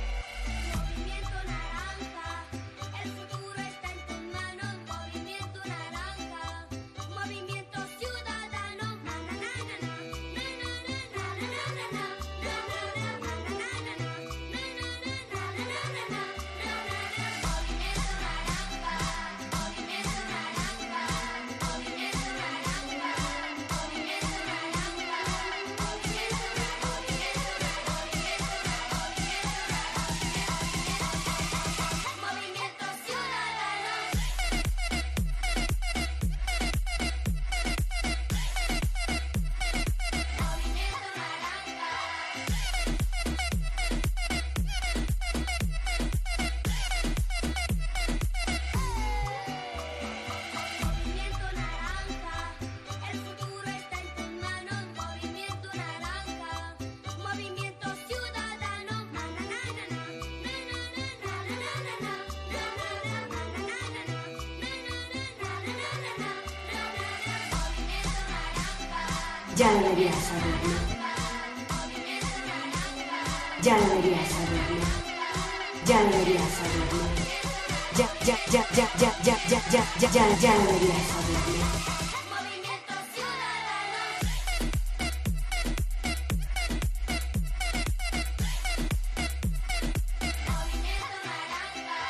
Movimiento naranja, el futuro está en tus manos. Movimiento naranja, movimiento ciudadano. Na na na na na, na na na na na na na, na Movimiento naranja, movimiento naranja, movimiento naranja, movimiento naranja, movimiento Movimiento Ciudadano. Movimiento Naranja. Movimiento Naranja. El futuro está en tus manos. Movimiento Naranja. Movimiento Ciudadano. Na na na na na. Na na na na na na na. Na na na na na na na. Na na na na na na na na. Na na na. Movimiento Naranja. Ya deberías saberlo. Ya deberías saberlo. Ya deberías saberlo. Ya, ya, ya, ya, ya, ya, ya, ya, ya, ya, ya deberías saberlo. Movimiento Ciudadano. Movimiento Naranja.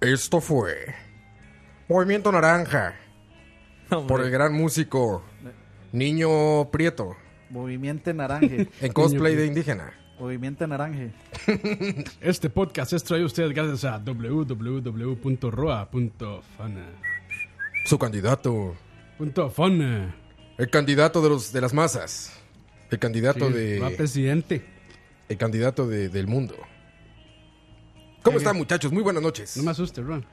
Esto fue Movimiento Naranja por el gran músico Niño Prieto Movimiento naranje. en cosplay de indígena. Movimiento naranje. Este podcast es traído a ustedes gracias a www.roa.fana. Su candidato, Punto fana. el candidato de los de las masas, el candidato Sí, Va de presidente. el candidato de- del mundo. ¿Cómo están muchachos? Muy buenas noches. No me asustes, Ron.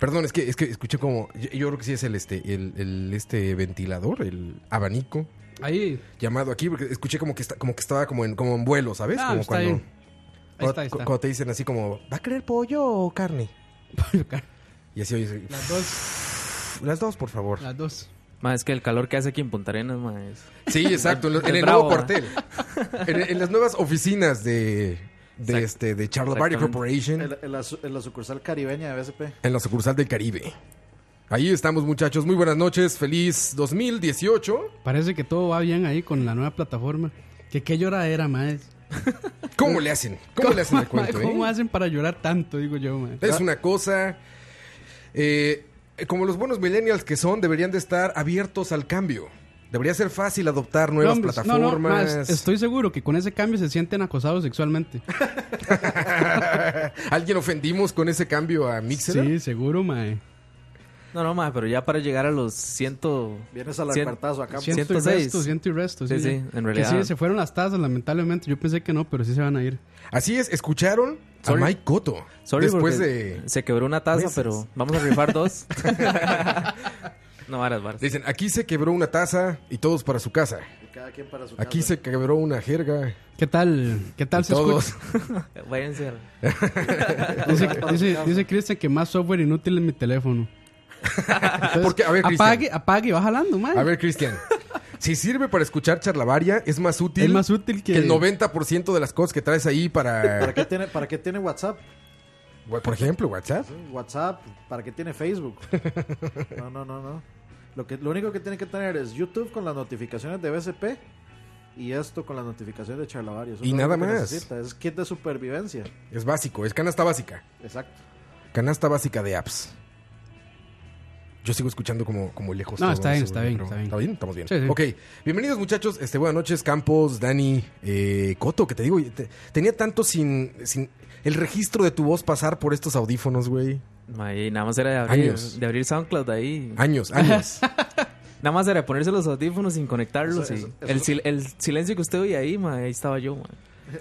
Perdón, es que es que escuché como yo, yo creo que sí es el este el, el, este ventilador, el abanico Ahí. llamado aquí porque escuché como que está, como que estaba como en como en vuelo, ¿sabes? Ah, como está bien. Ahí está, ahí cu- está. cuando te dicen así como ¿va a querer pollo o carne? Y así oyes Las dos. Las dos, por favor. Las dos. Más es que el calor que hace aquí en Punta Arenas, ma, es- Sí, exacto, en, lo- El en el bravo, nuevo cuartel. En, en las nuevas oficinas de, de, Exact- este, de Charlotte Barry exactamente. Corporation, El- el asu- el- la sucursal caribeña de BSP. en la sucursal del Caribe. Ahí estamos, muchachos. Muy buenas noches. Feliz 2018. Parece que todo va bien ahí con la nueva plataforma. Que qué lloradera, maes. ¿Cómo le hacen? ¿Cómo, le hacen el cuento? eh? Eh, ¿Cómo hacen para llorar tanto? Digo yo, mae. Es una cosa. eh, como los buenos millennials que son, deberían de estar abiertos al cambio. Debería ser fácil adoptar nuevas No, hombre, no, no, plataformas. maes, estoy seguro que con ese cambio se sienten acosados sexualmente. ¿Alguien ofendimos con ese cambio a Mixer? Sí, seguro, mae. No, no, ma, pero ya para llegar a los ciento... Vienes al cien- cuartazo acá. cien- Ciento y 106. resto, ciento y resto. Sí, sí, en realidad. Que sí, se fueron las tazas, lamentablemente. Yo pensé que no, pero sí se van a ir. Así es, escucharon a Sorry. Mike Cotto. Sorry, después porque de. Pues, Se quebró una taza, meses. pero vamos a rifar dos. no, varas, varas. Dicen, aquí se quebró una taza y todos para su casa. Y Cada quien para su Aquí casa. se quebró una jerga. ¿Qué tal? ¿Qué tal Y se todos. escucha? Váyanse. al- Dice, dice, dice Cristian que más software inútil en mi teléfono. Entonces, Porque, a ver, Cristian. apague, apague y va jalando, mae. A ver, Cristian. Si sirve para escuchar charlavaria, es más útil, Es más útil que- el 90% de las cosas que traes ahí ¿Para para, qué tiene, para qué tiene WhatsApp? Gua- por ejemplo, WhatsApp. Sí, WhatsApp, ¿para qué tiene Facebook? No, no, no, no. Lo, que, lo único que tiene que tener es YouTube con las notificaciones de BSP y esto con las notificaciones de Charlavario. Eso Y es lo nada único que más. necesita. Es kit de supervivencia. Es básico, es canasta básica. Exacto. Canasta básica de apps. Yo sigo escuchando como, como lejos. No, todo está bien, eso, está güey, bien, pero- está bien. Estamos bien. Sí, sí. Ok, bienvenidos muchachos. Este, buenas noches, Campos, Dani, eh, Coto, que te digo, te- tenía tanto sin, sin el registro de tu voz pasar por estos audífonos, güey. Mae, nada más era de abrir, Años. de abrir SoundCloud ahí. Años, años. Nada más era de ponerse los audífonos sin conectarlos. Eso- y eso- eso- el, sil- el silencio que usted oía ahí, mae, ahí estaba yo, mae.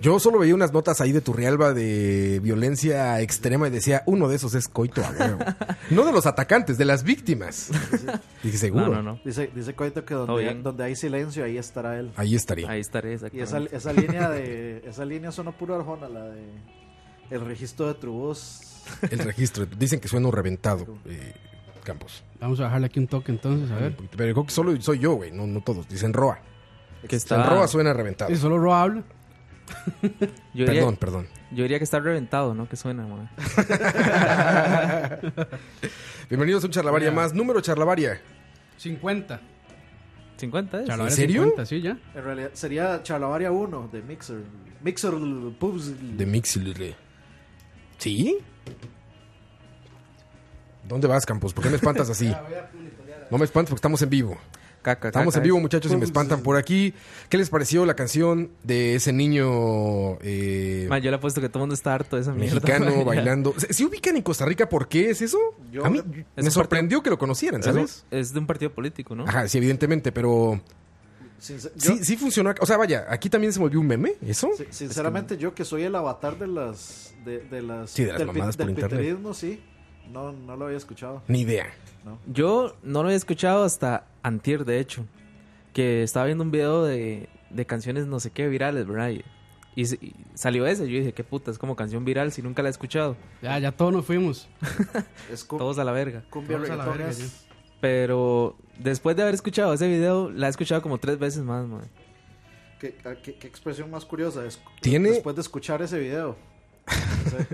Yo solo veía unas notas ahí de Turrialba de violencia extrema y decía, uno de esos es coito a huevo". No de los atacantes, de las víctimas. Dije, seguro. No, no, no. Dice, dice Coito que Todo donde, bien. donde hay silencio, ahí estará él. Ahí estaría. Ahí estaré, Y esa, exactamente. esa línea de esa línea sonó puro Arjona, la de el registro de tu voz. El registro. Dicen que suena un reventado, eh, Campos. Vamos a bajarle aquí un toque entonces, a ver. Pero creo que solo soy yo, güey. No, no todos. Dicen Roa. Que O sea, el Roa está, suena reventado. Y solo Ro habla. yo, diría, Perdón, perdón. yo diría que está reventado, ¿no? Que suena, mae. Bienvenidos a un charlavaria Ya. más. Número charlavaria. 50. 50 es. Chalo, ¿En era serio? 50, sí, ya. En realidad sería Charlavaria 1 de Mixer. Mixer pues, Pubs. De Mixilre. ¿Sí? ¿Dónde vas, Campos? ¿Por qué me espantas así? No me espantes porque estamos en vivo. Caca, Estamos caca, en vivo, es- muchachos, y me espantan por aquí. ¿Qué les pareció la canción de ese niño eh, Mae, yo le apuesto que todo el mundo está harto de esa mierda. mexicano mae. bailando? ¿Se, se ubican en Costa Rica por qué es eso? Yo- A mí es me sorprendió que lo conocieran, Es- ¿sabes? Es de un partido político, ¿no? Ajá, sí, evidentemente, pero Sin- yo- sí, sí funcionó. acá. O sea, vaya, aquí también se volvió un meme, ¿eso? si- sinceramente yo que soy el avatar de las de, de las Sí, de las pi- mamadas por internet. piterismo, sí. No no lo había escuchado. Ni idea. Yo no lo había escuchado hasta antier, de hecho. Que estaba viendo un video de, de canciones no sé qué virales, ¿verdad? Y, y s- y salió ese. Yo dije, qué puta, es como canción viral si nunca la he escuchado. Ya, ya todos nos fuimos. Es cum- Todos a la verga. cumbia Todos a la reggaetón, verga, es- Pero después de haber escuchado ese video, la he escuchado como tres veces más, man. ¿Qué, a- qué- qué expresión más curiosa es Tiene- después de escuchar ese video. No sé.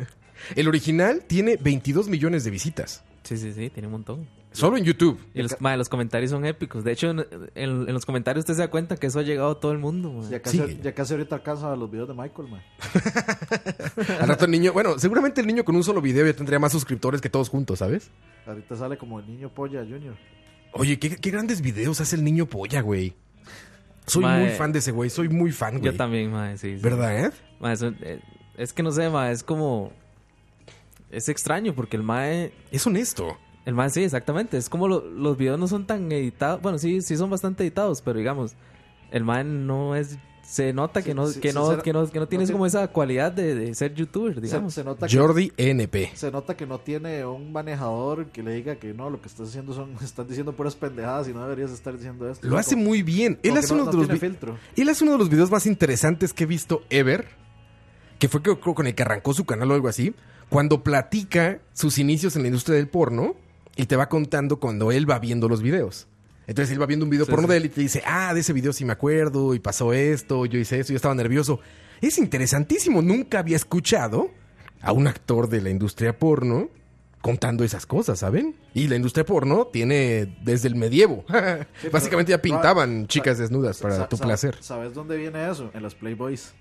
El original tiene 22 millones de visitas. Sí, sí, sí, tiene un montón. Solo en YouTube. Y los, mae, los comentarios son épicos. De hecho, en, en- en los comentarios usted se da cuenta que eso ha llegado a todo el mundo, man. Ya casi, Sigue. ya casi ahorita alcanza los videos de Michael, man. Al rato el niño, bueno, seguramente el niño con un solo video ya tendría más suscriptores que todos juntos, ¿sabes? Ahorita sale como el niño polla Junior. Oye, qué, qué grandes videos hace el niño polla, güey. Soy Mae. muy fan de ese güey, soy muy fan, güey. Yo también, man, sí. sí. ¿Verdad, eh? Ma, eso, eh, es que no sé, ma, es como... Es extraño porque el mae... Es honesto. El mae sí, exactamente. Es como lo- los videos no son tan editados. Bueno, sí, sí son bastante editados, pero digamos... El mae no es... Se nota que Sí, no, sí, que, no, sincera- que no, que no tienes tiene- como esa cualidad de, de ser youtuber, Se, digamos. se nota que, Jordi NP. se nota que no tiene un manejador que le diga que no, lo que estás haciendo son estás diciendo puras pendejadas y no deberías estar diciendo esto. Lo hace Como- muy bien. Él como hace, que no- uno no de los tiene vi- filtro. él hace uno de los videos más interesantes que he visto ever. Que fue creo- creo, con el que arrancó su canal o algo así. Cuando platica sus inicios en la industria del porno. Y te va contando cuando él va viendo los videos. Entonces él va viendo un video Sí, porno sí. de él y te dice, ah, de ese video sí me acuerdo. Y pasó esto, yo hice eso, yo estaba nervioso. Es interesantísimo. Nunca había escuchado a un actor de la industria porno contando esas cosas, ¿saben? Y la industria porno tiene desde el medievo. Básicamente ya pero- pintaban chicas desnudas Sa- para tu sa- placer. ¿Sabes dónde viene eso? En las Playboys.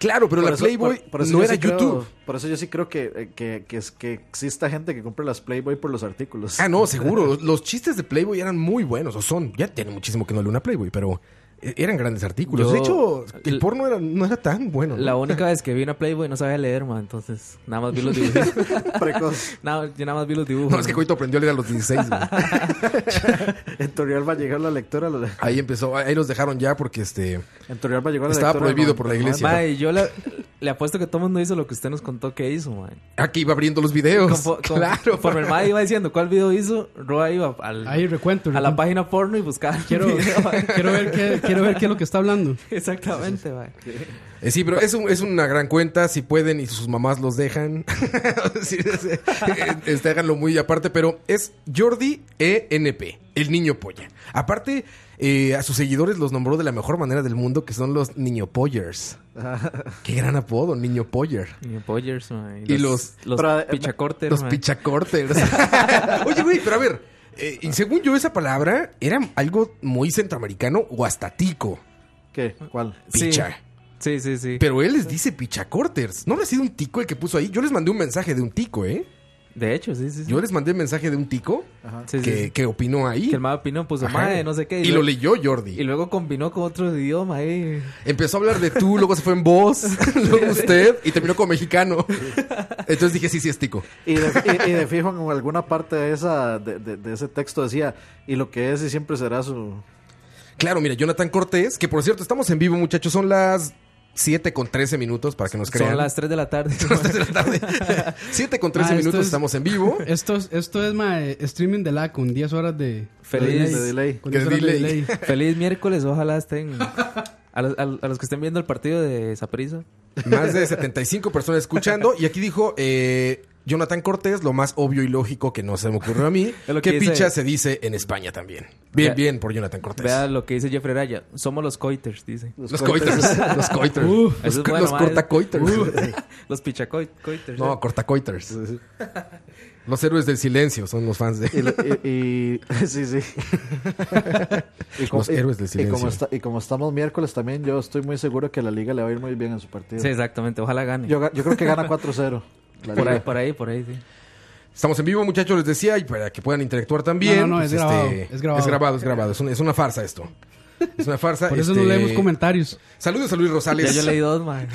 Claro, pero Por la eso- Playboy por- por eso no yo era sí creo- YouTube. por eso yo sí creo que, eh, que, que, es- que exista gente que compre las Playboy por los artículos. Ah, no, seguro. Los- Los chistes de Playboy eran muy buenos, o son. Ya tiene muchísimo que no leo una Playboy, pero eh, eran grandes artículos. Yo- de hecho, el l- porno era- no era tan bueno. ¿no? La única vez que vi una Playboy no sabía leer, man. Entonces, nada más vi los dibujos. Precoz. Nada, yo nada más vi los dibujos. No, es que ma. Coito aprendió a leer a los 16. güey. En Torreal va a llegar la lectora. la- Ahí empezó, ahí los dejaron ya porque este En Torreal va a llegar la estaba lectora del prohibido por la noventa y nueve. iglesia. Mae, yo la, le apuesto que todo el mundo hizo lo que usted nos contó que hizo, mae. Aquí iba abriendo los videos. Confo- con- Pues, claro. Conforme el mae iba diciendo cuál video hizo, Roa iba al- Ahí recuento. a la recuento. página porno y buscaba. el Quiero, video, mae. quiero, ver qué, quiero ver qué es lo que está hablando. Exactamente, mae. Eh, sí, pero es, un- es una gran cuenta. Si pueden y sus mamás los dejan. sí, es- eh, este, háganlo muy aparte. Pero es Jordi ENP, el niño polla. Aparte, eh, a sus seguidores los nombró de la mejor manera del mundo, que son los niño pollers. Qué gran apodo, niño poller. Y Poggers, mae. Y los Pero, eh, pichacortes, Los mae. pichacorters. Oye, güey, pero a ver. eh, y según yo, esa palabra era algo muy centroamericano o hasta tico. ¿Qué? ¿Cuál? Sí. Picha. Sí, sí, sí. Pero él les dice pichacorters. ¿No habrá sido un tico el que puso ahí? Yo les mandé un mensaje de un tico, ¿eh? De hecho, sí, sí. sí. Yo les mandé un mensaje de un tico Ajá. Sí, sí, que, sí. que opinó ahí. Que el mae opinó, puso, Ajá. mae, no sé qué. Y lo luego- leyó Y Jordi. luego combinó con otro idioma eh. ahí. Empezó a hablar de tú, luego se fue en voz, luego usted y terminó como mexicano. Entonces dije, sí, sí, es tico. Y de, y- y de fijo en alguna parte de, esa, de, de- de ese texto decía, y lo que es y siempre será su... Claro, mira, Jonathan Cortés, que por cierto, estamos en vivo, muchachos, son las 7 con 13 minutos para que nos Pues crean. Son las 3 de la tarde. de la tarde. 7 con 13 Ah, esto minutos es- estamos en vivo. Esto es, esto es mae, streaming de la con 10 horas de, Feliz- de delay. Con Que 10 horas de delay. delay. Feliz miércoles, ojalá estén. A los, a- a los que estén viendo el partido de Saprisa. Más de 75 personas escuchando. Y aquí dijo eh, Jonathan Cortés, lo más obvio y lógico que no se me ocurrió a mí, Es lo que, que dice- picha se dice en España también. Bien, Vea- bien por Jonathan Cortés. Vea lo que dice Jeffrey Raya. Somos los coiters, dice. los coiters. los coiters. Uh, los eso es bueno, eh. los madre. cortacoiters. Los pichacoiters. ¿eh? no, cortacoiters. Los héroes del silencio son los fans de... Y, lo- y- y- sí, sí. Y Los héroes del Y silencio. como, esta- y como estamos miércoles también, yo estoy muy seguro que la liga le va a ir muy bien en su partido. Sí, exactamente. Ojalá gane. Yo, ga- yo creo que gana 4-0. la por, ahí, liga. por ahí, por ahí, sí. Estamos en vivo, muchachos, les decía, y para que puedan interactuar también. pues, este, No, no, no, es grabado, es grabado. Es grabado, es grabado. Es, un- es una farsa esto. Es una farsa. Por eso no este, leemos comentarios. Saludos a Luis Ya Rosales. yo leí dos, man.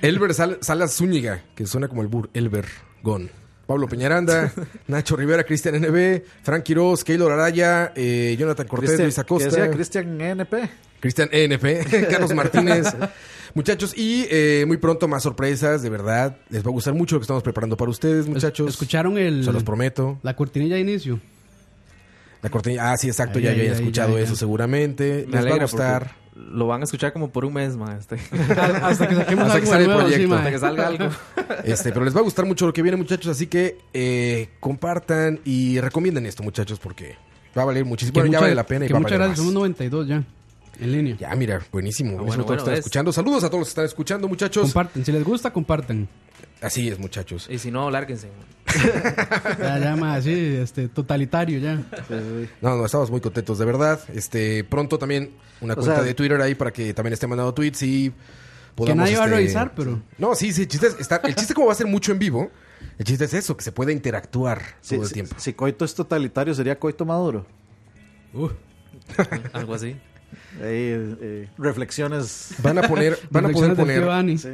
Elber Sal- Salas Zúñiga, que suena como el Bur, Elber Gon. Pablo Peñaranda, Nacho Rivera, Cristian NB, Frank Quiroz, Keylor Araya, eh, Jonathan Cortés, Cristian- Luis que decía Acosta, Cristian NP. Cristian NP, Carlos Martínez. Muchachos, y eh, muy pronto más sorpresas, de verdad. Les va a gustar mucho lo que estamos preparando para ustedes, muchachos. ¿Escucharon el, Se los prometo. la cortinilla de inicio? La cortina. Ah, sí, exacto. Ahí, ya ahí, ya he ahí, escuchado ya, ya. eso seguramente. Les va a gustar. Lo van a escuchar como por un mes, man. este. Hasta que saquemos Hasta que algo salga el nuevo, sí, proyecto. mae. Hasta que salga algo. Este, pero les va a gustar mucho lo que viene, muchachos. Así que eh, compartan y recomienden esto, muchachos, porque va a valer muchísimo. Que Bueno, ya muchas- vale la pena y que va a muchas valer gracias. Ah, más. Somos 92 ya. En línea. Ya, mira, buenísimo. buenísimo todo lo que bueno, bueno, están es. escuchando. Saludos a todos los que están escuchando, muchachos. Comparten. Si les gusta, comparten. Así es, muchachos. Y si no, lárguense. man. Ya, ya, mae, así, este, totalitario ya. Sí, sí, sí. No, no, estamos muy contentos, de verdad. Este, pronto también una O cuenta sea- de Twitter ahí para que también estén mandando tweets y podamos. nadie va a este, revisar, pero- No, sí, sí, el chiste es estar- el chiste como va a ser mucho en vivo, el chiste es eso, que se puede interactuar Si, todo el si- tiempo. si coito es totalitario, sería coito maduro. Algo así. Ahí, eh, reflexiones. Van a poner, van a poder Reflexiones del tío poner Dani. Sí.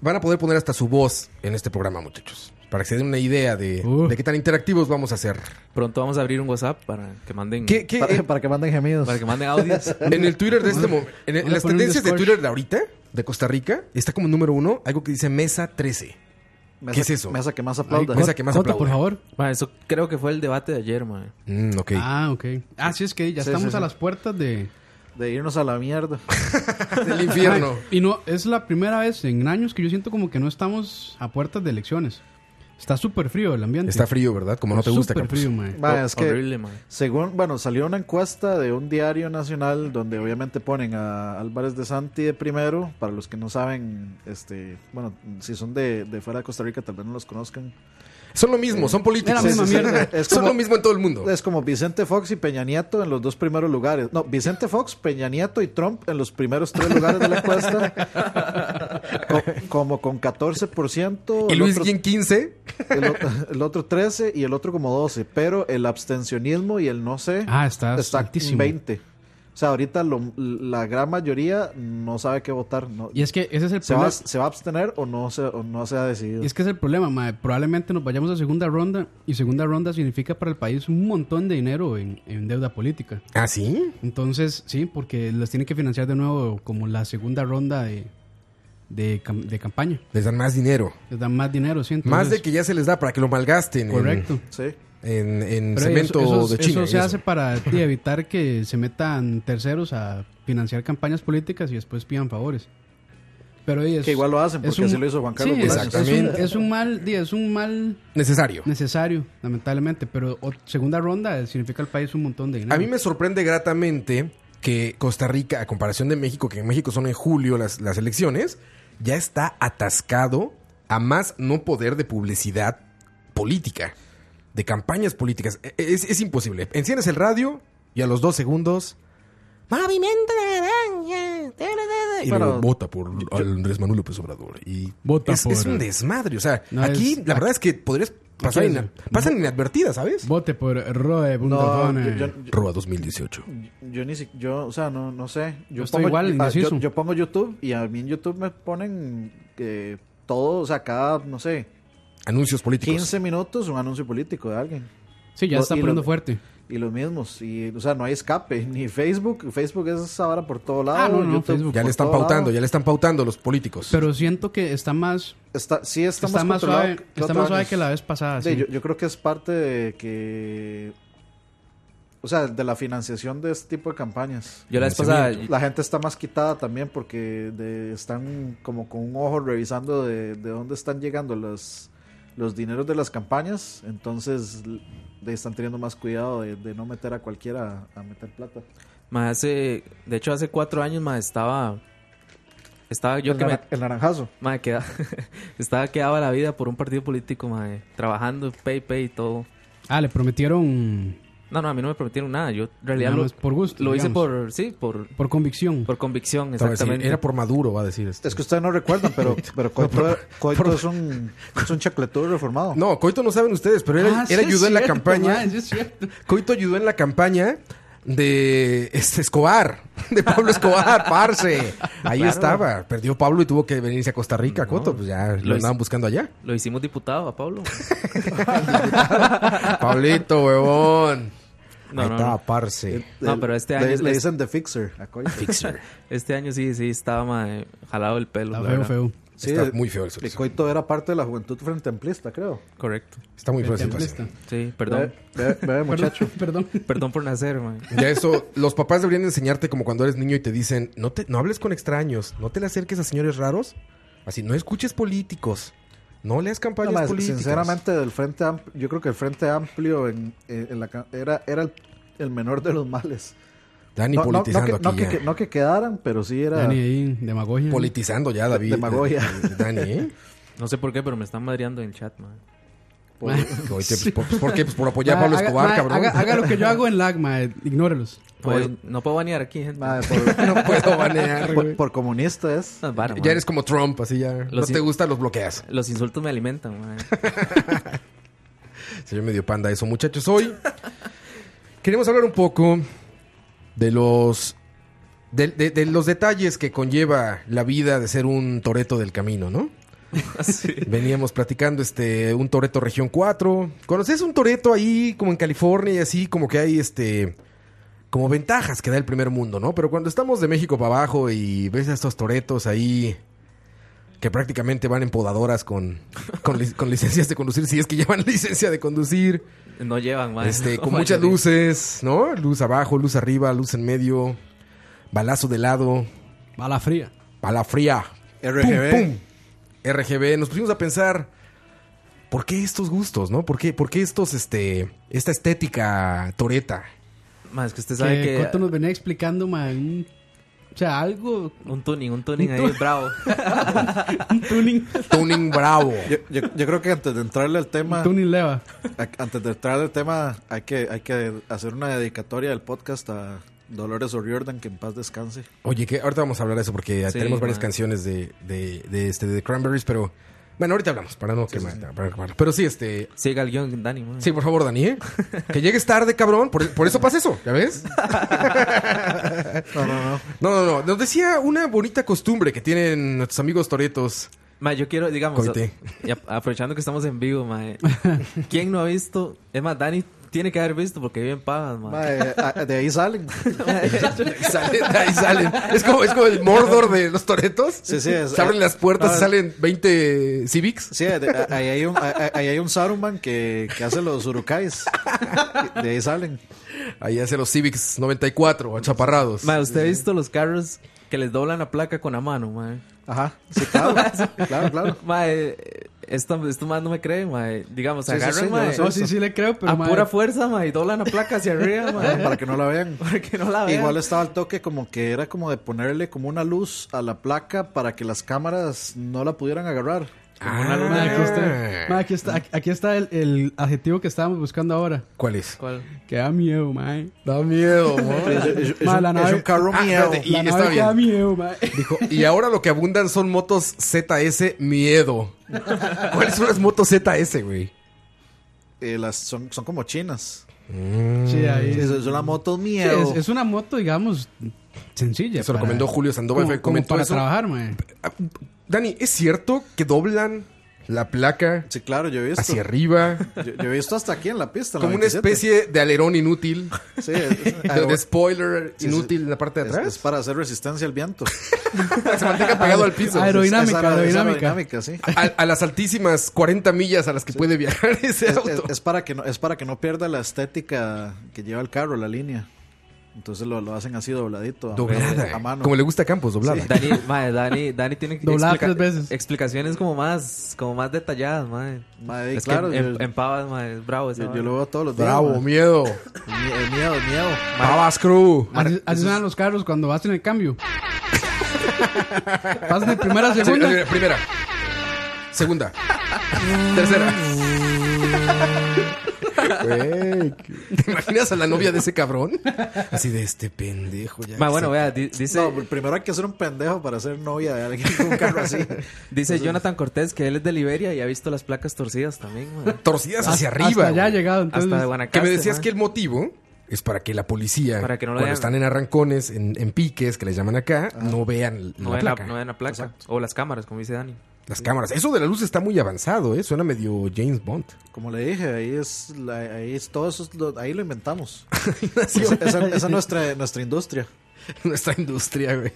Van a poder poner hasta su voz en este programa, muchachos. Para que se den una idea de, Uh. de qué tan interactivos vamos a ser. Pronto vamos a abrir un WhatsApp para que manden. ¿Qué, qué- Para, en- para que manden gemidos. Para que manden audios. en el Twitter de este momento, en, en Voy a las poner un tendencias de Discord. Twitter de ahorita, de Costa Rica, está como número uno algo que dice Mesa 13. Mesa- ¿Qué es eso? Mesa que más aplauda. Ay, Mesa que más Cota, aplaude. por favor. Man, eso creo que fue el debate de ayer, man. Mm, ok. Ah, ok. Ah, sí, es que ya Sí, estamos sí, sí. a las puertas de... De irnos a la mierda. Del infierno. Y no, es la primera vez en años que yo siento como que no estamos a puertas de elecciones. Está súper frío el ambiente. Está frío, ¿verdad? Como no te gusta, Súper Campos. frío, mae. Ma, Ho- es que horrible, man. Según, bueno, salió una encuesta de un diario nacional donde obviamente ponen a Álvarez de Santi de primero, para los que no saben, este, bueno, si son de, de fuera de Costa Rica tal vez no los conozcan. Son lo mismo, son políticos. Es la misma Sí, sí, sí. mierda. Es Son como- lo mismo en todo el mundo. Es como Vicente Fox y Peña Nieto en los dos primeros lugares. No, Vicente Fox, Peña Nieto y Trump en los primeros tres lugares de la encuesta. Co- como con 14%. Y el Luis otro- Guillén 15. el, o- el otro 13 y el otro como 12, pero el abstencionismo y el no sé Ah, está altísimo. 20. O sea, ahorita lo- la gran mayoría no sabe qué votar. No, Y es que ese es el se, va, problema. a- se va a abstener o no se, o no se ha decidido. Y es que es el problema, mae. Probablemente nos vayamos a segunda ronda y segunda ronda significa para el país un montón de dinero en, en deuda política. ¿Ah, sí? Entonces, sí, porque las tienen que financiar de nuevo como la segunda ronda de, de, cam- de campaña. Les dan más dinero. Les dan más dinero, sí. más de entonces- que ya se les da para que lo malgasten. en- Correcto. Sí. En, en Pero cemento eso, eso- de China. eso se y eso. hace para sí, evitar que se metan terceros a financiar campañas políticas y después pidan favores. Pero sí, es- Que igual lo hacen, es porque un- así lo hizo Juan Carlos sí, es- Bolaños. es, un, Exactamente. es un mal, sí, es un mal Necesario. necesario, lamentablemente. Pero o- segunda ronda significa al país un montón de dinero. A mí me sorprende gratamente que Costa Rica, a comparación de México, que en México son en julio las, las elecciones, ya está atascado a más no poder de publicidad política, de campañas políticas. E- Es, es imposible. Enciendes el radio y a los dos segundos... Movimiento naranja. ta, ta, ta, ta", Y Pero- luego vota por Andrés Manuel López Obrador. Y Vota es, es por- un desmadre. O sea, No, aquí es- la verdad es que podrías pasar es- ina- pasan inadvertidas, ¿sabes? Vote por No, yo, Roe. eh. eh. Bundafone. yo- yo- Roa 2018. yo ni si, yo, o sea, no, no sé. Yo, Yo estoy Pues igual, ah, yo- indeciso. yo pongo YouTube y a mí en YouTube me ponen eh, todo, o sea, cada, no sé, Anuncios políticos. 15 minutos un anuncio político de alguien. sí, ya lo- está y lo- poniendo fuerte. Y los mismos. Y, o sea, no hay escape. Ni Facebook. Facebook es ahora por todo lado. Ah, no, no, YouTube Facebook. Ya por le están todo pautando, lado. ya le están pautando los políticos. Pero siento que está más, Está, sí, está, está más controlado suave, que está otros más suave años. que la vez pasada. Sí, sí. yo, yo creo que es parte de que. O sea, de la financiación de este tipo de campañas. Yo la vez pasada, La gente está más quitada también porque de- están como con un ojo revisando de, de dónde están llegando los, los dineros de las campañas. Entonces l- de- están teniendo más cuidado de, de no meter a cualquiera a meter plata. ma, hace, de hecho hace cuatro años más estaba, estaba Pues yo el, que me, nara- el naranjazo. ma, queda- estaba quedaba la vida por un partido político, ma, trabajando, pay, pay y todo. Ah, le prometieron No, no, a mí no me prometieron nada. Yo en realidad Nada lo, más por gusto, lo hice digamos. por, sí, por, por convicción. por convicción, Te va a decir, exactamente. era por Maduro, va a decir este. esto. Es que ustedes no recuerdan, pero, pero Coito, Coito es un, es un chacletudo reformado. No, Coito no saben ustedes, pero él, Ah, sí él es ayudó en la cierto, campaña. ma, sí es cierto. Coito ayudó en la campaña de este, Escobar, de Pablo Escobar, parce. Ahí estaba. Perdió Pablo y tuvo que venirse a Costa Rica, Coito. Pues ya lo Lo andaban hice. buscando allá. Lo hicimos diputado a Pablo. Pablito, huevón. No, Ahí no, estaba, no. parce. No, pero este año Le, es- le dicen The Fixer a Coito. Este año sí, sí, estaba ma, jalado el pelo. Está la feo, verdad. feo. Sí, Está eh, muy feo eso. que Coito era parte de la juventud frente amplista, creo. Correcto. Está muy feo la Templista. situación. Sí, perdón. Eh. Ve- ve- ve, muchacho. Perdón. Perdón por nacer, ma. Ya eso, los papás deberían enseñarte como cuando eres niño y te dicen, no te, no hables con extraños, no te le acerques a señores raros, así, no escuches políticos, no leas No, campañas ma, políticas. sinceramente, del frente Ampl- yo creo que el Frente Amplio en, eh, en la ca- era, era el, el menor de los males. Dani No, no- no que, politizando no aquí ¿eh? que- ya. que- no que quedaran, pero sí era... Dani ahí, demagogia. Politizando ya, David. Demagogia. Eh, Dani, ¿eh? No sé por qué, pero me están madreando en chat, ma. Por, Oye, pues, por, pues, ¿por qué? Pues por Ah, apoyar a Pablo Haga- Escobar, ma, cabrón. Haga, haga lo que yo hago en LAGMA, ignórelos. Pues, no puedo banear aquí, gente. ma, pues, por, No puedo banear, por- güey. por comunista es. No, para, ma. Ya eres como Trump, así ya. no Los te in- gusta, los bloqueas. Los insultos me alimentan, ma. Señor medio panda eso, muchachos. Hoy queremos hablar un poco de los de, de- de los detalles que conlleva la vida de ser un toreto del camino, ¿no? Así. Veníamos platicando este un toreto región 4. ¿Conoces un toreto ahí como en California y así como que hay este como ventajas que da el primer mundo, ¿no? Pero cuando estamos de México para abajo y ves a estos toretos ahí que prácticamente van en podadoras con, con, lic- con licencias de conducir, si es que llevan licencia de conducir, No llevan, ma. este, No, con ma, muchas yo digo, luces, ¿no? Luz abajo, luz arriba, luz en medio, balazo de lado, Bala fría. bala fría. RGB. Pum, pum. RGB. Nos pusimos a pensar, ¿por qué estos gustos, no? ¿Por qué, por qué estos, este, esta estética toreta? Ma, es que usted sabe Que, que... Coto nos venía explicando, ma, un- o sea, algo, Un tuning, un tuning Un ahí, tu- bravo. un tuning, Tuning bravo. Yo, yo- yo creo que antes de entrarle al tema, un tuning leva. a- antes de entrarle al tema, hay que, hay que hacer una dedicatoria del podcast a Dolores O'Riordan, que en paz descanse. Oye, que ahorita vamos a hablar de eso porque Sí, tenemos varias man. canciones de, de, de, este, de Cranberries, pero... Bueno, ahorita hablamos, para no quemar, para no quemar. Pero sí, este... Siga el guión, Dani, ma. Sí, por favor, Dani, ¿eh? Que llegues tarde, cabrón. Por, por eso pasa eso, ¿ya ves? No, no, no. No, no, no. Nos decía una bonita costumbre que tienen nuestros amigos toretos. Ma, yo quiero, digamos, Coite. a- y a- aprovechando que estamos en vivo, ma, eh, ¿quién no ha visto? Es más, Dani tiene que haber visto porque viven pagas, man. Mae, a- de ahí salen. Ahí salen, ahí salen. Es como, es como el Mordor de los toretos. Sí, sí, es- Se abren las puertas y Ah, salen 20 Civics. Sí, de- a- ahí hay un, a- a- ahí hay un Saruman que, que hace los urukais. De ahí salen. Ahí hace los Civics 94, achaparrados. Mae, ¿usted ha visto los carros que les doblan la placa con la mano, mae? Ajá. Sí, claro. claro, claro. Mae, esto, esto más no me creen, mae. Digamos, se Sí, sí, agarran, sí, yo mae, lo sé. No, sí, sí le creo, pero eh, a mae, pura fuerza, mae, y doblan la placa hacia arriba, mae. Para que no la vean. Porque no la vean. Igual estaba al toque como que era como de ponerle como una luz a la placa para que las cámaras no la pudieran agarrar. Ah, mae, aquí está, mae, aquí está, aquí- aquí está el, el adjetivo que estábamos buscando ahora. ¿Cuál es? ¿Cuál? Que da miedo, mae. Da miedo, amor. Es, es- es Ma, la un, nave- es un carro Ah, miedo. espérate, Y La está nave que da bien. miedo, mae. Dijo, y ahora lo que abundan son motos ZS miedo. ¿Cuáles son las motos ZS, güey? Eh, las, son, son como chinas. Sí, Mm. ahí. Es, Sí, es una moto miedo. es, es una moto, digamos, sencilla. Eso para- recomendó Julio Sandoval, como- fue- como comentó para eso. trabajar, eh. mae. Ah, Dani, ¿es cierto que doblan la placa Sí, claro, yo he visto. hacia arriba? Yo, yo he visto hasta aquí en la pista. en la Como una 27. especie de alerón inútil, Sí, es- es- de, de spoiler Ah, Sí, sí. inútil en la parte de es- es atrás. para hacer resistencia al viento. Se mantenga pegado al piso. Aero- Aerodinámica, Es ara- es aerodinámica. aerodinámica, sí. A, a las altísimas 40 millas a las que puede viajar ese Es, auto. es- es para que no, es para que no pierda la estética que lleva el carro, la línea. Entonces lo, lo hacen así dobladito. a- doblada. A mano. Como le gusta a Campos, doblada. Dani, mae, Dani, Dani tiene que Doblada explica- tres veces. explicaciones como más, como más detalladas, mae. Mae, es claro, que yo, en, en pavas, mae, es bravo ese. yo- yo lo veo todos los días. Bravo, mae. miedo. Mi- el miedo, el miedo. Babas Crew. Así, así suenan los carros cuando hacen el cambio. Pasan de primera a Sí, segunda. eh, primera. Segunda. Tercera. Güey, ¿Te imaginas a la novia de ese cabrón? Así de este pendejo. Ya Mae, bueno, se- vea, di- dice, No, pues, primero hay que ser un pendejo para ser novia de alguien con un carro así. dice Jonathan Cortés que él es de Liberia y ha visto las placas torcidas también, mae. torcidas hacia Hasta- arriba. Hasta allá ha güey. llegado, entonces. Hasta de Guanacaste, que me decías mae. que el motivo es para que la policía, Para que no lo cuando vean. están en arrancones, en, en piques, que les llaman acá, no vean no la ven la, placa, no ven la placa. O las cámaras, como dice Dani. las cámaras. Eso de la luz está muy avanzado, ¿eh? Suena medio James Bond. Como le dije, ahí es, la- ahí es todo eso, es lo- ahí lo inventamos. Esa esa- esa es nuestra, nuestra industria. nuestra industria, güey.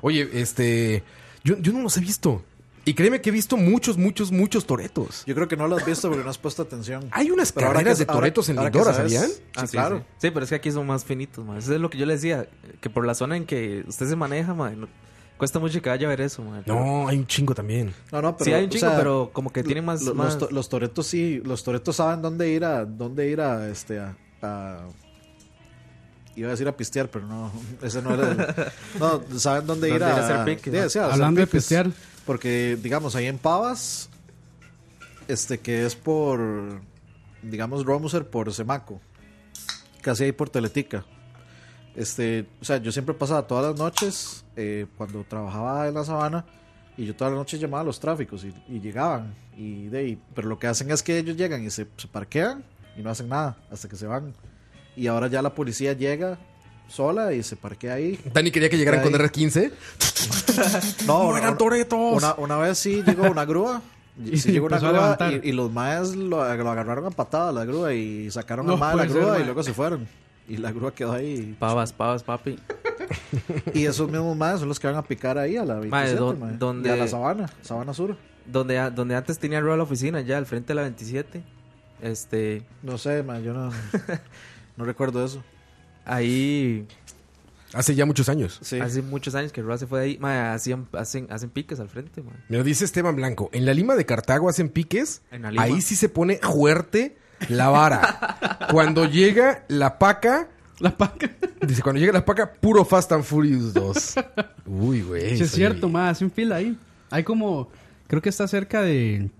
Oye, este. Yo, yo no los he visto. Y créeme que he visto muchos, muchos, muchos toretos. Yo creo que no lo has visto porque no has puesto atención. Hay unas Pero ahora carreras que- de toretos en ahora- ahora que Lindora, sabes- ¿sabían? Sí, Ah, claro. Sí. Sí, pero es que aquí son más finitos, mae. Eso es lo que yo le decía. Que por la zona en que usted se maneja, mae, no- cuesta mucho que vaya a ver eso, mae. No, hay un chingo también. No, no, pero, Sí, hay un o chingo, pero como que tiene más- lo- más- Los, to- los toretos sí, los toretos saben dónde ir a, dónde ir a, este, a, a- iba a decir a pistear, pero no, ese no era. el- no, saben dónde ir Dónde a, ir a hacer piques, sí, ¿no? sí, a hacer Hablando de piques. pistear. porque digamos ahí en Pavas, este, que es por, digamos Romuser por Semaco, casi ahí por Teletica. Este, o sea, yo siempre pasaba todas las noches eh, cuando trabajaba en la sabana y yo todas las noches llamaba a los tráficos y, y llegaban. Y de ahí- pero lo que hacen es que ellos llegan y se, se parquean y no hacen nada hasta que se van. Y ahora ya la policía llega sola y se parquea ahí. Dani quería que llegaran Ahí. con R15. No, ¡No eran toretos! Una, una vez sí llegó una grúa. Y Sí llegó una empezó a grúa levantar. y, y los maes lo, lo agarraron a patada la grúa y sacaron No al mae de la puede ser, grúa y mae. luego se fueron. Y la grúa quedó ahí. Pavas, pavas, papi. Y esos mismos maes son los que van a picar ahí a la 27, don- mae. donde- Y a la sabana, sabana sur. Donde, a- donde antes tenía Rueda la oficina, ya al frente de la 27. Este, No sé, mae, yo no, no recuerdo eso. ahí, Hace ya muchos años. Sí. hace muchos años que Rueda se fue de ahí, mae, hacían, hacen, hacen piques al frente, mae. Me lo dice Esteban Blanco. En la Lima de Cartago hacen piques. En la Lima. Ahí sí se pone fuerte la vara. cuando llega la paca. La paca. Dice, cuando llega la paca, puro Fast and Furious 2. Uy, güey. Sí, es soy- cierto, más hacen fila ahí. Hay como, creo que está cerca de,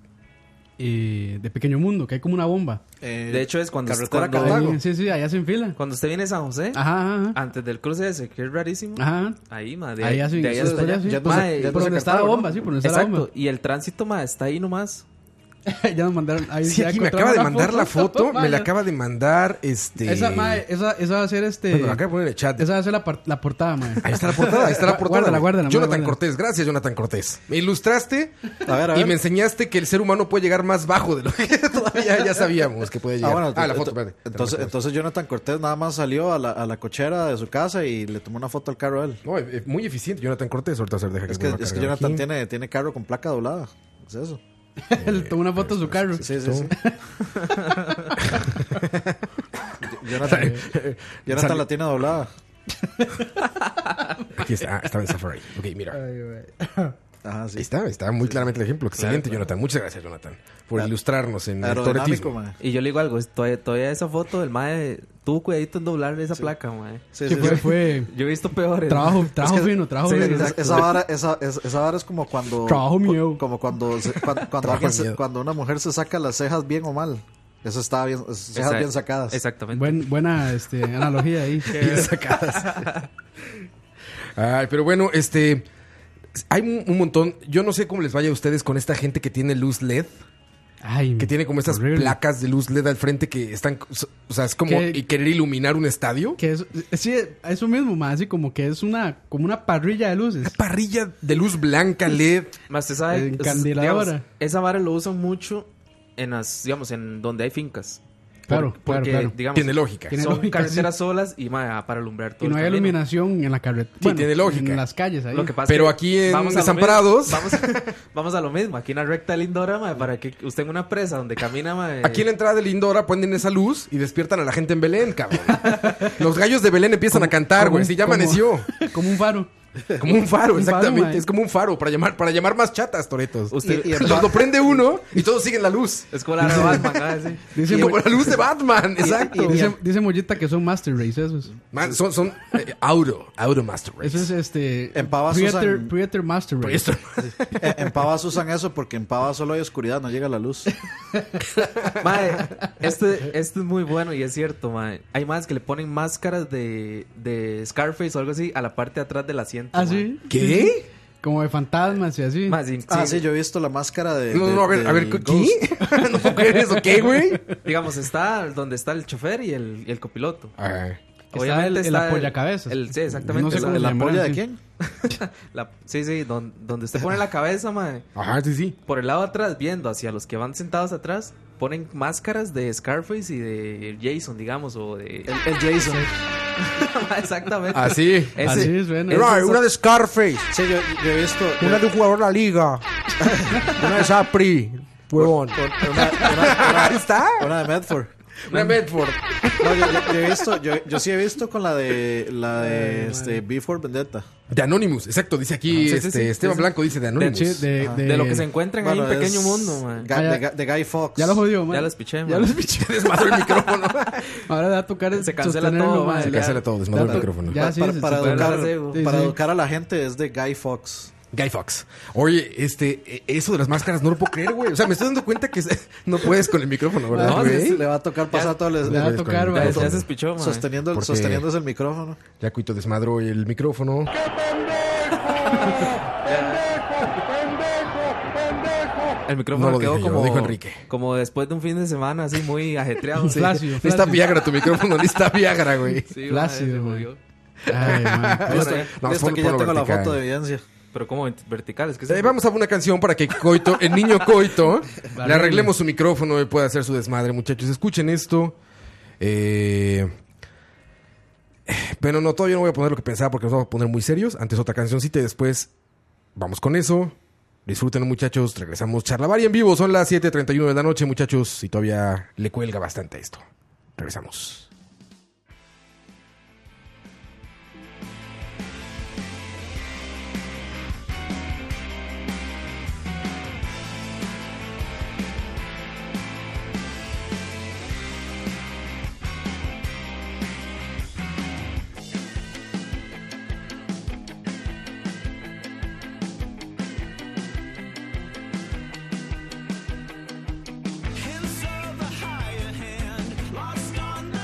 eh, de Pequeño Mundo, que hay como una bomba. Eh, De hecho, es cuando, Carretera cuando, Cartago. Lago. Sí, sí, ahí hacen fila. cuando usted viene a San José, Ajá, ajá, ajá. antes del cruce ese, que es rarísimo, Ajá. ahí, mae, Ah. de Ahí ahí, hacen- de ahí hasta ya- allá. ya- ya- Mae, ya- Por donde está la Cartago, bomba, sí, por donde está la exacto, bomba. y el tránsito, mae, está ahí nomás. ya nos mandaron. Ahí Sí, ya aquí me encontraron acaba de la mandar la foto, me la Vaya. acaba de mandar este. Esa, mae, esa, esa va a ser este. Bueno, la acaba de poner en el chat. Esa va a ser la, par- la portada, mae. Ahí está la portada, ahí está la portada. Gua- guárdala, güey. guárdala, Jonathan guárdala. Cortés, gracias Jonathan Cortés. Me ilustraste A ver, a y ver. me enseñaste que el ser humano puede llegar más bajo de lo que todavía ya sabíamos que puede Ah, llegar. Ah, bueno, la foto, ento- espérate. entonces, entonces Jonathan Cortés nada más salió a la, a la cochera de su casa y le tomó una foto al carro a él. No, eh, muy eficiente Jonathan Cortés, ahorita se deja que Es que, vuelva a es que cargar Jonathan aquí. tiene, tiene carro con placa doblada. Es eso. Le tomó una foto de su carro. Sí, sí, sí. Jonathan, Jonathan la tiene doblada. Aquí está, ah, estaba en Safari. Ok, mira. Ay, güey. Ajá, sí. Ahí está, está muy claramente el ejemplo. Excelente, Jonathan. Muchas gracias, Jonathan, por ilustrarnos en Aerodinámico, toretismo. man. Y yo le digo algo, es- todavía, todavía esa foto del mae tuvo cuidadito en doblar esa placa, mae. Sí, Sí, sí, pues, fue, sí. fue Yo he visto peores. trabajo, Es trabajo que- fino, trabajo sí, fino. es- esa, vara, esa, es- esa vara es como cuando. Trabajo cu- miedo. Como cuando, se- cuan- cuando, alguien se- miedo. cuando una mujer se saca las cejas bien o mal. Eso está bien, esas cejas Exact- bien sacadas. Exactamente. Buen- buena este, analogía ahí. Bien sacadas. Ay, pero bueno, este. Hay un, un montón. Yo no sé cómo les vaya a ustedes con esta gente que tiene luz LED, Ay, que tiene como estas horrible. placas de luz LED al frente que están. O sea, es como ¿Qué? y querer iluminar un estadio. Que es, sí, eso mismo, más así como que es una, como una parrilla de luces. Parrilla de luz blanca LED. Más usted sabe, es- Encandiladora. digamos, esa vara lo usan mucho en las, digamos, en donde hay fincas. Claro, Por- claro, porque, claro. digamos, Tiene lógica. Tiene son lógica, carreteras solas y mae, para alumbrar Y todo no el hay camino. iluminación en la carretera. tiene lógica. En las calles ahí. Lo que pasa Pero es que aquí en a lo Desamparados- mismo, Vamos, vamos a lo mismo. Aquí en la recta lindora, mae, para que usted en una presa donde camina, mae, Aquí en la eh, entrada de Lindora ponen esa luz y despiertan a la gente en Belén, cabrón. Los gallos de Belén empiezan a cantar, güey. Como- Si ya como- amaneció. Como un faro. Como un faro, Un faro, exactamente. man. es como un faro para llamar, para llamar más chatas, Toretos. Usted- Y- y el- lo, lo prende uno y todos siguen la luz. es como la de Batman, mae, sí. Dice, como Mo- la luz de Batman, exacto. dice, dice Mollita que son Master Race esos. Man, son son eh, auto, auto master race. Eso es este. En Pavas Preater, usan- Preater Master Race. Esto- En, en Pavas usan eso porque en Pavas solo hay oscuridad, no llega la luz. Mae, este, este es muy bueno y es cierto, mae. Hay más que le ponen máscaras de, de Scarface o algo así a la parte de atrás del asiento. ¿Ah, mae. sí? ¿Qué? Como de fantasmas y así. Mae, sí, Ah, sí. sí, yo he visto la máscara de. No, de- no, a ver, del a ver, Ghost. ¿qué? ¿No puedo creer eso, qué, güey? Digamos, está donde está el chofer y el, y el copiloto. Ajá. Está el- el apoyacabezas. el- sí, exactamente. No sé el- cómo el se apo- llama. ¿Polla de Sí. quién? la- sí, sí, don- donde usted pone la cabeza, mae. Ajá, sí, sí. Por el lado de atrás, viendo hacia los que van sentados atrás, ponen máscaras de Scarface y de Jason, digamos, o de... El, el Jason. exactamente. Así. Ese- Así suena. ese- Right, una de Scarface, Sí, yo, yo he visto. yo- una de un jugador de la liga, una de Sapri, huevón. una- una- una- Ahí está. una de Medford. Una Medford. No, yo, yo- yo he visto, yo, yo sí he visto con la de la de este Before Vendetta. De Anonymous, exacto, dice aquí Sí, sí, este, sí, sí, Esteban sí. Blanco, dice de Anonymous. Sí, de, de, de lo que se encuentran Bueno, ahí en pequeño es mundo, man. Ah, Ga- de, Ga- de Guy Fox. Ya lo jodió, man. Ya los piché, Ya man. los piché. Desmadró el micrófono. Ahora le va a tocar Se cancela sostenerlo, todo, man. man. Se cancela todo, desmadró el Ya, micrófono. ya, Pa- sí, para se- para se- puede educar, hablar de- Sí, para sí. educar a la gente es de Guy Fox. Guy Fox. Oye, este, eh, eso de las máscaras no lo puedo creer, güey. O sea, me estoy dando cuenta que se- no puedes con el micrófono, ¿verdad? No, güey? le va a tocar pasar todo el, le va a puedes con tocar, el Ya, man. ya se espichó, man. sosteniendo el- Porque- sosteniéndose el micrófono. Ya Cuito desmadró el micrófono. El micrófono No lo quedó dije yo, como, dijo Enrique. como después de un fin de semana así muy ajetreado. sí, Flácido, Necesita flácido. Viagra tu micrófono, necesita Viagra, güey. Sí, man, Flácido, se man. jodió. Ay, man. Bueno, Listo, eh, no, listo, ponlo- que ya ponlo tengo la vertical. foto de evidencia. Pero como vert- verticales, que Eh, vamos a una canción para que Coito, el niño Coito, le Barrile. arreglemos su micrófono y pueda hacer su desmadre, muchachos. Escuchen esto. Eh, Pero no, todavía no voy a poner lo que pensaba porque nos vamos a poner muy serios. Antes otra cancioncita y después vamos con eso. Disfruten, muchachos. Regresamos Charlavaria en vivo. Son las 7:31 de la noche, muchachos. Y todavía le cuelga bastante esto. Regresamos. Lost on the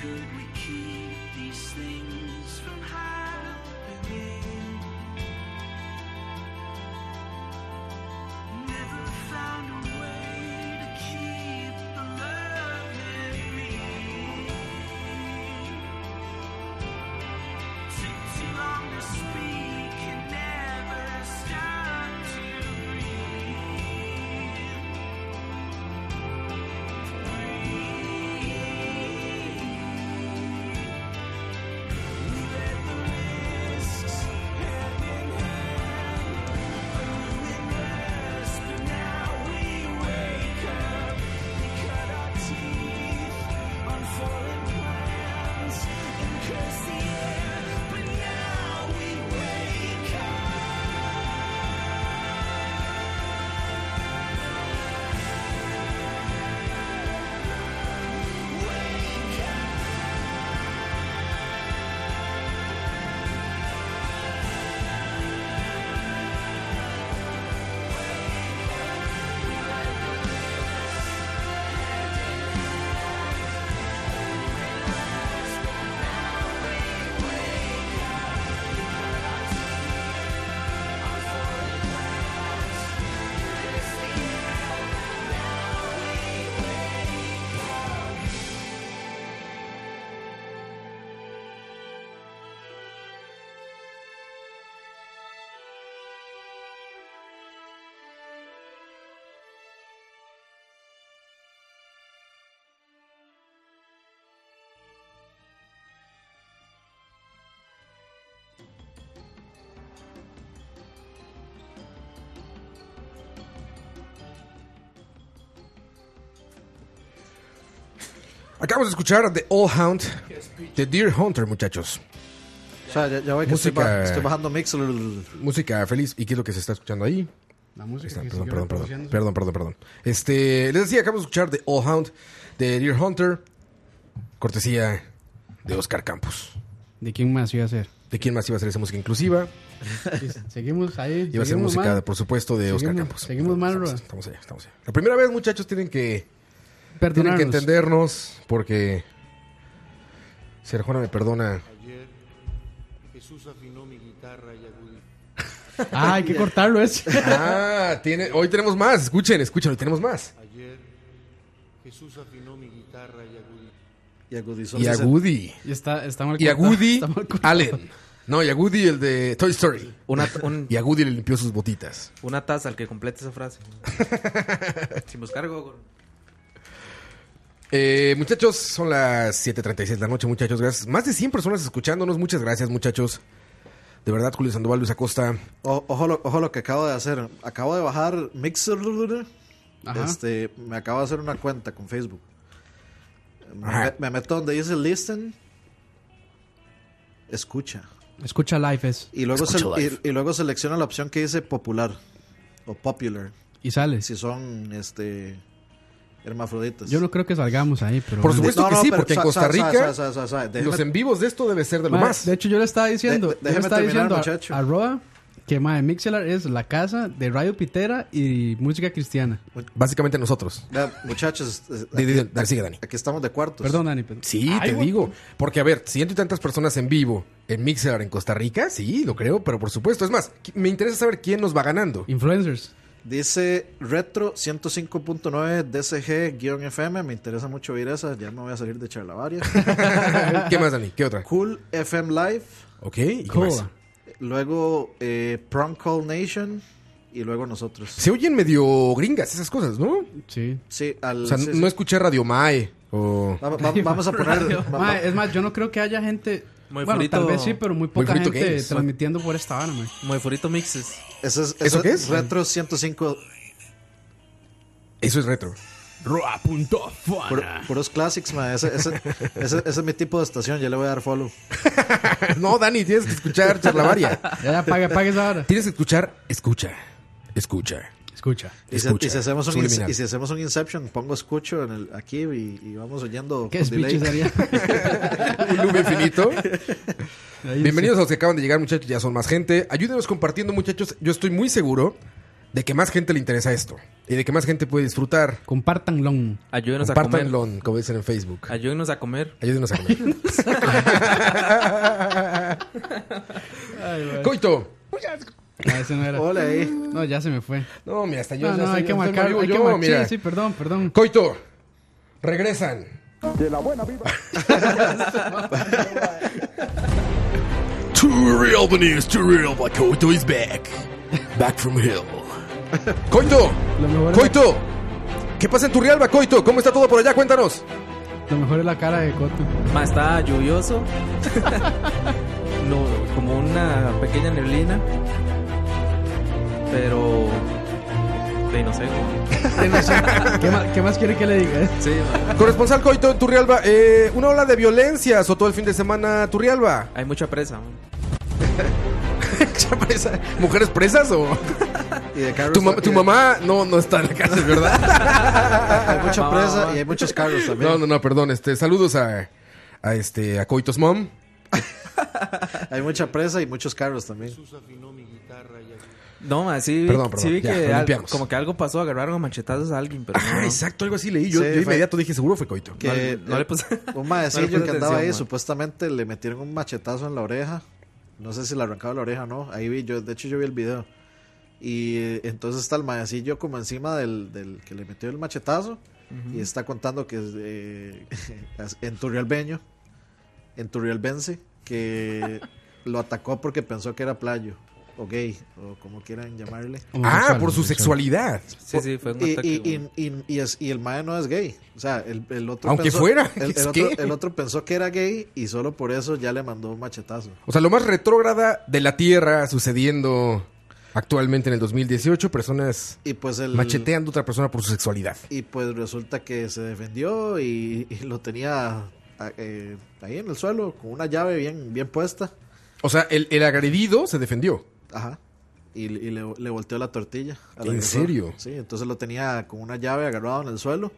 Could we keep these things from happening? Never found a way to keep the love in me. Took too long to speak and never stopped to breathe. Acabamos de escuchar a The All Hound, The Deer Hunter, muchachos. O sea, ya, ya ve que estoy, Música. ba- estoy bajando mix. Música feliz. ¿Y qué es lo que se está escuchando ahí? La música Está, que perdón, siguió perdón, perdón, reproduciéndose. perdón, perdón, perdón. Este, les decía, acabamos de escuchar de All Hound, de Deer Hunter, cortesía de Oscar Campos. ¿De quién más iba a ser? ¿De quién más iba a ser esa música inclusiva? Seguimos ahí. Iba a ser seguimos música, mal. por supuesto, de Oscar Seguimos- Campos. seguimos mal, estamos, Roa. estamos allá, estamos allá. La primera vez, muchachos, tienen que, tienen Perdonarnos. que entendernos porque Serjona me perdona. Ayer Jesús afinó mi guitarra y agudizó. Ah, hay que cortarlo, es. Ah, tiene, hoy tenemos más. Escuchen, escuchen, hoy tenemos más. Ayer Jesús afinó mi guitarra y agudizó. Y agudizó. Y a Woody. Y está, está mal Y a cortado, Woody está mal cortado. Allen. No, y a Woody el de Toy Story. Una, un- Y a Woody le limpió sus botitas. una taza al que complete esa frase. Sin buscar Google. Eh, muchachos, son las 7.36 de la noche, muchachos. Gracias. Más de 100 personas escuchándonos. Muchas gracias, muchachos. De verdad, Julio Sandoval, Luis Acosta. O- ojo, lo, ojo lo que acabo de hacer. Acabo de bajar Mixer. Ajá. Este, me acabo de hacer una cuenta con Facebook. Me, Ajá. me meto donde dice listen, escucha. Ah. Escucha live es. Y luego, se- Escucha live. y, y luego selecciona la opción que dice popular o popular. Y sales. Si son este hermafroditas. Yo no creo que salgamos ahí, pero. Por bueno. supuesto que sí, porque en sa- Costa sa- sa- Rica, sa- sa- sa- déjeme- Los em- en vivos de esto debe ser de lo Mae, más. De hecho, yo le estaba diciendo, De- de- yo le déjeme estaba terminar, diciendo a- muchacho. a, Roa que Mae Mixelar es la casa de Radio Pitera y música cristiana. Básicamente nosotros. Vea, muchachos, eh, Di- di- di- Sigue, Dani. aquí estamos de cuartos. Perdón, Dani. pero- Pues, Sí, Ay, te güey. digo. Porque, a ver, ciento y tantas personas en vivo en Mixer en Costa Rica, sí, lo creo, pero por supuesto. Es más, qui- me interesa saber quién nos va ganando. Influencers. Dice Retro 105.9 DCG-FM. Me interesa mucho oír esa. Ya me voy a salir de charlavaria. ¿Qué más, Dani? ¿Qué otra? cool FM Live. Ok, ¿y qué más? Coda. Luego eh, Prank Call Nation. Y luego nosotros. Se oyen medio gringas esas cosas, ¿no? Sí. Sí, al, O sea, sí, sí. no escuché Radio Mae o... Va- va- vamos a poner. va- va- Mae, es más, yo no creo que haya gente. Muy bueno, frito- tal vez sí, pero muy poca frito gente gays. transmitiendo por esta vara, mae. Moefurito Mixes. ese es, ¿Eso ese qué es? Retro 105. Eso es retro. puro- puros classics, ma. Ese, ese- ese- ese es mi tipo de estación. Ya le voy a dar follow. No, Dani, tienes que escuchar charlavaria. Ya, ya, pague, pague esa vara. Tienes que escuchar, escucha, escucha, Escucha. Y si, escucha. y si hacemos un, Subliminal. ins- y si hacemos un Inception, pongo escucho en el, aquí y, y vamos oyendo. ¿Qué con delay. speech sería? Un loop infinito. Ahí Bienvenidos a los que acaban de llegar, muchachos. Ya son más gente. Ayúdenos compartiendo, muchachos. Yo estoy muy seguro de que más gente le interesa esto y de que más gente puede disfrutar. Compartan long. Ayúdenos a comer. Compártanlo, como dicen en Facebook. Ayúdenos a comer. Ayúdenos a comer. Coito. Ah, ese no era. Hola, eh. No, ya se me fue. No, mira, hasta yo. No, hasta no, hay yo- que hasta marcar. me digo Hay que yo, marcar. mira. Sí, sí, perdón, perdón. Coito, regresan. De la buena viva. Too real, Benis, too real, but Coito is back. Back from hell. Coito, Lo mejor, es Coito, ¿qué pasa en Turrialba, Coito? ¿Cómo está todo por allá? Cuéntanos. la, lo mejor es la cara de Coto. Ma, está lluvioso. No, como una pequeña neblina. Pero. De no sé. ¿Qué, más, ¿Qué más quiere que le diga? Sí, ma, Corresponsal Coito en Turrialba, eh, una ola de violencia azotó el fin de semana Turrialba. hay mucha presa. ma. Ya presa- ¿Mujeres presas o Y de carros tu, ma- también. tu mamá no, no está en la cárcel, verdad? Hay mucha Ah, presa ah. y hay muchos carros también. No, no, no, perdón. Este, saludos a, a este a Coitos Mom. Hay mucha presa y muchos carros también. Jesús afinó mi guitarra y ayudó. No, ma, sí, vi- Perdón, perdón, sí vi ya, que lo al- limpiamos. como que algo pasó, agarraron a machetazos a alguien, pero no, Ah, exacto, algo así leí. Yo Sí, de fue- inmediato dije, seguro fue Coito. Que no le- no el- le puse- Un no le maecillo puse que andaba ahí, atención, ma. supuestamente le metieron un machetazo en la oreja. No sé si le arrancaba la oreja o no. Ahí vi, yo, de hecho, yo vi el video. Y eh, entonces está el maecillo como encima del, del que le metió el machetazo. Y está contando que es, eh, en Turrialbeño, en Turrialbense, que lo atacó porque pensó que era playo o gay o como quieran llamarle. Ah, Homosexual, por su homosexual. sexualidad. Sí, sí, fue un Y, ataque. y- güey. y- y- y es- y el mae no es gay. O sea, el, el otro. Aunque fuera, El, el es otro, gay. el otro pensó que era gay y solo por eso ya le mandó un machetazo. O sea, lo más retrógrada de la Tierra sucediendo actualmente en el 2018. Personas Y pues el. macheteando a otra persona por su sexualidad. Y pues resulta que se defendió y, y lo tenía a- eh, ahí en el suelo con una llave bien, bien puesta. O sea, el, el agredido se defendió. Ajá. Y, y le, le volteó la tortilla. al ¿En agresor. serio? Sí, entonces lo tenía con una llave agarrado en el suelo.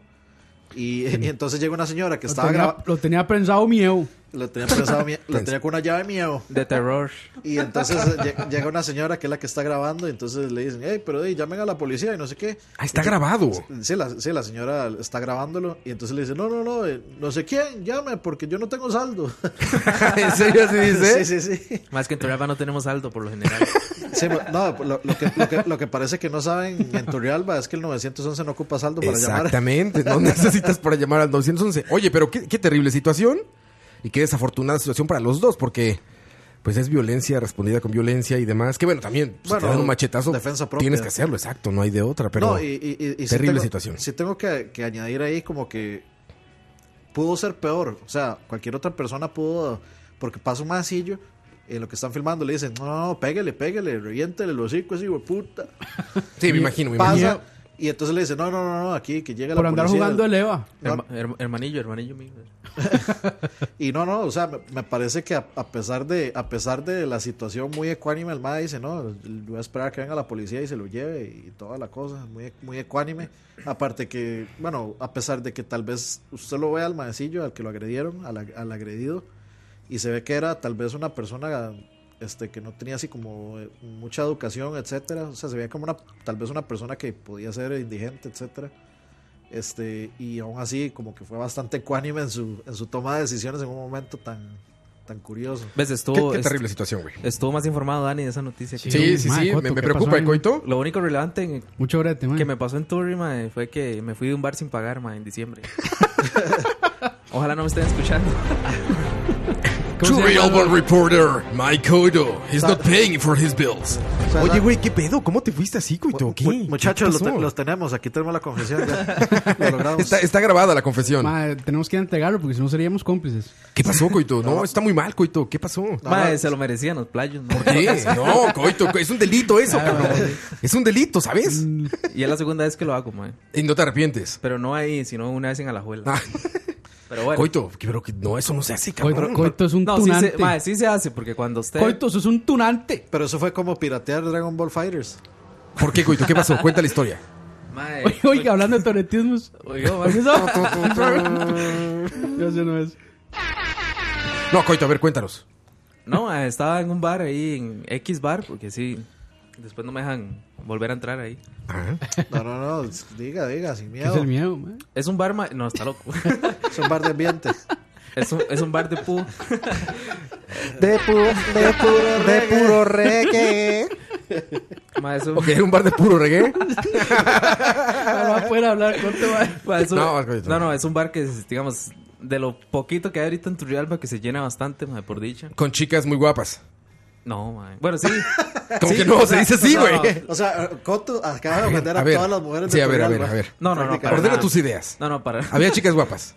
Y, y entonces llega una señora que Lo estaba tenía, grabando. lo tenía pensado mío. Lo tenía prensado mie- lo tenía con una llave miedo. De terror. Y entonces eh, lle- llega una señora que es la que está grabando, y entonces le dicen, hey, pero hey, llamen a la policía y no sé qué. Ah, está grabado. Sí la, sí, la señora está grabándolo y entonces le dice, no, no, no, eh, no sé quién, llame porque yo no tengo saldo. ¿En serio así dice? Sí, sí, sí. Más que en Turrialba no tenemos saldo por lo general. Sí, mo- no, lo, lo que, lo, que, lo que parece que no saben en Turrialba es que el 911 no ocupa saldo para llamar. Exactamente, no necesitas para llamar al 911. Oye, pero qué, qué terrible situación y qué desafortunada situación para los dos, porque pues es violencia respondida con violencia y demás. Que bueno, también si te Bueno, dan un machetazo, defensa propia. tienes que hacerlo, exacto, no hay de otra, pero no, y, y- y- y sí terrible tengo- situación. Sí tengo que, que añadir ahí como que pudo ser peor. O sea, cualquier otra persona pudo, porque pasa un masillo, en lo que están filmando le dicen, no, no, no, pégale, pégale, reviéntele los hocico, ese hijo de puta. sí, me imagino, me imagino. Pasa, y entonces le dicen, no, no, no, no, aquí, que llega Por la andar policía. jugando el Eva. Herma- her- hermanillo, hermanillo mío. Y no, no, o sea, me, me parece que a, a pesar de a pesar de la situación muy ecuánime, el MAD dice, no, voy a esperar a que venga la policía y se lo lleve y toda la cosa, muy, muy ecuánime. Aparte que, bueno, a pesar de que tal vez usted lo vea al maecillo, al que lo agredieron, al, ag- al agredido, y se ve que era tal vez una persona este que no tenía así como eh, mucha educación, etcétera, o sea, se veía como una tal vez una persona que podía ser indigente, etcétera. Este, y aún así, como que fue bastante ecuánime en su, en su toma de decisiones en un momento tan, tan curioso. ¿Ves? Qué, Estuvo, qué est- terrible situación, güey. estuvo más informado Dani de esa noticia. que Sí, sí, yo. sí, ma, Coto, me, me ¿qué preocupa pasó el ahí? coito. Lo único relevante en- Mucho brete, man. que me pasó en Turri, mae, fue que me fui de un bar sin pagar, mae, en diciembre. Ojalá no me estén escuchando. ¿Cómo se llama? reporter, my coito, he's not paying for his bills. O sea, Oye, la- güey, ¿qué pedo? ¿Cómo te fuiste así, coito? mu- ¿Qué? mu- muchachos, ¿Qué lo te- pasó? los tenemos, aquí tenemos la confesión. ya. Lo logramos. Está, está grabada la confesión. Ma, tenemos que entregarlo porque si no seríamos cómplices. ¿Qué pasó, coito? No, está muy mal, coito. ¿Qué pasó? Mae, se lo merecían los playos, mae. ¿Qué? No, coito, co- es un delito eso, cabrón. Es un delito, ¿sabes? Y es la segunda vez que lo hago, mae. Y no te arrepientes. Pero no ahí, sino una vez en Alajuela. Ah, Pero bueno. coito, que- pero que no, eso no se hace, Coito, cabrón. coito es un No, sí tunante. se, mae, sí se hace, porque cuando usted... coito, sos un tunante. Pero eso fue como piratear Dragon Ball Fighters. ¿Por qué, coito? ¿Qué pasó? Cuenta la historia. Mae, Eh, Oiga, hablando de toretismos. oiga, mae. ¿Por qué eso? Yo sé, no es. No, coito, a ver, cuéntanos. No, mae, estaba en un bar ahí, en X bar, porque sí, Después no me dejan volver a entrar ahí. Ah, No, no, no. Diga, diga, sin ¿Qué miedo. es el miedo, man? Es un bar. ma- No, está loco. Es un bar de ambiente. es, un, es un bar de pu. De puro, de puro, de puro reggae. Ma, es un- ok, era un bar de puro reggae. No va a poder hablar, corte, man. ma, es un- No, es correcto. no, no, es un bar que, es, digamos, de lo poquito que hay ahorita en Turrialba que se llena bastante, ma, por dicha. Con chicas muy guapas. No, ma. Bueno, sí. Como Sí, que no, o se sea, dice así, o sea, güey. O sea, Coto acaba de ofender a, ver, todas las mujeres sí, de pues, a ver, a ver, Turrialba. a ver. No, no, no. para Ordena nada. tus ideas. No, no, para. Había chicas guapas.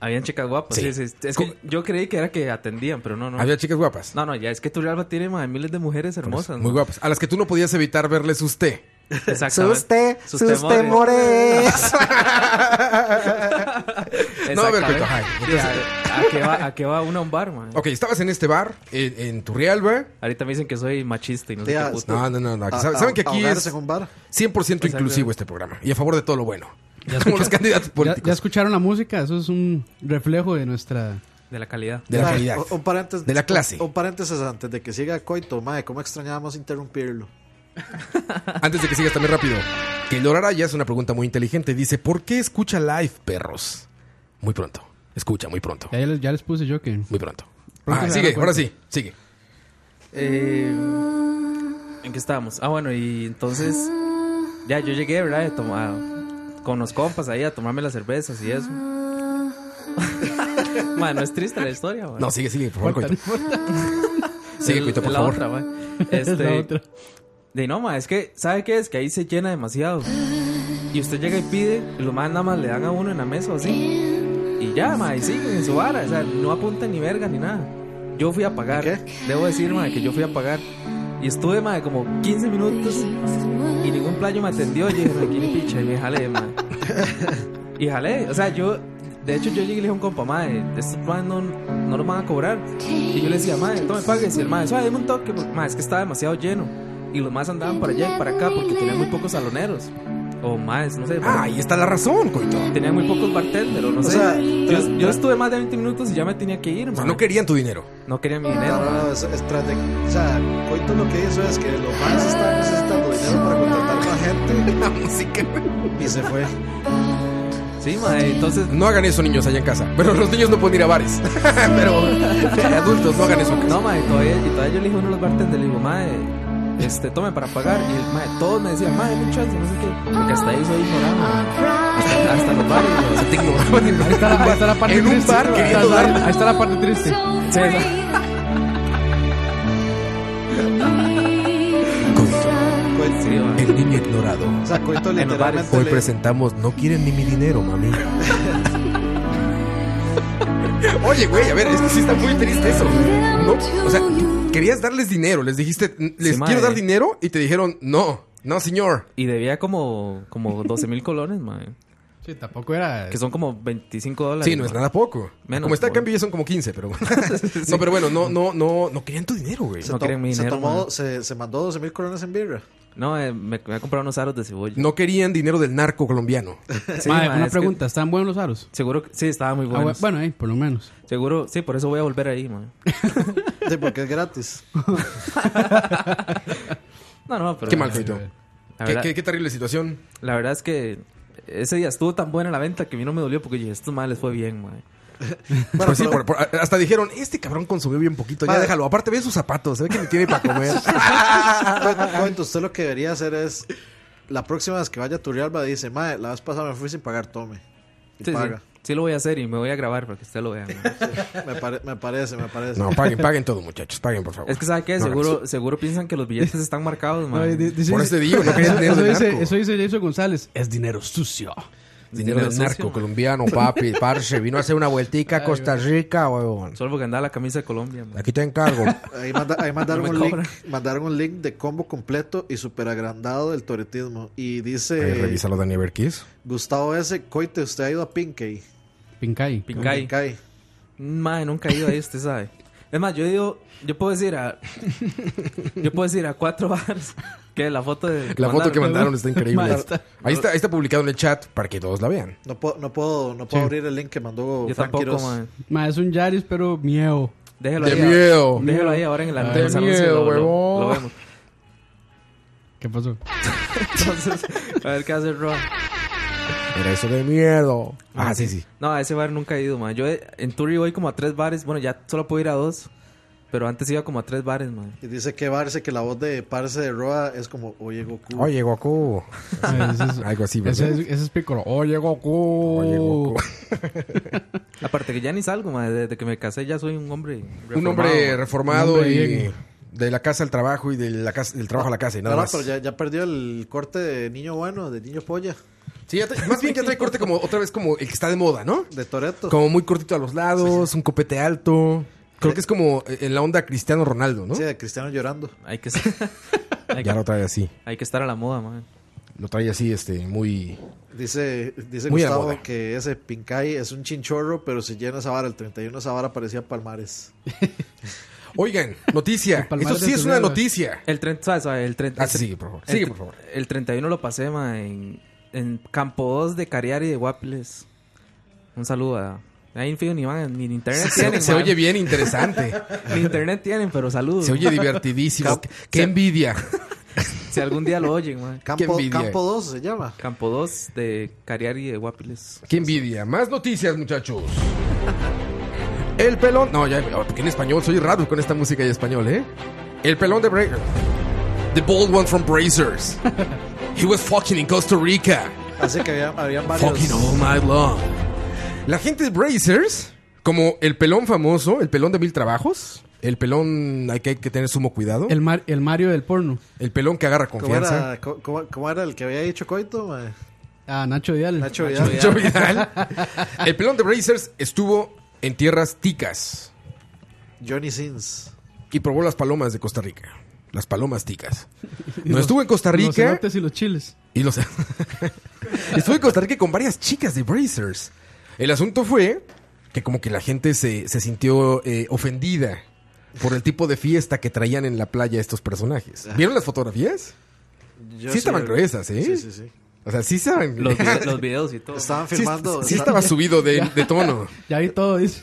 Habían chicas guapas. Sí. Sí. sí, Es que Co- yo creí que era que atendían, pero no, no. Había chicas guapas. No, no, ya es que Turrialba tiene ma, miles de mujeres hermosas. Muy ma. guapas. A las que tú no podías evitar verles usted. Exactamente. Sus temores. No, a ver, Exactamente. Coito, ajá, Sí, a, a qué va, a qué va uno a un bar, man? Ok, estabas en este bar, en, en Turrialba. Ahorita me dicen que soy machista y no sé Tía, qué puto. No, no, no. no. A- Saben a- saben que aquí ahogarse es en un bar. 100% inclusivo este programa. Y a favor de todo lo bueno. Como los candidatos Ya, ya políticos. escucharon la música, eso es un reflejo de nuestra. De la calidad. De la Mae, calidad. un- un paréntesis- De la clase. Un, un paréntesis antes de que siga Coito, mae, cómo extrañábamos interrumpirlo. Antes de que sigas también rápido. Que Lorara ya es una pregunta muy inteligente. Dice, ¿por qué escucha live, perros? Muy pronto. Escucha, muy pronto. Ya les, ya les puse yo que. Muy pronto. Pronto Ah, se sigue, dará ahora cuenta. sí, sigue. Eh, ¿En qué estábamos? Ah, bueno, y entonces. Ya, yo llegué, ¿verdad? A tomar- con los compas ahí a tomarme las cervezas y eso. man, no es triste la historia, man. No, sigue, sigue, por favor, Coito. Sigue, Es- Coito, por es la favor. otra, man. Es la Este, otra. De no, ma, es que, ¿sabe qué es? Que ahí se llena demasiado. Y usted llega y pide, y los más nada más le dan a uno en la mesa o así. Y ya, ma, y siguen en su vara. O sea, no apunta ni verga ni nada. Yo fui a pagar. ¿Qué? Debo decir, ma, que yo fui a pagar. Y estuve, ma, como 15 minutos. Y ningún playo me atendió. Yo dije, "Ma, aquí ni picha. Y me jalé, ma. Y jalé. O sea, yo. De hecho, yo llegué y le dije a un compa, madre, estos manes no, no los van a cobrar. Y yo le decía, madre, tome pagues. Y el madre, suave, deme un toque, porque, madre, es que estaba demasiado lleno. Y los más andaban para allá y para acá porque tenían muy pocos saloneros. O más, no sé. Ah, ahí está la razón, Coito. Tenían muy pocos bartenders, o no sé. sea, yo, yo estuve más de 20 minutos y ya me tenía que ir, O sea, mae. no querían tu dinero. No quería Eh. mi No, dinero. no, no, es, es tras de- o sea, Coito lo que hizo es que los más estaban necesitando dinero para contratar más gente La música. y se fue. Sí, madre, entonces. No hagan eso, niños, allá en casa. Pero los niños no pueden ir a bares. Pero adultos, no hagan eso. en casa. No, madre, todavía, y todavía yo le dije a uno de los bartenders, le digo, madre, este, tome para pagar. Y el madre, todos me decían, madre, muchas gracias, no sé qué. Porque hasta ahí soy ignorado, mae. hasta, hasta los bares, mae. Te ignoraban en Ahí está, la- ahí está la parte En un triste. bar ahí, queriendo dar. está, ahí está la parte triste. Sí, esa- Coito- sí, mae. El niño ignorado. o sea, Coito los literalmente Hoy le- presentamos No quieren ni mi dinero, mami. Oye, güey, a ver, es que sí está muy triste eso. No, o sea, querías darles dinero, les dijiste, les Sí, quiero madre. dar dinero y te dijeron, no, no, señor. Y debía como, como 12 mil colones, mae. Sí, tampoco era. Que son como 25 dólares. Sí, no es mae. nada poco. Menos, como está a por- cambio ya son como 15, pero No, pero bueno, no, no, no, no querían tu dinero, güey. se no to- quieren mi se dinero, tomó- mae. se, se mandó 12 mil coronas en birra. No, eh, me, me ha comprado unos aros de cebolla. No querían dinero del narco colombiano. Sí, Mae, mae, una es que pregunta, ¿están buenos los aros? Seguro que sí, estaba muy Ah, bueno. bu- bueno, eh, por lo menos. Seguro, sí, por eso voy a volver ahí, man. Sí, porque es gratis. No, no, pero. Qué mal, Coito. La Qué, verdad, qué- qué terrible situación. la verdad es que ese día estuvo tan buena la venta que a mí no me dolió porque dije, estos males les fue bien, man. Bueno, Pues sí, pero- por- por- hasta dijeron, este cabrón consumió bien poquito, ya Madre. déjalo. Aparte, ve sus zapatos, se ve que le tiene para comer. Coito, Coito, usted lo que debería hacer es la próxima vez que vaya a Turrialba dice, mae, la vez pasada me fui sin pagar, tome. Y Sí, sí, paga. sí lo voy a hacer y me voy a grabar para que usted lo vea. mae. Me, pare- me parece, me parece. No, paguen, paguen todo, muchachos, paguen, por favor. Es que, ¿sabe qué? No, Seguro, seguro piensan que los billetes están marcados, man. Ay, eh, di- dice- Por eso te digo, no querían eso, dinero eso del dice, narco. eso dice Jason González. Es dinero sucio. Dinero del Dinero narco sucio, colombiano, papi, parce. Vino a hacer una vueltica a Costa Rica, huevón. Solo porque andaba la camisa de Colombia, man. Aquí te encargo. Ahí, manda- ahí mandaron, No me un link, cobran. mandaron un link de combo completo y super agrandado del toretismo. Y Eh, dice revísalo, Dani Berkis. Gustavo S. Coite, usted ha ido a Pinkey. Pincay. Pingay. Pinkey. Madre, nunca he ido ahí, usted sabe. Es más, yo digo, yo puedo decir a. Yo puedo decir a cuatro bars que la foto de. La foto que mandaron está increíble. Ahí está. Ahí está, ahí está publicado en el chat para que todos la vean. No puedo, no puedo, no puedo abrir el link que mandó Yo Frank tampoco, Quiroz. madre. Ma, es un Yaris, pero miedo. Déjelo De ahí. miedo. Ah, Déjelo ahí ahora en el De anuncio. miedo, lo- lo- huevón. Lo vemos. ¿Qué pasó? Entonces, a ver qué hace Ron. Era eso de miedo. Ah, sí, sí. No, a ese bar nunca he ido, man. Yo eh, en Turri voy como a tres bares. Bueno, ya solo puedo ir a dos. Pero antes iba como a tres bares, man. Y dice que Barce, que la voz de Parce de Roa es como, oye Goku. Oye, Goku. Ah, ese es- Algo así, ese, ¿verdad? es, ese es Piccolo. Oye, Goku. Oye, Goku. Aparte que ya ni salgo, man. Desde que me casé ya soy un hombre. Un reformado, hombre man. reformado Un hombre y bien. de la casa al trabajo y de la casa, del trabajo a la casa y nada No, no, más. pero ya, ya perdió el corte de niño bueno, de niño polla, Sí, ya trae- más bien ya trae corte como otra vez como el que está de moda, ¿no? de Toreto. Como muy cortito a los lados, un copete alto. Creo que es como eh, en la onda Cristiano Ronaldo, ¿no? Sí, de Cristiano llorando. Hay que, estar- hay, Ya que, lo trae así. hay que estar a la moda, man. Lo trae así, este, muy... Dice, dice Muy a la Gustavo moda. que ese Pincay es un chinchorro, pero si llena esa vara, el 31 esa vara parecía Palmares. Oigan, noticia. palmar Esto de sí es tu una dedo. noticia. El 30, ¿sabes? ¿sabes? El 30. Ah, sí, sigue, por favor. Sigue, por favor. El 31 lo pasé, ma, en, en Campo 2 de Cariari de Guapiles. Un saludo a... Ahí en fijo ni van, ni internet Se, tienen, se ma. oye bien interesante. Ni internet tienen, pero saludos. Se oye divertidísimo. Qué- Qué envidia. Si algún día lo oyen, ma. Campo, envidia. Campo 2 se llama. Campo 2 de Cariari de Guapiles. Qué envidia. Más noticias, muchachos. El pelón. No, ya. oh, En español, soy raro con esta música y español, ¿eh? El pelón de Brazers. The bald one from Brazers. He was fucking in Costa Rica. Así que había, habían varios. Fucking all night long. La gente de Brazers, como el pelón famoso, el pelón de mil trabajos, el pelón hay que, hay que tener sumo cuidado, El, el, mar, el Mario del porno. pelón que agarra ¿Cómo confianza. era, cómo- cómo- cómo era el que había dicho Coito? ma? Ah, Nacho Vidal. Nacho Vidal. Nacho Vidal. El pelón de Brazers estuvo en tierras ticas. Johnny Sins. y probó las palomas de Costa Rica. Las palomas ticas. No estuvo en Costa Los Rica cenotes y los chiles. y los estuve en Costa Rica con varias chicas de Brazers. El asunto fue que como que la gente se, se sintió eh, ofendida por el tipo de fiesta que traían en la playa estos personajes. ¿Vieron las fotografías? Ah. Yo Sí estaban gruesas, ¿eh? Sí, sí, sí. O sea, sí estaban Los, vide- los videos y todo. Estaban sí- filmando. sí esta- estaba subido de, de tono. Ya vi todo, dice.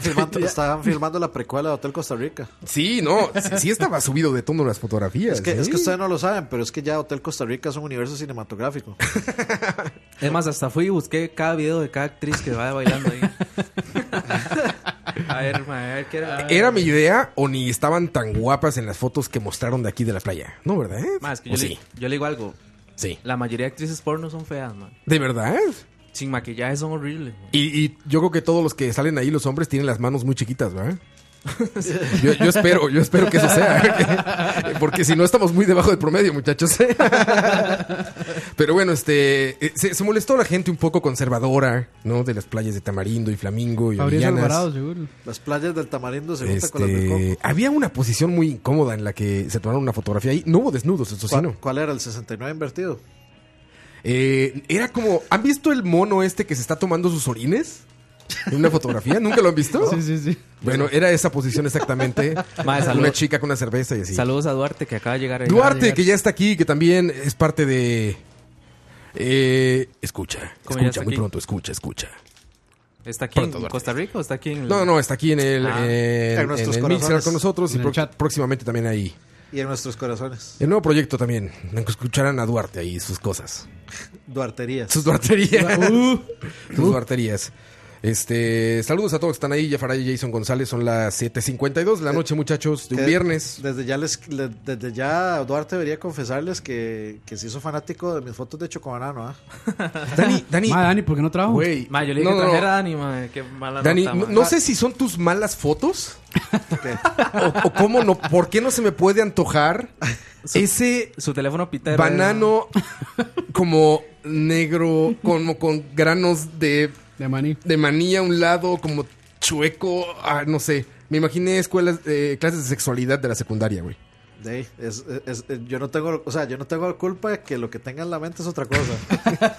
filmando, estaban filmando la precuela de Hotel Costa Rica. Sí, no, sí, sí estaba subido de tono las fotografías. Es que, ¿eh? es que ustedes no lo saben, pero es que ya Hotel Costa Rica es un universo cinematográfico. Es más, hasta fui y busqué cada video de cada actriz que va bailando ahí. a ver, ma, a ver qué era. ¿Era mi idea o ni estaban tan guapas en las fotos que mostraron de aquí de la playa? No, ¿verdad? Ma, es que ¿O yo, sí, le, yo le digo algo. sí. La mayoría de actrices porno son feas, man. ¿De verdad? Sin maquillaje son horribles. man. Y, y yo creo que todos los que salen ahí, los hombres, tienen las manos muy chiquitas, ¿verdad? Yo, yo espero, yo espero que eso sea. Porque si no, estamos muy debajo del promedio, muchachos. Pero bueno, este eh, se, se molestó la gente un poco conservadora, ¿no? De las playas de Tamarindo y Flamingo y Fabricio Ovillanas. Alvarado, seguro. Las playas del Tamarindo se juntan con las del Coco. Este, había una posición muy incómoda en la que se tomaron una fotografía ahí. No hubo desnudos, eso Pues sí, ¿Cuál, no. cuál era? ¿El 69 invertido? Eh, era como, ¿han visto el mono este que se está tomando sus orines? En una fotografía, ¿nunca lo han visto? Sí, sí, sí. Bueno, era esa posición exactamente. Madre, una saludos. chica con una cerveza y así. Saludos a Duarte que acaba de llegar. ahí. Duarte, que ya está aquí, que también es parte de. eh, escucha, ¿Cómo escucha, ya está muy aquí? pronto, escucha, escucha. ¿Está aquí Pronto, en Duarte. Costa Rica o está aquí en.? No, no, está aquí en el, en, Ah. En en nuestros el corazones. Mixer con nosotros y En el pro- chat. próximamente también ahí. Y en nuestros corazones. El nuevo proyecto también, en que escucharan a Duarte ahí sus cosas. Duarterías. Sus duarterías. Sus duarterías. Este, saludos a todos que están ahí, Yafaray y Jason González, son las 7.52 de la noche, muchachos, de un Que viernes. Desde ya, les, le- desde ya Duarte debería confesarles que, que se hizo fanático de mis fotos de Chocobanano. ¿ah? Dani, Dani, Ma, Dani, ¿por qué no trabajo? güey. Ma, yo le dije no, que no, no. trajera a Dani, ma, Qué mala Dani, nota, no, ma. no sé si son tus malas fotos o, o cómo no, por qué no se me puede antojar ese Su teléfono pitero. banano como negro, como con granos de De maní. de manía a un lado, como chueco, ah, no sé. Me imaginé escuelas, eh, clases de sexualidad de la secundaria, güey. De ahí, es- es- es- yo no tengo, o sea, yo no tengo la culpa de que lo que tenga en la mente es otra cosa.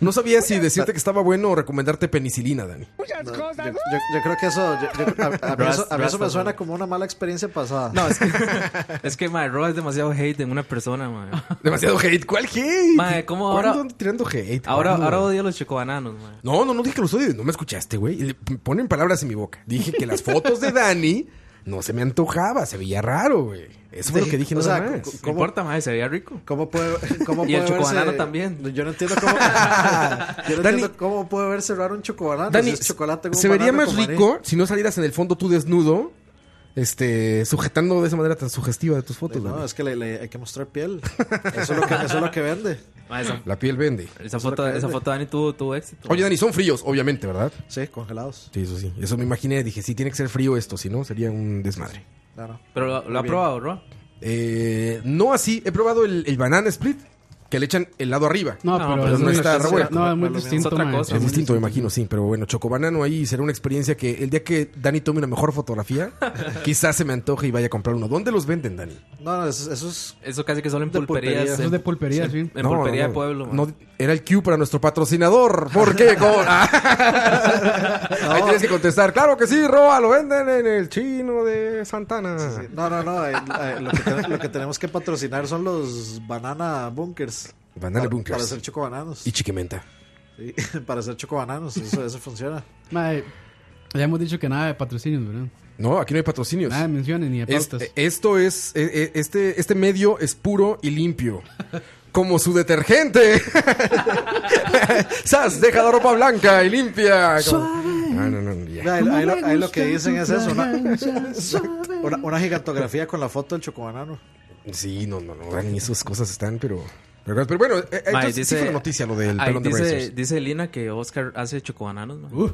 No sabía si decirte que estaba bueno o recomendarte penicilina, Dani. No, yo, yo- yo creo que eso, yo- yo- a, a mí eso, a mí eso me suena como una mala experiencia pasada. No, es que. es que, ma, Roa es demasiado hate en una persona, ma. Demasiado hate. ¿Cuál hate? Mae, ¿cómo ¿Cuándo ahora- ando tirando hate? Ahora, ¿Cuándo? ahora odio a los chocobananos, ma. No, no, no dije que los odies. No me escuchaste, güey. Y le Ponen palabras en mi boca. Dije que las fotos de Dani no se me antojaba, se veía raro, güey. Eso fue Sí, lo que dije o nada sea, más. co- pues, co- No ¿Cómo? importa, madre, se veía rico. ¿Cómo puede, cómo Y puede el verse- chocobanano también. Yo no entiendo cómo. yo no Dani- entiendo cómo puede verse raro un chocobanano. Dani, si es chocolate con se vería banano más con maní. rico si no salieras en el fondo tú desnudo, este, sujetando de esa manera tan sugestiva de tus fotos, Pues No, Dani. es que le, le- hay que mostrar piel. Eso es lo que, eso es lo que vende. Madre, esa, La piel vende. esa foto, que esa vende. foto Dani tuvo, tuvo éxito. Oye, Dani, son fríos, obviamente, ¿verdad? Sí, congelados. Sí, eso sí. Eso me imaginé. Dije, sí, tiene que ser frío esto, si no, sería un desmadre. No, no. Pero lo, lo ha Muy bien. probado, ¿no? Eh, no así. He probado el, el banana split, que le echan el lado arriba. No, No, pero, pero es no muy- está revuelto. No, es muy Es distinto. otra mae. cosa. es distinto, me imagino, sí. Pero bueno, chocobanano ahí será una experiencia que el día que Dani tome una mejor fotografía, quizás se me antoje y vaya a comprar uno. ¿Dónde los venden, Dani? No, no, eso, eso es. Eso casi que solo en De pulpería. pulperías. Eso en- es de pulpería, sí. En No, pulpería no, de pueblo. no, mae. era el Q para nuestro patrocinador. ¿Por qué? Co- Ahí tienes que contestar. Claro que sí, Roa, lo venden en el chino de Santana. No, no, no. eh, eh, lo, que te- lo que tenemos que patrocinar son los banana bunkers. Banana Para- bunkers. Para hacer chocobananos. Y chiquimenta. Sí, para hacer chocobananos. Eso, eso funciona. Mae, ya hemos dicho que nada de patrocinios, ¿verdad? No, aquí no hay patrocinios. Nada de menciones ni de Es- eh, pautas. esto es, e- e- este, este medio es puro y limpio. Como su detergente. Sas, deja la ropa blanca y limpia. Como- Ah, no, no, ya. Ahí, ahí lo, ahí lo que dicen es eso. Una, una, una gigantografía con la foto del chocobanano. Sí, no, no, no, Dani, esas cosas están, pero... Pero, pero bueno, eh, eh, Mae, entonces sí dice- fue la noticia lo del ahí pelón de dice, Brazos. dice Lina que Oscar hace chocobananos, mae.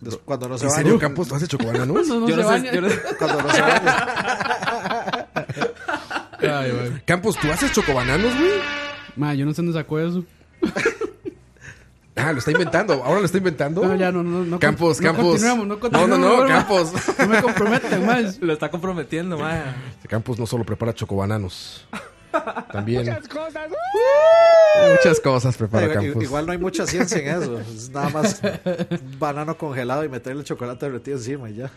Des- Cuando no se ¿En serio, baña. Campos? ¿Tú haces chocobananos? Eso no Yo se no sé, baña. yo no sé- Cuando no se baña. Ay, güey. Campos, ¿tú haces chocobananos, güey? Mae, yo no sé dónde sacó eso. Ah, lo está inventando. Ahora lo está inventando. No, ya, no, no, no. Uh, Campos, no Campos. continuemos, no, no, no, continuemos, no, güey, mae. Campos. No me comprometan, mae. lo está comprometiendo, mae. Este Campos no solo prepara chocobananos. También. Muchas cosas. Muchas cosas prepara Igual- Campos. Igual no hay mucha ciencia en eso. Es nada más un banano congelado y meterle el chocolate derretido encima y ya.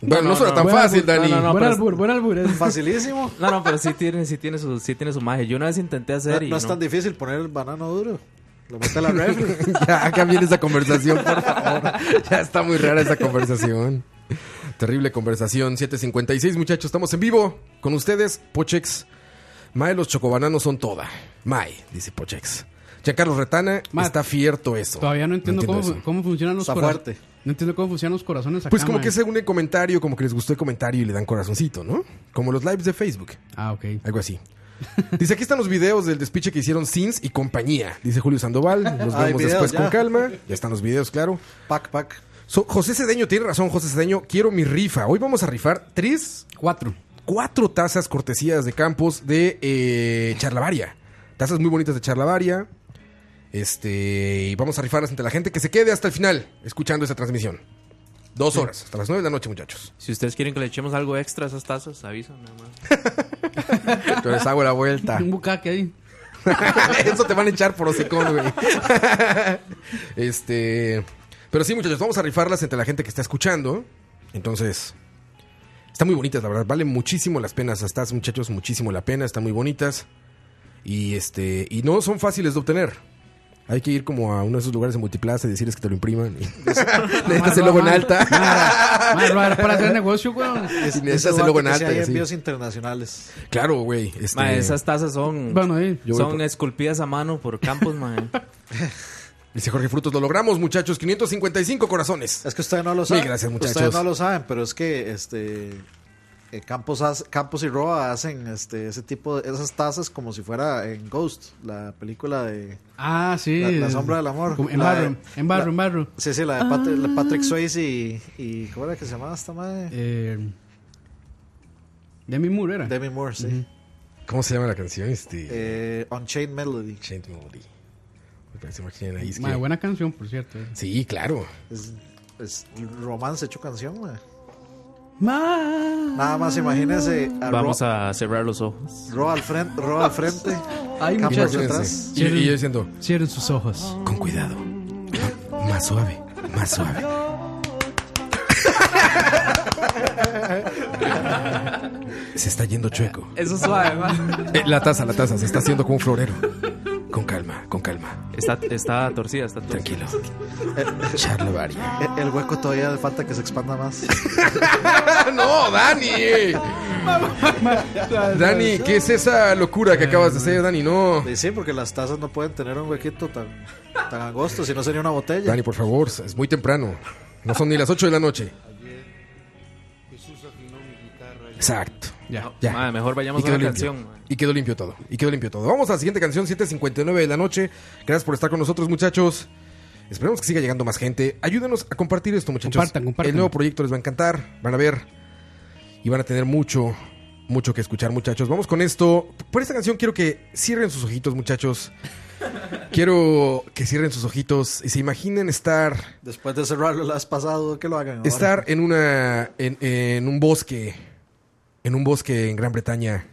Bueno, no, No, suena no, tan bueno, fácil, pues, no, Dani. no, no. buen pero- albur, buen albur. es- Facilísimo. No, no, pero sí tiene, sí tiene su, sí tiene su magia. Yo una vez intenté No, hacer y no es no. tan difícil poner el banano duro. Lo mete a la refri. ya, cambien esa conversación, por favor. Ya está muy rara esa conversación. Terrible conversación. 756, muchachos. Estamos en vivo con ustedes. Pochex. Mae, los chocobananos son toda. Mae, dice Pochex. Giancarlo Retana, Mae, está fierto eso. Todavía no entiendo, eso. cómo, cómo funcionan los Está corazones. fuerte. No entiendo cómo funcionan los corazones acá, Pues como mae. que se une comentario, como que les gustó el comentario y le dan corazoncito, ¿no? Como los lives de Facebook, Ah, ok. algo así. Dice, aquí están los videos del despiche que hicieron Sins y compañía. Dice Julio Sandoval, los Hay vemos videos, después ya. con calma. Ya están los videos, claro. Pac, pac. So- José Cedeño tiene razón, José Cedeño. Quiero mi rifa. Hoy vamos a rifar tres, Cuatro. cuatro tazas cortesías de campos de eh, Charlavaria. Tazas muy bonitas de Charlavaria. Este, y vamos a rifarlas entre la gente que se quede hasta el final escuchando esta transmisión. Dos horas, hasta las nueve de la noche, muchachos. Si ustedes quieren que le echemos algo extra a esas tazas, avisan nada más. Este, Yo les hago la vuelta. Un bucaque ahí. Eso te van a echar por hocicón, güey. este. Pero sí, muchachos, vamos a rifarlas entre la gente que está escuchando. Entonces. Están muy bonitas, la verdad. Valen muchísimo las penas. Hasta, muchachos, muchísimo la pena. Están muy bonitas. Y este. Y no son fáciles de obtener. Hay que ir como a uno de esos lugares de multiplaza y decirles que te lo impriman. Y necesitas el logo en alta. Ah, Mae, lo hará para hacer negocio, güey. Y necesitas el logo en alta. Duarte que sí y hay así. envíos internacionales. Claro, güey. este, Mae, esas tazas son, Bueno, ahí. Yo voy son por- esculpidas a mano por Campos, mae. Dice Jorge Frutos, lo logramos, muchachos. 555 corazones. Es que ustedes no lo saben. gracias, muchachos. Ustedes no lo saben, pero es que este eh, Campos, hace- Campos y Roa hacen este ese tipo de esas tazas como si fuera en Ghost, la película de Ah, sí. La- la sombra del amor. Como En La- barro, en barro, la- en barro. Sí, sí, la de Pat- la Ah. Patrick Swayze y, y ¿cómo era que se llamaba esta madre? Eh, Demi Moore era. Demi Moore, sí. ¿Cómo se llama la canción? Este. Eh, Unchained Melody. Saint Melody. Me parece Martín ahí, es Mae, que- buena canción, por cierto. eh. Sí, claro. Es, es romance hecho canción, güey. Mae. Nada más imagínense a Vamos Ro, a cerrar los ojos. Ro al frente, Ro al frente, E, Hay Campos muchas- atrás. Y, y yo diciendo, Cierren sus ojos. Ah. con cuidado. Más suave, más suave. Se está yendo chueco. Eso es suave, mae. Eh, la taza, la taza, se está haciendo como un florero. Con calma, con calma. Está, está torcida, está torcida. Tranquilo. Charla varia. E- El hueco todavía le falta que se expanda más. ¡No, Dani! Dani, ¿qué es esa locura que acabas de hacer, Dani? No. Y sí, porque las tazas no pueden tener un huequito tan, tan angosto, si no sería una botella. Dani, por favor, es muy temprano. No son ni las 8 de la noche. Jesús afinó mi guitarra y Exacto. Ya. Ya. Madre, mejor vayamos Y a una quedó canción. limpio. Y quedó limpio todo. Y quedó limpio todo. Vamos a la siguiente canción, 7.59 de la noche. Gracias por estar con nosotros, muchachos. Esperemos que siga llegando más gente. Ayúdenos a compartir esto, muchachos. Compartan, compartan. El nuevo proyecto les va a encantar. Van a ver. Y van a tener mucho, mucho que escuchar, muchachos. Vamos con esto. Por esta canción quiero que cierren sus ojitos, muchachos. Quiero que cierren sus ojitos y se imaginen estar Después de cerrarlo las pasado, que lo hagan. ahora. Estar en una en, en un bosque, en un bosque en Gran Bretaña,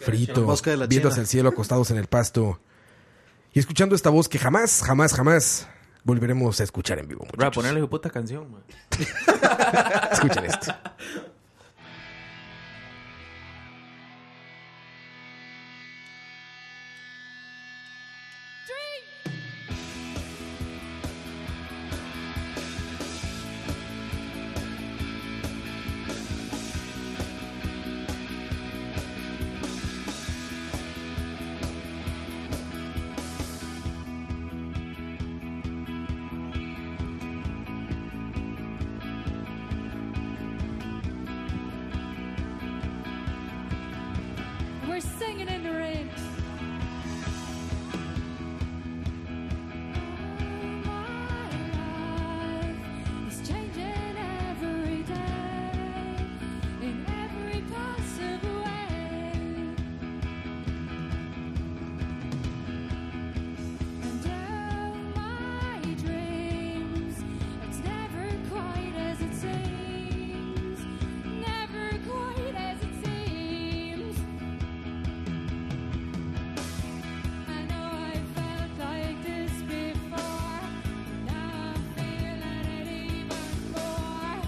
frito, Bosque de la viendo China. hacia el cielo, acostados en el pasto y escuchando esta voz que jamás, jamás, jamás volveremos a escuchar en vivo. Voy a muchachos. ponerle su puta canción, man. Escuchen esto. We're singing in the rain. oh, Never quite as it seems. I know I felt like this before, now I'm feeling it even more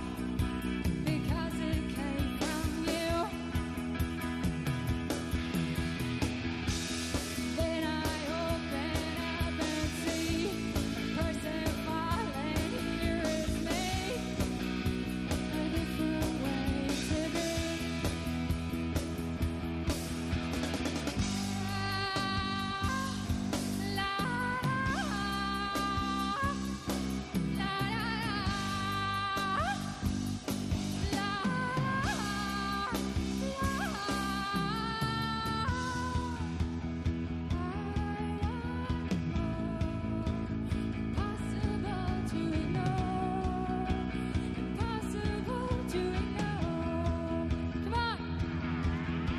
because it came from you. Then I open up and see person falling. Here is me, a different way to be. Come on!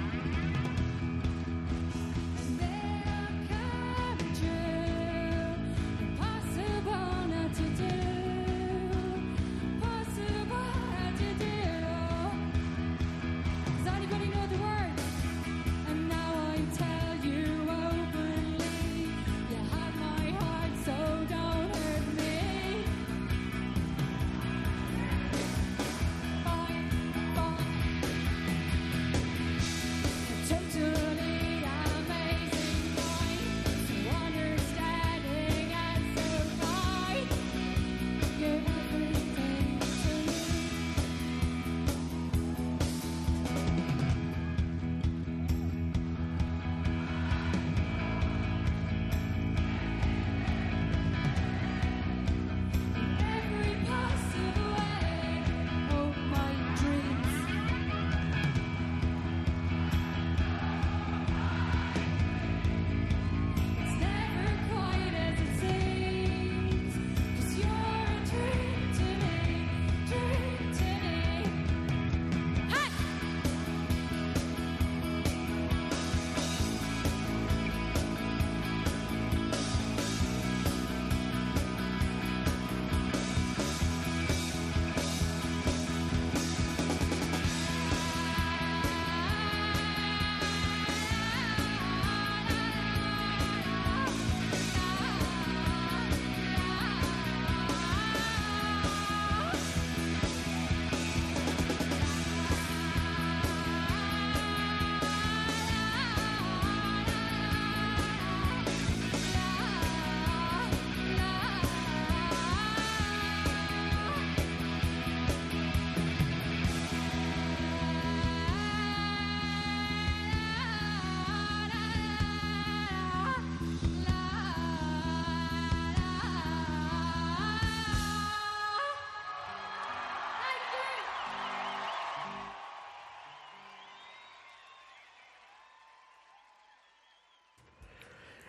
Bye. Thank oh, you It's never quite as it seems, 'cause you're a dream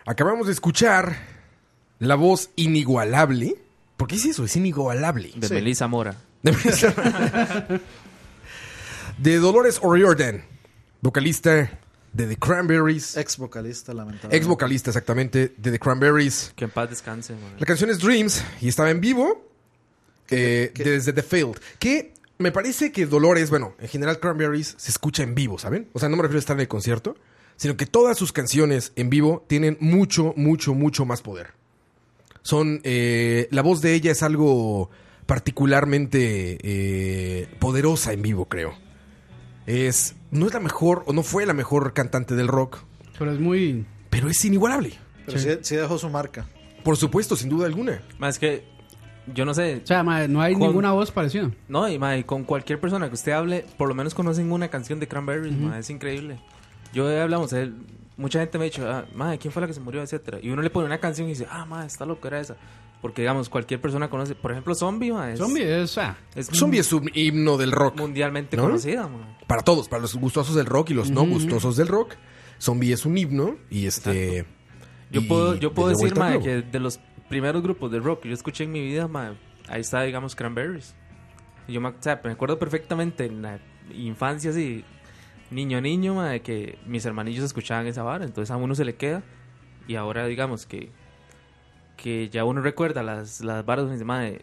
Acabamos de escuchar la voz inigualable. ¿Por qué es eso? Es inigualable. De Melissa Mora. De- de Dolores O'Riordan, vocalista de The Cranberries. Ex vocalista, lamentablemente. Ex vocalista, exactamente, de The Cranberries. Que en paz descanse, man. La canción es Dreams y estaba en vivo eh, desde The Field. Que me parece que Dolores, bueno, en general Cranberries se escucha en vivo, ¿saben? O sea, no me refiero a estar en el concierto, sino que todas sus canciones en vivo tienen mucho, mucho, mucho más poder. Son. eh, la voz de ella es algo particularmente eh, poderosa en vivo, creo. Es. No es la mejor, o no fue la mejor cantante del rock, Pero es muy. pero es inigualable. Pero sí. sí dejó su marca. Por supuesto, sin duda alguna. Ma, es que yo no sé. O sea, mae, no hay Con- ninguna voz parecida. No, y ma, y con cualquier persona que usted hable, por lo menos conocen una canción de Cranberries, ma, es increíble. Yo he hablamos, él- mucha gente me ha dicho, ah, ma, ¿quién fue la que se murió? etcétera. Y uno le pone una canción y dice, ah, ma, está loca era esa. Porque, digamos, cualquier persona conoce, por ejemplo, Zombie, ma, es, Zombie es. ah, es Zombie es un himno del rock. mundialmente ¿No? conocida, ma. Para todos, para los gustosos del rock y los no gustosos del rock. Zombie es un himno y este... Yo y puedo, yo puedo desde decir, Vuelta al ma, Globo. que de los primeros grupos de rock que yo escuché en mi vida, ma, ahí está, digamos, Cranberries. Y Yo me, o sea, me acuerdo perfectamente en la infancia, así, niño, niño, ma, de que mis hermanillos escuchaban esa vara, entonces a uno se le queda. Y ahora, digamos, que, que ya uno recuerda las, las varas, donde dice, ma, de-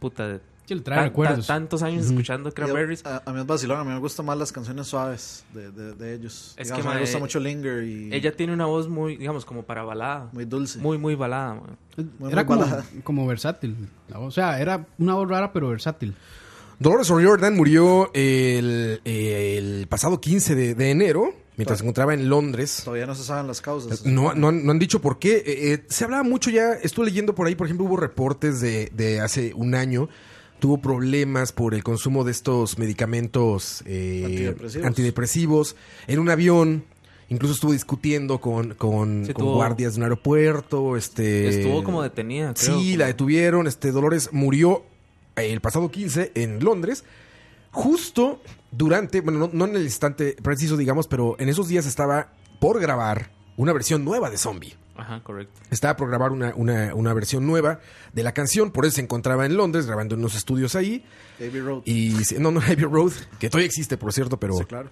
puta, de- sí, le trae tan- recuerdos. tan- tantos años escuchando Cranberries. Yo- A, a mí es vacilón, a mí me gustan más las canciones suaves de, de- de ellos. Es Digamos, que, a mí mae, me gusta mucho Linger y Ella tiene una voz muy, digamos, como para balada. muy dulce. Muy, muy balada, ma. muy era como, balada. como versátil. la voz. O sea, era una voz rara, pero versátil. Dolores O'Riordan murió el, el pasado 15 de, de enero, mientras se encontraba en Londres. Todavía no se saben las causas. No, no han, no han dicho por qué. Eh, eh, se hablaba mucho ya, estuve leyendo por ahí, por ejemplo, hubo reportes de, de hace un año. Tuvo problemas por el consumo de estos medicamentos eh, Antidepresivos. antidepresivos en un avión. Incluso estuvo discutiendo con, con, Sí, con tuvo- guardias de un aeropuerto. Este, Estuvo como detenida, creo. Sí, como- la detuvieron. Este Dolores murió eh, el pasado 15 en Londres. Justo durante, bueno, no, no en el instante preciso, digamos, pero en esos días estaba por grabar una versión nueva de Zombie. Ajá, correcto. Estaba por grabar una, una, una versión nueva de la canción, por eso se encontraba en Londres grabando en unos estudios ahí. Abbey Road. Y se- no, no, Abbey Road, que todavía existe, por cierto, pero, Sí, claro.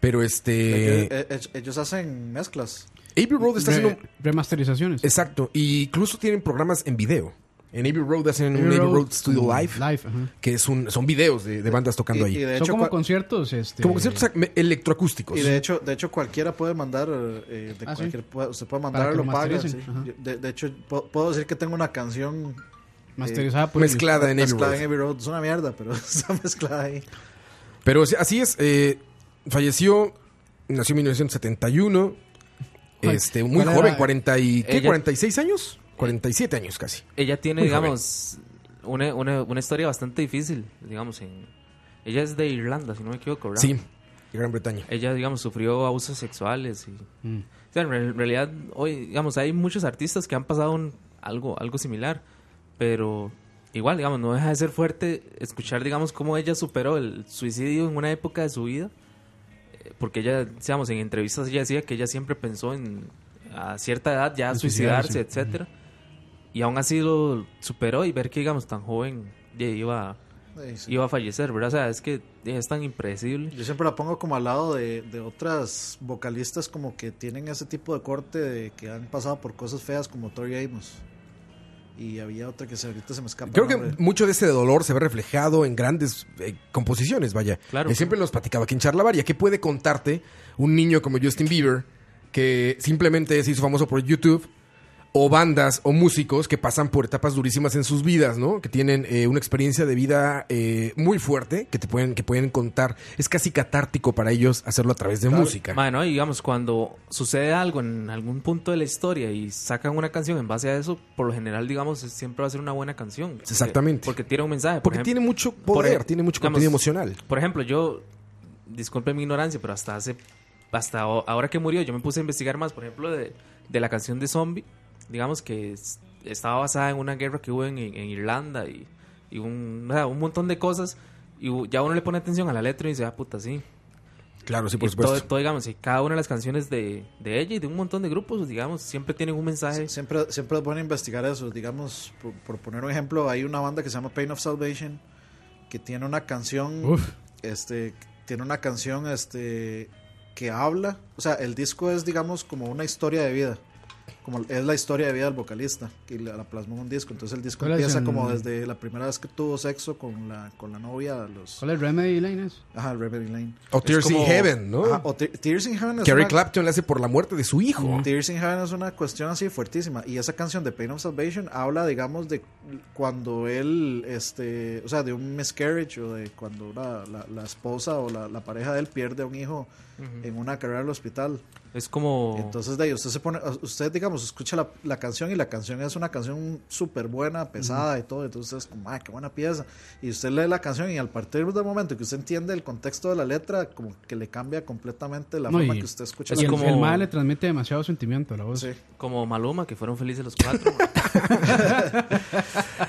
pero Ellos- este. eh, ellos, hacen mezclas. Abbey Road está Re- haciendo. remasterizaciones. Exacto, y incluso tienen programas en video. En Abbey Road hacen un Abbey Abbey Road, Road Studio mm, Live. live, ajá. que es un, son videos de, de bandas Y, tocando y ahí. de Son hecho, como cua- conciertos. Este, como conciertos ac- electroacústicos. y de hecho, de hecho cualquiera puede mandar eh, de Ah, sí. cualquier puede- se puede Para mandar que lo lo paga. mastericen, sí. ajá. Yo- de, de hecho, po- puedo decir que tengo una canción eh, Masterizada por ellos. mezclada en Abbey mezclada en Road. Abbey Road. Es una mierda, pero está mezclada ahí. Pero sí, así es, eh, falleció, nació en 1971, Ay, este, muy ¿cuál joven, era? 40 y, ¿qué, Ella- 46 años, 47 años casi. Ella tiene, Muy digamos, una, una, una historia bastante difícil, digamos. En, ella es de Irlanda, si no me equivoco, ¿verdad? Sí, de Gran Bretaña. Ella, digamos, sufrió abusos sexuales. Y, O sea, en re- en realidad, hoy, digamos, hay muchos artistas que han pasado un- algo, algo similar. Pero igual, digamos, no deja de ser fuerte escuchar, digamos, cómo ella superó el suicidio en una época de su vida. eh, Porque ella, digamos, en entrevistas ella decía que ella siempre pensó en a cierta edad ya En suicidarse, suicidarse. etcétera. Y aún así lo superó y ver que, digamos, tan joven ya iba, Sí, sí. iba a fallecer, ¿verdad? O sea, es que es tan impredecible. Yo siempre la pongo como al lado de, de otras vocalistas como que tienen ese tipo de corte de que han pasado por cosas feas como Tori Amos. Y había otra que se, ahorita se me escapa. Creo el que nombre. mucho de ese dolor se ve reflejado en grandes eh, composiciones, vaya. Claro. Y siempre los platicaba aquí en Charlavaria. ¿Qué puede contarte un niño como Justin Bieber, que simplemente se hizo famoso por YouTube, o bandas o músicos que pasan por etapas durísimas en sus vidas, ¿no? Que tienen eh, una experiencia de vida eh, muy fuerte, que te pueden, que pueden contar. Es casi catártico para ellos hacerlo a través de música. Bueno, y digamos, cuando sucede algo en algún punto de la historia y sacan una canción en base a eso, por lo general, digamos, es- siempre va a ser una buena canción. Porque- Exactamente. Porque, tiene un mensaje. por Porque ejem- tiene mucho por poder, ej- tiene mucho digamos, contenido emocional. Por ejemplo, yo, disculpen mi ignorancia, pero hasta hace, hasta o- ahora que murió, yo me puse a investigar más, por ejemplo, de, de la canción de Zombie, digamos que es- estaba basada en una guerra que hubo en, en Irlanda y, y un, o sea, un montón de cosas. Y u- ya uno le pone atención a la letra y dice, ah, puta, sí. Claro, sí, por Y todo- supuesto. Todo, digamos, y cada una de las canciones de, de ella y de un montón de grupos, pues, digamos, siempre tienen un mensaje. Siempre, siempre es bueno investigar eso. Digamos, por, por poner un ejemplo, hay una banda que se llama Pain of Salvation que tiene una canción. Uf. Este, tiene una canción este, que habla. O sea, el disco es, digamos, como una historia de vida. Como es la historia de vida del vocalista y la, la plasmó en un disco. Entonces el disco ¿Cuál es empieza el- como desde la primera vez que tuvo sexo con la, con la novia de los. ¿Cuál es Remedy Lane? es? Ajá, Reverie Lane. O Es Tears in como- Heaven, ¿no? Ajá, o Te- Tears in Heaven es Carrie una- Clapton le hace por la muerte de su hijo. Tears in Heaven es una cuestión así fuertísima. Y esa canción de Pain of Salvation habla, digamos, de cuando él, este, o sea, de un miscarriage o de cuando la, la- la esposa o la, la pareja de él pierde a un hijo en una carrera al hospital. Es como. Entonces, de ahí, usted se pone, usted, digamos, escucha la, la canción y la canción es una canción súper buena, pesada y todo. Entonces, es como, ah, qué buena pieza. Y usted lee la canción y al partir del momento que usted entiende el contexto de la letra, como que le cambia completamente la No, forma y- que usted escucha es Y la el, como- el mae le transmite demasiado sentimiento a la voz. Sí. como Maluma, que fueron felices los cuatro.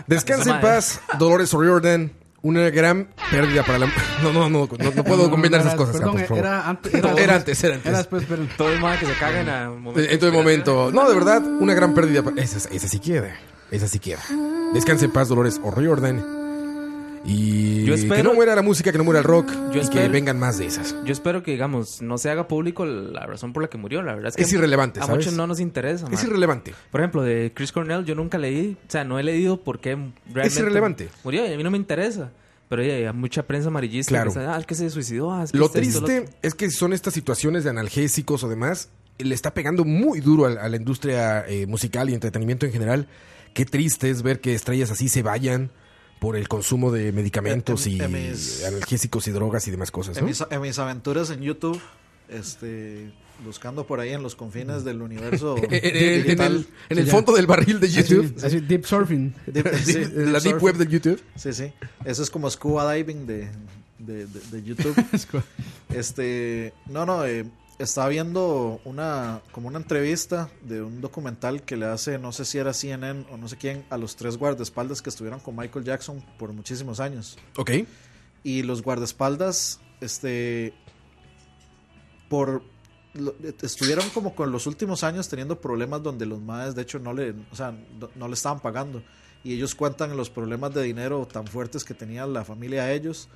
Descansa en Madre. paz, Dolores O'Riordan. Una gran pérdida para la. No, no, no, no, no puedo combinar esas era- cosas, Perdón, Campos, por favor. era antes. No, era antes, era Era antes. después, perdón. todo el mal que se cagan a un momento. En todo Eh, momento. No, de verdad, una gran pérdida. pa- Esa, esa sí queda. Esa sí queda. Descanse en paz, Dolores O'Riordan. Y Yo espero- que no muera la música, que no muera el rock. y que espero- vengan más de esas. Yo espero que, digamos, no se haga público la razón por la que murió. La verdad es que Es irrelevante, A ¿sabes? muchos no nos interesa. Es ma. irrelevante. Por ejemplo, de Chris Cornell, yo nunca leí, o sea, no he leído por qué realmente irrelevante. Murió, y a mí no me interesa. Pero oye, hay mucha prensa amarillista Claro. que está, ah, es que se suicidó. ah, es que Lo esto, esto, lo triste otro". es que son estas situaciones de analgésicos o demás, le está pegando muy duro a, a la industria eh, musical y entretenimiento en general. Qué triste es ver que estrellas así se vayan por el consumo de medicamentos Eh, En- y en mis- analgésicos y drogas y demás cosas. en, ¿no? mis, en mis aventuras en YouTube, este, buscando por ahí en los confines del universo Eh, eh, eh, en digital. el, en el Sí, ya. fondo del barril de Así, YouTube, así, deep surfing. Deep- sí, de- de deep la deep surfing. web de YouTube. Sí, sí. Eso es como scuba diving de, de- de- de YouTube. Este, no, no, eh, estaba viendo una, como una entrevista de un documental que le hace, no sé si era CNN o no sé quién, a los tres guardaespaldas que estuvieron con Michael Jackson por muchísimos años. Ok. y los guardaespaldas este por lo- estuvieron como con los últimos años teniendo problemas donde los madres de hecho no le o sea, no, no le estaban pagando y ellos cuentan los problemas de dinero tan fuertes que tenía la familia de ellos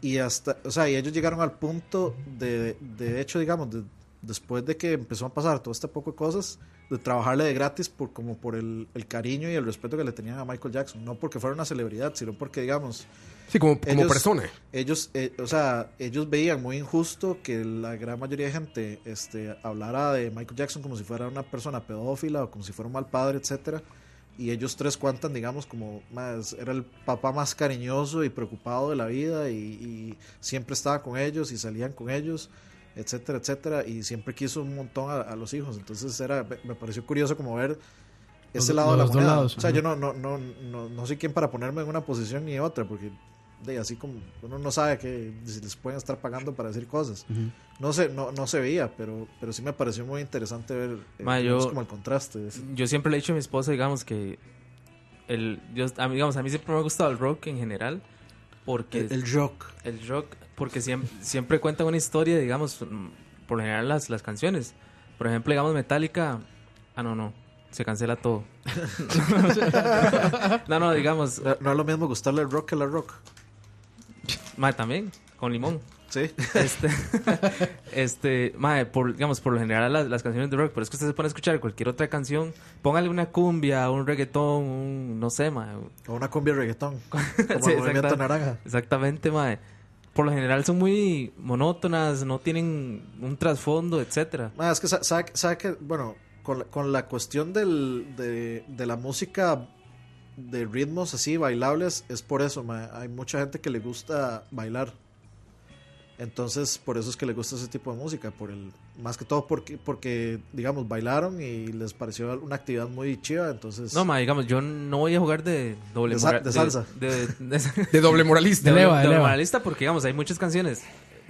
y hasta o sea y ellos llegaron al punto de de hecho digamos de- después de que empezó a pasar todo este poco de cosas de trabajarle de gratis por como por el, el cariño y el respeto que le tenían a Michael Jackson no porque fuera una celebridad sino porque digamos Sí, como, como Ellos- persona. ellos, eh, o sea, ellos veían muy injusto que la gran mayoría de gente este, hablara de Michael Jackson como si fuera una persona pedófila o como si fuera un mal padre, etcétera. Y ellos tres cuentan, digamos, como más, era el papá más cariñoso y preocupado de la vida y, y siempre estaba con ellos y salían con ellos, etcétera, etcétera. Y siempre quiso un montón a, a los hijos. Entonces era, me- me pareció curioso como ver ese Los- lado de la los dos moneda. lados, o sea, ajá. yo no, no, no, no, no soy quien para ponerme en una posición ni otra, porque de así como uno no sabe que si les pueden estar pagando para decir cosas. No sé, no, no se veía, pero, pero sí me pareció muy interesante ver eh, Ma, yo- digamos, como el contraste. de ese- Yo siempre le he dicho a mi esposa, digamos, que. El, yo- a mí, digamos, a mí siempre me ha gustado el rock en general. Porque el, rock. El rock, porque siempre, siempre cuenta una historia, digamos, mm, por lo general las, las canciones. Por ejemplo, digamos Metallica. Ah, no, no. Se cancela todo. no, no, digamos. No, no es lo mismo gustarle el rock que la rock. Mae, también, con limón. Sí. Este, este mae, por, digamos, por lo general las, las canciones de rock. Pero es que usted se pone a escuchar cualquier otra canción. Póngale una cumbia, un reggaetón, un. No sé, mae. O una cumbia de reggaetón. Como el Sí, movimiento exacta- naranja. Exactamente, mae. Por lo general son muy monótonas, no tienen un trasfondo, etcétera. Ma, es que sa- sabe, sabe que, bueno, con la, con la cuestión del, de, de la música de ritmos así, bailables, es por eso, ma, hay mucha gente que le gusta bailar. Entonces, por eso es que le gusta ese tipo de música, por el, más que todo porque, porque, digamos, bailaron y les pareció una actividad muy chiva, entonces... No, ma, digamos, yo no voy a jugar de doble Pues De sa- moral- de salsa. De, de, de- De doble moralista. de eleva, doble- doble eleva. moralista, porque, digamos, hay muchas canciones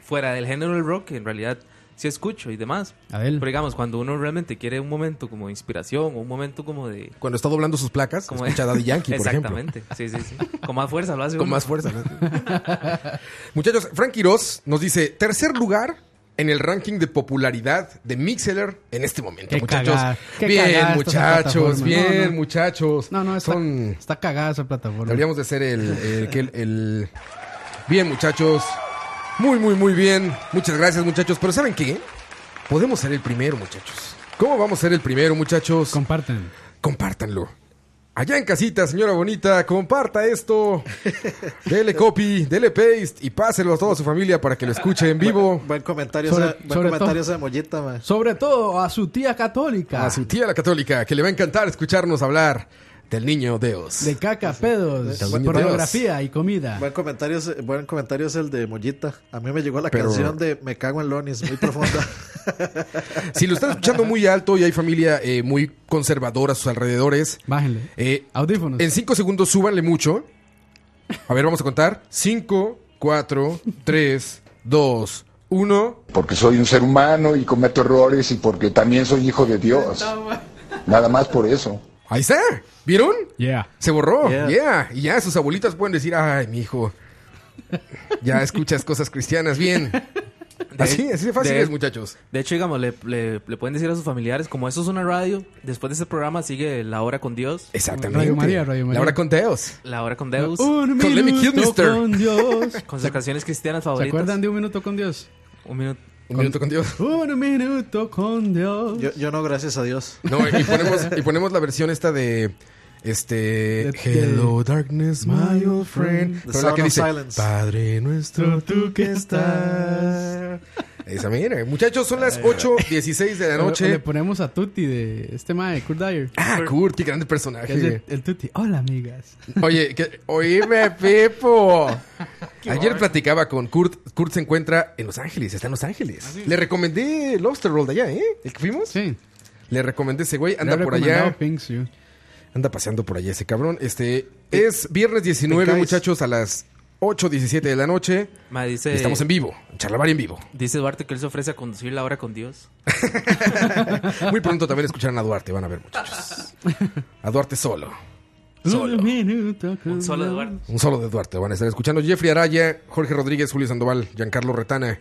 fuera del género del rock que en realidad sí escucho y demás. Adel. Pero, digamos, cuando uno realmente quiere un momento como de inspiración o un momento como de. Cuando está doblando sus placas, Como de- escucha a Daddy Yankee, por ejemplo. Exactamente. Sí, sí, sí. Con más fuerza lo hace Con uno. más fuerza. ¿no? Muchachos, Frank Quiroz nos dice: tercer lugar, en el ranking de popularidad de Mixeler en este momento, Qué muchachos. cagada, qué bien, cagada esta muchachos, plataforma. bien, No, no. muchachos. No, no, está, Son- está cagada esa plataforma. Deberíamos de ser el, el, que el- el- Bien, muchachos. Muy, muy, muy bien. Muchas gracias, muchachos. Pero ¿saben qué? Podemos ser el primero, muchachos. ¿Cómo vamos a ser el primero, muchachos? Comparten. Compártanlo. Allá en casita, señora bonita, comparta esto. Dele copy, dele paste y páselo a toda su familia para que lo escuche en vivo. Buen comentario, Sobre- esa, buen sobre comentario todo- esa mollita, man. Sobre todo a su tía católica. A su tía la católica, que le va a encantar escucharnos hablar del niño Deos. De caca, pedos, Del niño pornografía y comida. Buen comentario, es- buen comentario es el de Mollita. A mí me llegó la Pero- canción de Me cago en Lonis, muy profunda. Si lo están escuchando muy alto y hay familia eh, muy conservadora a sus alrededores, Bájenle. eh, Audífonos. en 5 segundos súbanle mucho. A ver, vamos a contar. 5, 4, 3, 2, 1. porque soy un ser humano y cometo errores y porque también soy hijo de Dios. Nada más por eso. Ahí está. ¿Vieron? Yeah. Se borró. Yeah. Yeah. Y ya sus abuelitas pueden decir, ay, mi hijo. Ya escuchas cosas cristianas bien. Así, así de fácil de- es, muchachos. De hecho, digamos, le, le- le pueden decir a sus familiares, como eso es una radio, después de este programa sigue La Hora con Dios, Exactamente. Radio María, Radio María. La hora con Teos. La Hora con Deus, Un Con Lemmy minuto Kilmister. con Dios. con sus canciones cristianas ¿Se favoritas. acuerdan de un minuto con Dios? Un minuto. Un minuto con Dios. Un minuto con Dios. Yo, yo no, gracias a Dios. No, y ponemos, y ponemos la versión esta de. Este. De- Hello, darkness, my old friend. The Pero la Sound que of dice. Silence. Padre nuestro, tú que estás. Esa, mira. Muchachos, son las 8.16 de la O- o Le noche. ponemos a Tutti de este mae, Kurt Dyer. Ah, Kurt, qué grande Que es el, personaje. el Tutti. Hola, amigas. Oye, que, oíme, Pipo. Ayer platicaba con Kurt. Kurt se encuentra en Los Ángeles, está en Los Ángeles. Le recomendé Lobster Roll de allá, ¿eh? El que fuimos. Sí. Le recomendé ese güey, Le anda he por recomendado allá. Pink Suit. Anda paseando por allá ese cabrón. Este es viernes 19, Picáis. muchachos, a las 8.17 de la noche. Ma, dice, Estamos en vivo, en Charlavaria en vivo. dice Duarte que él se ofrece a conducir La Hora con Dios. Muy pronto también escucharán a Duarte, van a ver, muchachos. A Duarte solo. Solo. Un minuto con Un solo de Dios. Duarte. Un solo de Duarte van a estar escuchando. Jeffrey Araya, Jorge Rodríguez, Julio Sandoval, Giancarlo Retana.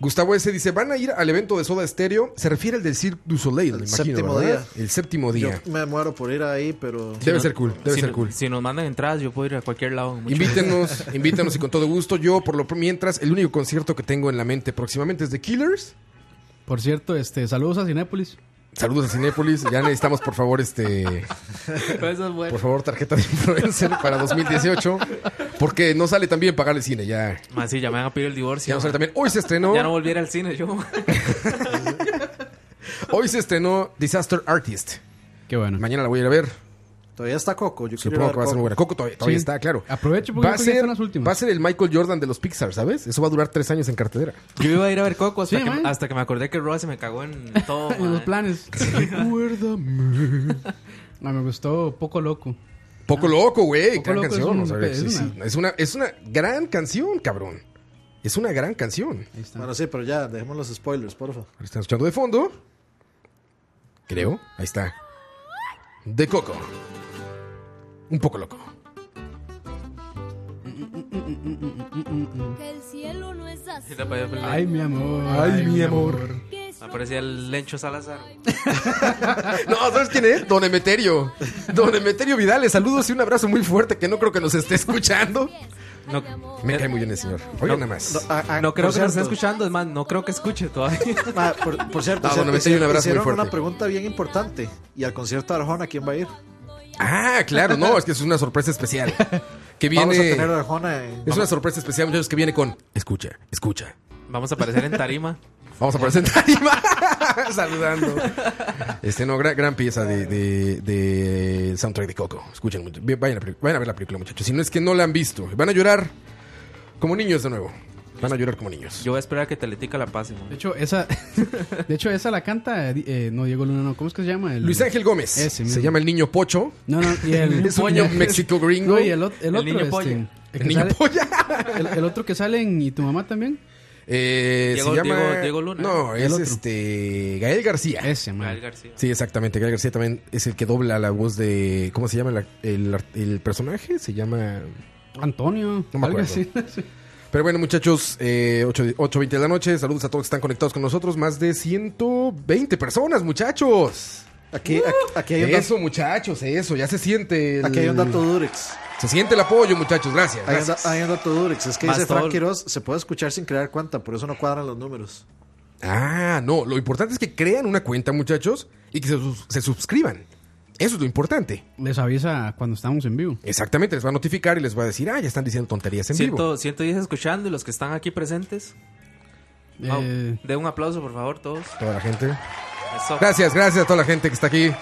Gustavo S. dice, ¿van a ir al evento de Soda Estéreo? Se refiere al del Cirque du Soleil, El me imagino, séptimo ¿verdad? día. El séptimo Yo día. me muero por ir ahí, pero Debe ser cool, debe si, ser no- cool. Si nos mandan entradas, yo puedo ir a cualquier lado. mucho Invítenos, invítenos y con todo gusto. Yo, por lo mientras, el único concierto que tengo en la mente próximamente es The Killers. Por cierto, este, saludos a Cinépolis. Saludos a Cinépolis. Ya necesitamos, por favor, este, gusto. Eso es bueno. por favor, tarjeta de influencer para 2018. Porque no sale también pagar el cine. Ya, Ma, sí, ya me van a pedir el divorcio. ya no ma. sale también. Hoy se estrenó. Ya no volviera al cine yo. Hoy se estrenó Disaster Artist. Qué bueno. Mañana la voy a ir a ver. todavía está Coco. Yo quiero ir a Supongo ver que va a ser muy Coco. buena. Coco todavía, todavía Sí. está, claro. Aprovecho porque Va a, creo que ya ser, están las últimas. va a ser el Michael Jordan de los Pixar, ¿sabes? Eso va a durar tres años en cartelera. Yo iba a ir a ver Coco hasta, Sí, que, ma. hasta que me acordé que Roa se me cagó en todo. En los ma. planes. No, me gustó Poco Loco. Poco loco, güey. Ah. Poco Gran Loco es canción. un- o sea, es sí, sí. es, una- una... es una gran canción, cabrón. Es una gran canción. Ahí está. Bueno, sí, pero ya, dejemos los spoilers, porfa. Lo están escuchando de fondo. Creo. Ahí está. De Coco. Un poco loco. Que el cielo no es así. Ahorita para allá, para allá. Ay, mi amor. que es Me parecía el Lencho Salazar. No, ¿sabes quién es? Don Emeterio. Don Emeterio Vidales, saludos y un abrazo muy fuerte que no creo que nos esté escuchando. No, Me cae muy bien el señor. Oigan nada más. No, a- a- no creo por que nos esté cierto, escuchando, es más, no creo que escuche todavía. ma, por, por cierto, Ah, hicieron- bueno, me estoy un abrazo muy hicieron fuerte. una pregunta bien importante. ¿Y al concierto de Arjona quién va a ir? Ah, claro, no, es que es una sorpresa especial. Que Vamos a viene. tener a Arjona en... Es una sorpresa especial, muchachos, que viene con. Escucha, escucha. Vamos a aparecer en tarima. Vamos a presentar y saludando. Este, no, gran, gran pieza de, de, de soundtrack de Coco. Escuchen, mucho. Bien, vayan a, peli- vayan a ver la película, muchachos. Si no es que no la han visto, van a llorar como niños de nuevo. Van a llorar como niños. Yo voy a esperar a que Teletica la pase, ma. De hecho, esa, de hecho, esa la canta. eh, no, Diego Luna, no. ¿Cómo es que se llama? El- Luis Ángel Gómez Ese se mismo. llama el niño Pocho. No, no. Y el, Es un niño México gringo. No, y el, ot- el El otro. niño este, polla. el que El niño sale- Polla. el- el otro que sale en. ¿Y tu mamá también? Eh, Diego- se llama. Diego- Diego Luna. No, El es otro. este. Gael García. Ese, man. Gael García. Sí, exactamente. Gael García también es el que dobla la voz de. ¿Cómo se llama la- el, el personaje? Se llama. Antonio. No me acuerdo. algo así. Pero bueno, muchachos, eh, 8 8.20 de la noche. Saludos a todos que están conectados con nosotros. Más de 120 personas, muchachos. Aquí, aquí hay un dato- Uh, Eso, muchachos, eso. Ya se siente. el- Aquí hay un dato Durex. Se siente el apoyo, muchachos. Gracias. Hay un, da- gracias. hay un dato Durex. Es que Más dice todo- Frank Quiroz, se puede escuchar sin crear cuenta, por eso no cuadran los números. Ah, no. Lo importante es que crean una cuenta, muchachos, y que se, sus- se suscriban. Eso es lo importante. Les avisa cuando estamos en vivo. Exactamente, les va a notificar y les va a decir, ah, ya están diciendo tonterías en vivo. 100 110 escuchando y los que están aquí presentes. Ah. Wow. Eh, Den un aplauso, por favor, todos. Toda la gente. Eso. Gracias, gracias a toda la gente que está aquí.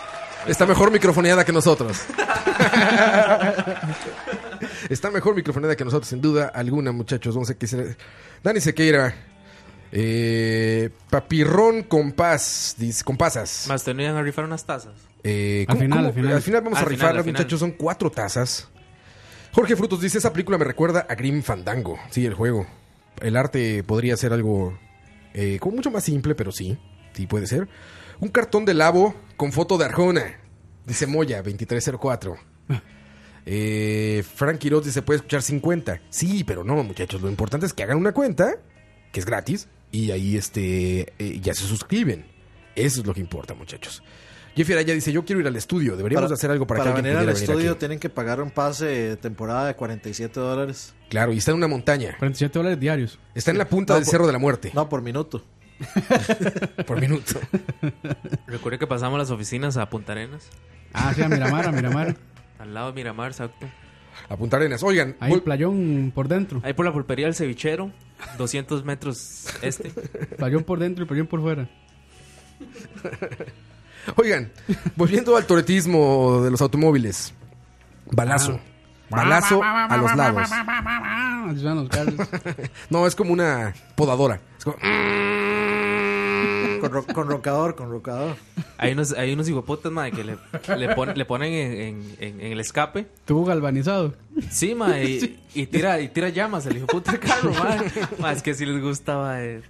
Está mejor microfoneada que nosotros. está mejor microfoneada que nosotros, sin duda alguna, muchachos. Vamos a que se- Dani Sequeira. eh, papirrón con paz. dice- Con pasas. Más tenían a rifar unas tazas. Eh, Al ¿cómo- final, cómo? al final. vamos Al a final, rifarlas, al final. muchachos. Son cuatro tazas. Jorge Frutos dice: Esa película me recuerda a Grim Fandango. Sí, el juego. El arte podría ser algo eh, como mucho más simple, pero sí. Sí, puede ser. Un cartón de labo con foto de Arjona. Dice Moya, 2304. Eh, Frank Quiroz dice: Puede escuchar 50. Sí, pero no, muchachos. Lo importante es que hagan una cuenta, que es gratis, y ahí este, eh, ya se suscriben. Eso es lo que importa, muchachos. Jeffy Araya dice: Yo quiero ir al estudio. Deberíamos hacer algo para, que alguien venir al pudiera venir estudio aquí. tienen que pagar un pase de temporada de 47 dólares. Claro, y está en una montaña. 47 dólares diarios. Está en la punta No, del pues, por- Cerro de la Muerte. No, por minuto. por minuto. Recuerde que pasamos las oficinas a Punta Arenas. Ah, sí, a Miramar, a Miramar. Al lado de Miramar, exacto. A Punta Arenas. Oigan, Hay playón por dentro. Ahí por la pulpería del cevichero, 200 metros este. Playón por dentro y playón por fuera. Oigan, volviendo al toretismo de los automóviles. Balazo. Ah. Balazo a los lados. Ah, así suenan los carros. No, es como una podadora. Es como- Con, ro- con roncador, con roncador. Hay unos, hay unos hijueputas, madre, que le, le, pon- le ponen en, en- en- en el escape. Tuvo galvanizado. Sí, madre, y, y tira, y tira llamas el hijueputa del carro, madre. Madre, es que si les gusta, madre.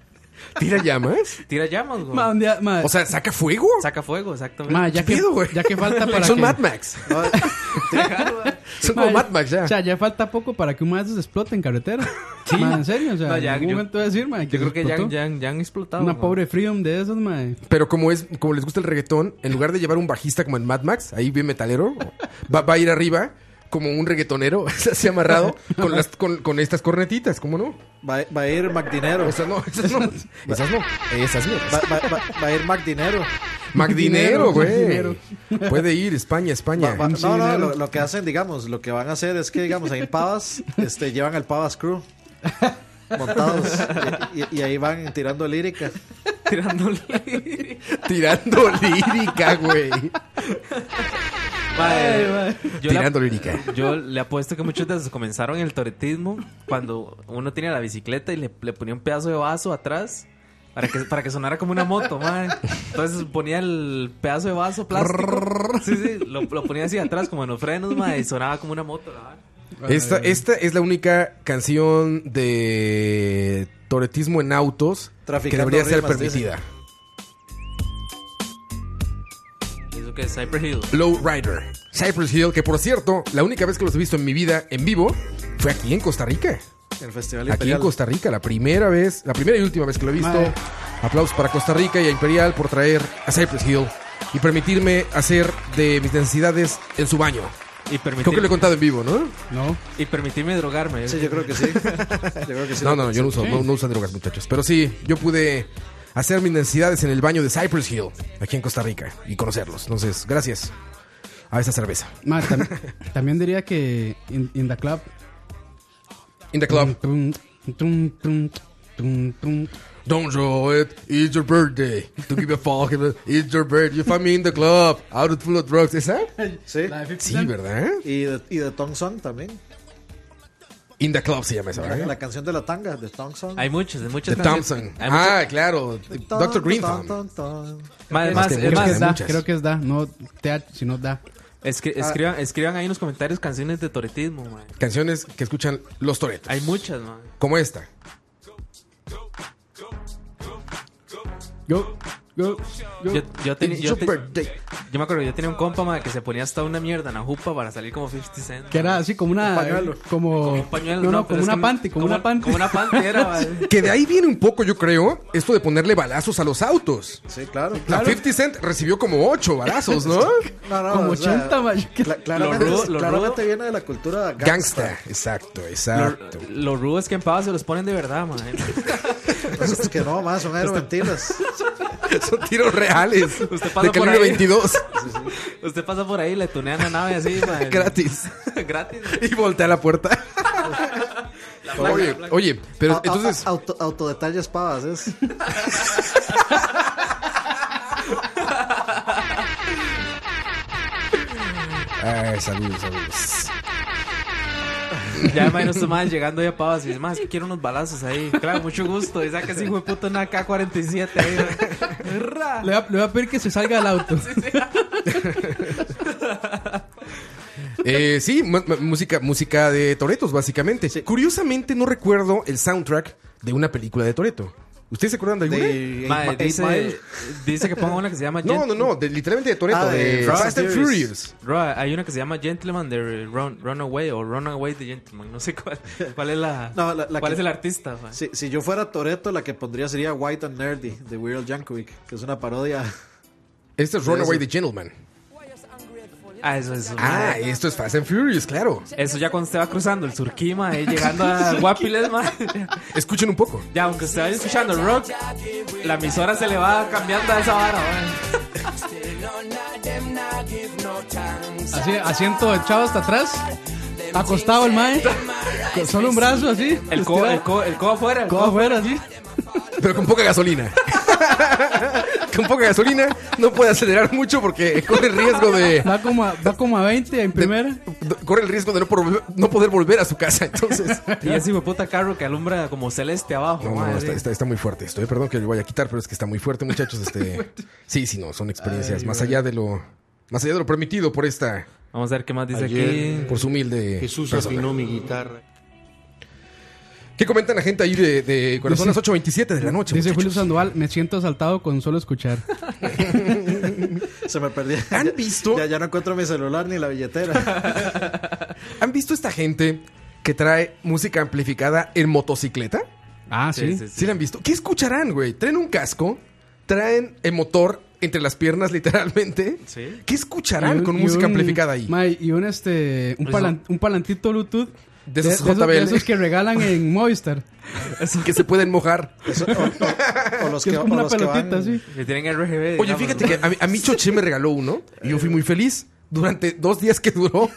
¿Tira llamas? Tira llamas, güey. Ma, un día- ma, O sea, ¿saca fuego? Saca fuego, exactamente. ma, ya, ¿Qué que, pedo, güey? ya que falta para Son que- Mad Max. Son como Ma, Mad Max ya. O sea, ya falta poco para que un maestro se explote en carretera. Sí. en serio, o sea, No, ya, en algún yo- momento voy a decir, ma, que Yo creo que ya, explotó. ya, ya han explotado. Una ma. pobre Freedom de esas, ma. Pero como es, como les gusta el reggaetón, en lugar de llevar un bajista como en Mad Max, ahí bien metalero, va, va a ir arriba como un reggaetonero, así amarrado, con, las, con, con estas cornetitas, ¿cómo no? Va, va a ir MacDinero. Esas no, esas no, esas no, esas no. Va, va- va- va a ir MacDinero. Magdinero, güey. Dinero. Puede ir, España, España. Va- va- Sí, no, no, dinero. lo, lo que hacen, digamos, lo que van a hacer es que, digamos, ahí en Pavas, este, llevan al Pavas Crew montados y, y- y ahí van tirando lírica. Tirándole. Tirando lírica, güey. Madre, yo la- Tirando lírica. Yo le apuesto que muchos de esos comenzaron el toretismo cuando uno tenía la bicicleta y le, le ponía un pedazo de vaso atrás para que, para que sonara como una moto, mae. Entonces ponía el pedazo de vaso plástico. Sí, sí, lo, lo ponía así atrás como en los frenos, mae, y sonaba como una moto. la vara. Esta, esta es la única canción de toretismo en autos que Traficando debería ser rimas, permitida. Y Eso que es Cypress Hill. Low Rider. Cypress Hill, que por cierto, la única vez que los he visto en mi vida en vivo fue aquí en Costa Rica. El Festival Aquí en Imperial. Costa Rica, la primera vez, la primera y última vez que lo he visto. Madre. Aplausos para Costa Rica y a Imperial por traer a Cypress Hill y permitirme hacer de mis necesidades en su baño. Y Creo que lo he permitirme, contado en vivo, ¿no? No. y permitirme drogarme. Sí, yo creo que sí. Yo creo que sí. No, no, yo no uso, no, no uso drogas, muchachos. Pero sí, yo pude hacer mis necesidades en el baño de Cypress Hill, aquí en Costa Rica, y conocerlos. Entonces, gracias a esa cerveza. Ma, tam- también diría que in, in the club. In the club. Tum, tum, tum, tum, tum. Don't show it. It's your birthday. To give a fuck. It's your birthday. You find me in the club. Out full of drugs. ¿Esa? Sí. La de 50 Sí, Cent. ¿verdad? Y de, y de Tong Song también. In the club se llama esa, La, ¿verdad? la canción de la tanga, de Tong Song. Hay muchos, hay muchos. The Thompson. Hay muchas- Ah, claro. Dr. Green Thumb. Ton, ton, ton. Mae, es más, que muchas, Creo que es más, es da, muchas. creo que es da. No te sino da. escri- escriban, escriban ahí en los comentarios canciones de toretismo, mae. Canciones que escuchan los toretos. Hay muchas, mae. Como esta. Yo, yo, yo. Yo, yo, tenía- It's yo your te- birthday. Yo me acuerdo, yo tenía un compa, ma, que se ponía hasta una mierda en la jupa para salir como 50 cent. Que era así como una. Un pañuelo. Como, Como un pañuelo, No, no, no, como pero es una que- panty, como, como- una panty. como una panty era, ma. Que de ahí viene un poco, yo creo, esto de ponerle balazos a los autos. Sí, claro. La 50 Cent recibió como 8 balazos, ¿no? No, no, Como o sea, 80, ma, que- cla- claramente, Lo rudo- lo claramente rudo. viene de la cultura gangsta. Gangsta, exacto, Lo, exacto. lo rudo es que en Pava se los ponen de verdad, ma. Entonces, Pues que no, más son eran mentiras. Son tiros reales. Usted pasa de por calibre ahí. 22. Usted pasa por ahí y le tunean la nave así, ma. Gratis. Gratis. Y voltea la puerta. oye, oye, pero Au- au- entonces. auto- autodetalles pavas, es. Ay, eh, saludos, saludos. Ya me imagino estos más llegando ahí a Pava y dice, más que quiero unos balazos ahí. Claro, mucho gusto. Y saca ese hijo de puta una K-47 ahí, ma. Ra. Le voy, a, le voy a pedir que se salga del auto. Eh, sí, mu- mu- música, música de Toretos, básicamente. Curiosamente, no recuerdo el soundtrack de una película de Toreto. ¿Ustedes se acuerdan de alguna? De Ma, Ismael- dice, dice que ponga una que se llama No, Gent- no, no, de- literalmente de Toreto, Ah, de, de Fast and Furious. Ra, hay una que se llama Gentleman de Run, Runaway o Runaway de Gentleman. No sé cuál, cuál es la, No, la- la cuál que- es el artista. ma. Si, si yo fuera Toreto, la que pondría sería White and Nerdy de Weird Jankovic, que es una parodia. Este es Runaway de Gentleman. Ah, eso es. Ah, esto es Fast and Furious, claro. Eso ya cuando usted va cruzando el Surquima, ahí llegando a Guapiles, ma. Escuchen un poco. Ya, aunque usted vaya escuchando rock, la emisora se le va cambiando a esa vara, ma. Así, asiento echado hasta atrás. Acostado el mae. Con solo un brazo así. El codo el co, el co afuera. el co- Codo afuera así. Pero con poca gasolina. con poca gasolina no puede acelerar mucho porque corre el riesgo de. Va como a, va como a 20 en primera. Corre el riesgo de no, por- no poder volver a su casa. Entonces. Y ese hijo de puta carro que alumbra como celeste abajo, No, ma, no, así. está, está- está muy fuerte esto. eh. Perdón que lo vaya a quitar, pero es que está muy fuerte, muchachos. Este, sí, sí, no, son experiencias más allá de lo, más allá de lo permitido por esta, Vamos a ver qué más dice aquí. por su humilde Jesús persona. afinó mi guitarra. ¿Qué comentan la gente ahí de, de cuando son Dice- las 8.27 de la noche? Dice Julio muchachos? Sandoval, me siento asaltado con solo escuchar. Se me perdía. ¿Han visto? Ya, ya no encuentro mi celular ni la billetera. ¿Han visto esta gente que trae música amplificada en motocicleta? Ah, sí. Sí, sí, Sí, la han visto. ¿Qué escucharán, güey? Traen un casco, traen el motor entre las piernas, literalmente. Sí. ¿Qué Y escucharán un- con y música un- amplificada ahí? mae, y un este un, Eso. palan- un palantito Bluetooth De esos JBL. de esos que regalan en Movistar. Que se pueden mojar. Eso- o, o- o los Que que, es o como una los que pelotita van. así. Que tienen RGB. Oye, digamos, fíjate ma. que a mí, a mí Choché me regaló uno y yo fui muy feliz durante dos días que duró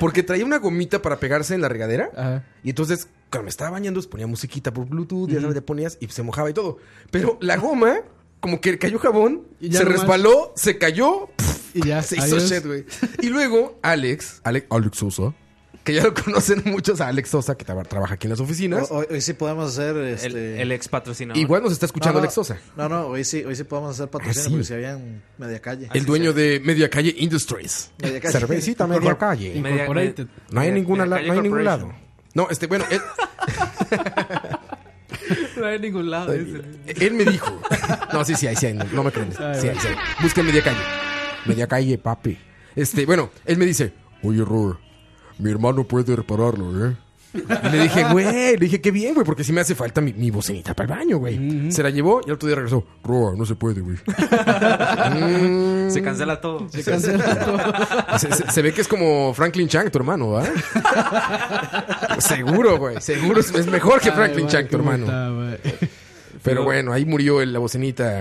porque traía una gomita para pegarse en la regadera Ajá. y entonces cuando me estaba bañando pues, ponía musiquita por Bluetooth, ya sabes, le ponías y se mojaba y todo. Pero la goma, como que cayó jabón, Y ya se nomás. resbaló, se cayó, pf, Y ya, se hizo adiós. shit, güey. Y luego Alex, Alex, Alex Sosa, que ya lo conocen muchos, a Alex Sosa que traba- trabaja aquí en las oficinas. O- Hoy, hoy sí podemos hacer. Este... El, el ex patrocinador. Igual nos está escuchando Oh, no, no, Alex Sosa. No, no, hoy sí, hoy sí podemos hacer patrocinio Ah, sí. porque si habían media calle. El dueño de Media Calle Industries. Media Calle. Cervecita Media Calle. Incorporated. No hay, Media- ninguna, Media la- Calle no hay ningún lado. Corporation. No, este, bueno, él, No hay ningún lado. dice. él me dijo. No, sí, sí, ahí sí, hay, no, no me creen. Sí, ahí sí. hay. Busquen media calle. Media calle, papi. Este, bueno, él me dice, oye, Ror, mi hermano puede repararlo, ¿eh? Y le dije, güey, le dije, qué bien, güey, porque si me hace falta mi, mi bocinita para el baño, güey. Se la llevó y el otro día regresó, Ror, no se puede, güey. Mm. Se cancela todo. Se cancela todo. Se, se- se ve que es como Franklin Chang, tu hermano, ¿va? seguro, güey. Seguro es, es mejor que Franklin Ay, Chang, mae, tu qué hermano. puta, mae. Pero bueno, ahí murió el- la bocinita.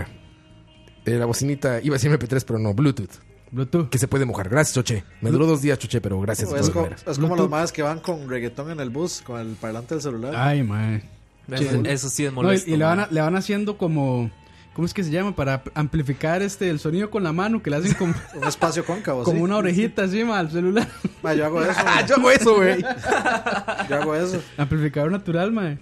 eh, la bocinita, iba a decir MP3, pero no, Bluetooth. Bluetooth. Que se puede mojar. Gracias, Choche. Me duró dos días, Choche, pero gracias. de es, todas como, maneras. es como los más que van con reggaetón en el bus, con el parlante del celular. Ay, mae. Eso, eso sí es No, y- molesto. y le van, a- man. le van haciendo como ¿cómo es que se llama? para amplificar este el sonido con la mano que le hacen como Un espacio ¿Oh, cóncavo. como sí. una orejita así ma, al celular. Ma, yo hago eso. Ah, yo hago eso, güey. yo hago eso. Amplificador natural, mae.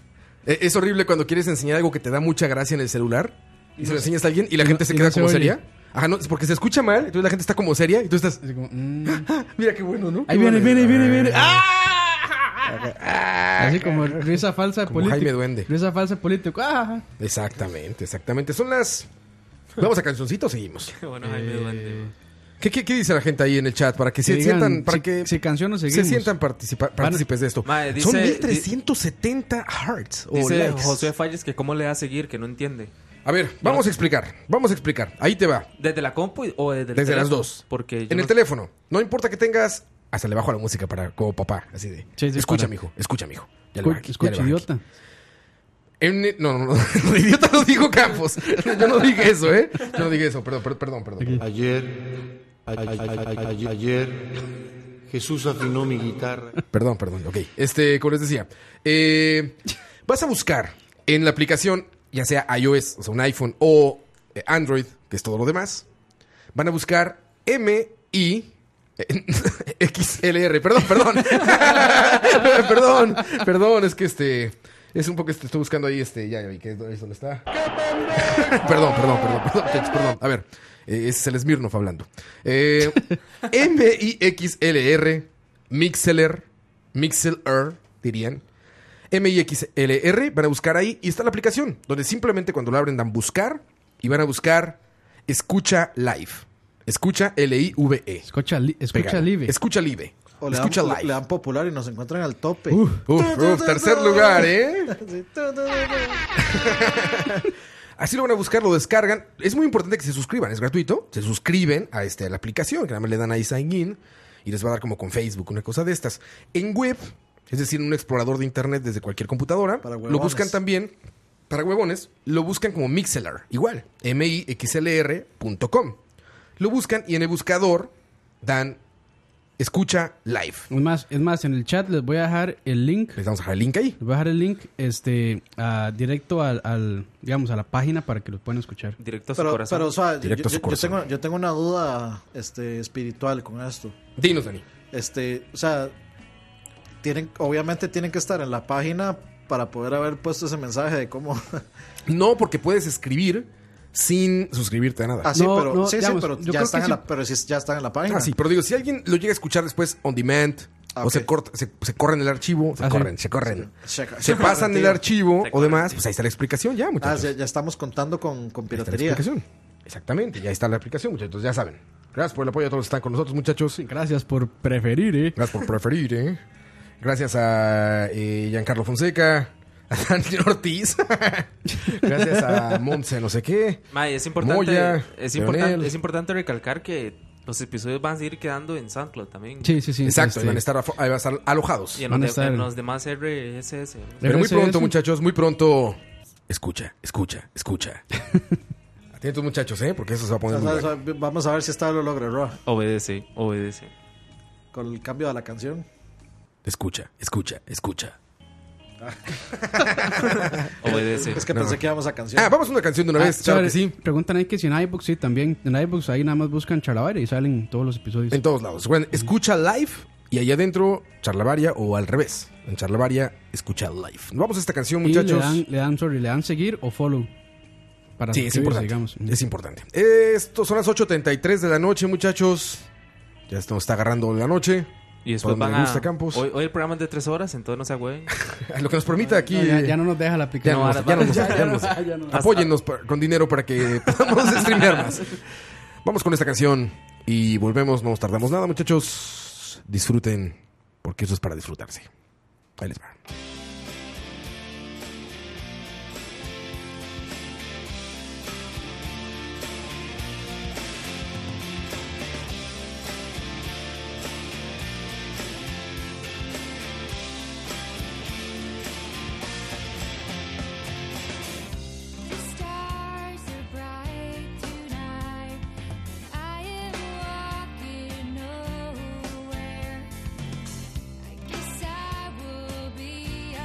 Eh, es horrible cuando quieres enseñar algo que te da mucha gracia en el celular y se lo enseñas a alguien y la y no- gente se y queda no se como oye. seria. Ajá, no, es porque se escucha mal, entonces la gente está como seria y tú estás. Así como, mm. Mira qué bueno, ¿no? Qué Ahí viene, bueno. viene, viene, viene. Ah. ¡Ah! Así como risa falsa de Como político. Jaime Duende. Risa falsa de político. Ah, Exactamente, exactamente. Son las. Vamos a cancioncito, seguimos. Bueno, Jaime Duende, man. ¿Qué, qué, qué dice la gente ahí en el chat? Para que se Que digan sientan, para si- que si canción o se seguimos. sientan participa- partícipes de esto. Mae, Son dice- 1370 hearts. O Dice likes. José Falles que cómo le da a seguir, que no entiende. A ver, vamos a explicar, vamos a explicar. Ahí te va. ¿Desde la compu y- o desde el Desde las teléfono? dos. Porque yo en el no- teléfono. No importa que tengas. Hasta le bajo la música para como papá. Así de. Sí, sí, escucha, para- mijo. Escucha, mijo. Ya le Escu- bajé, ya Escucha, le bajé. idiota. En- no, no, no. idiota no digo Campos. Yo no dije eso, ¿eh? Yo no dije eso. Perdón, per- perdón, perdón. Ayer, a- a- a- a- ayer, Jesús afinó mi guitarra. Perdón, perdón. Ok. Este, como les decía, eh, vas a buscar en la aplicación, ya sea iOS, o sea, un iPhone o eh, Android, que es todo lo demás, van a buscar M I XLR. Perdón, perdón. perdón, perdón. Es que este es un poco este, estoy buscando ahí este ya ya vi que es donde es donde está. perdón, perdón, perdón, perdón, chicos, perdón. A ver, eh, ese es el Smirnoff hablando. Eh, MIXLR, Mixler, Mixler, dirían. MIXLR, van a buscar ahí y está la aplicación, donde simplemente cuando la abren dan buscar y van a buscar Escucha Live. Escucha L-I-V-E. Escucha, li- escucha Pegado. Live. Escucha Live. O le dan, escucha le- Live. le dan popular y nos encuentran al tope. Uf, uf, tercer lugar, ¿eh? Sí, tu, tu, tu. Así lo van a buscar, lo descargan. Es muy importante que se suscriban, es gratuito. Se suscriben a, este, a la aplicación, que nada más le dan ahí sign in y les va a dar como con Facebook, una cosa de estas. En web, es decir, en un explorador de internet desde cualquier computadora, Para lo huevones. buscan también, para huevones, lo buscan como Mixlr, igual, mixlr.com. Lo buscan y en el buscador dan escucha live. Es más, es más, en el chat les voy a dejar el link. Les vamos a dejar el link ahí. Les voy a dejar el link este, a- directo al, al- digamos, a la página para que los puedan escuchar. Directo a su Pero, corazón. pero o sea, yo, Directo a su yo- yo corazón. tengo, yo tengo una duda este, espiritual con esto. Dinos, Dani. Este, o sea, tienen, obviamente tienen que estar en la página para poder haber puesto ese mensaje de cómo. No, porque puedes escribir sin suscribirte a nada. Así, No, pero, no, sí, sí, digamos, pero yo creo ya que están en sí. la, pero sí, ya están en la página. Ah, sí, pero digo, si alguien lo llega a escuchar después on demand, Ah, o ok. se, corta, se, se corren el archivo, se Ah, sí. corren, se corren. Se- Se pasan el tío. archivo Se o corren, demás, sí. pues ahí está la explicación ya, Ah, muchachos. ya, ya estamos contando con, Ahí está con la piratería. explicación. Exactamente, ya está la aplicación, muchachos, ya saben. Gracias por el apoyo a todos los que están con nosotros, muchachos. y Gracias por preferir, eh. Gracias por preferir, ¿eh? Gracias a eh, Giancarlo Fonseca, a Daniel Ortiz, gracias a Monse, no sé qué. Mae, es importante, Moya, Leonel. es, importante, es importante recalcar que los episodios van a seguir quedando en SoundCloud también. Sí, sí, sí. Exacto, este, van a estar, afo- ahí van a estar alojados. Y en, Van a los, de- estar- en los demás RSS. ¿no? Pero muy RSS. pronto, muchachos, muy pronto. Escucha, escucha, escucha. Atentos, muchachos, ¿eh? Porque eso se va a O poner sea, muy o bueno. sea, Vamos a ver si esta lo logra Roa Obedece, obedece. con el cambio de la canción. Escucha, escucha, escucha. Obedece. Es que No. pensé que íbamos a canción. Ah, vamos a una canción de una Ah, vez, claro sobre- que sí. Preguntan ahí que si en iBooks sí también. En iBooks ahí nada más buscan Chalabaria y salen todos los episodios. En todos lados. Recuerden, escucha live y allá adentro, charlavaria o al revés. En charlavaria, escucha live. Vamos a esta canción, y le muchachos. dan, le dan, sorry, le dan seguir o follow. Para Sí, es suscribirse, importante. digamos. Es importante. Esto son las 8.33 de la noche, muchachos. Ya esto nos está agarrando la noche. Y después Por donde van le a... gusta Campos. Hoy, hoy el programa es de tres horas, entonces no se agüen. Lo que nos permita aquí. No, ya, ya no nos deja la Ya aplicación. no, nos- ya no nos- Ah, ya no nos- Apóyennos pa- con dinero para que podamos streamear más. Vamos con esta canción y volvemos. No nos tardamos nada, muchachos. Disfruten, porque eso es para disfrutarse. Ahí les va. The stars are bright tonight. I am walking nowhere. I guess I will be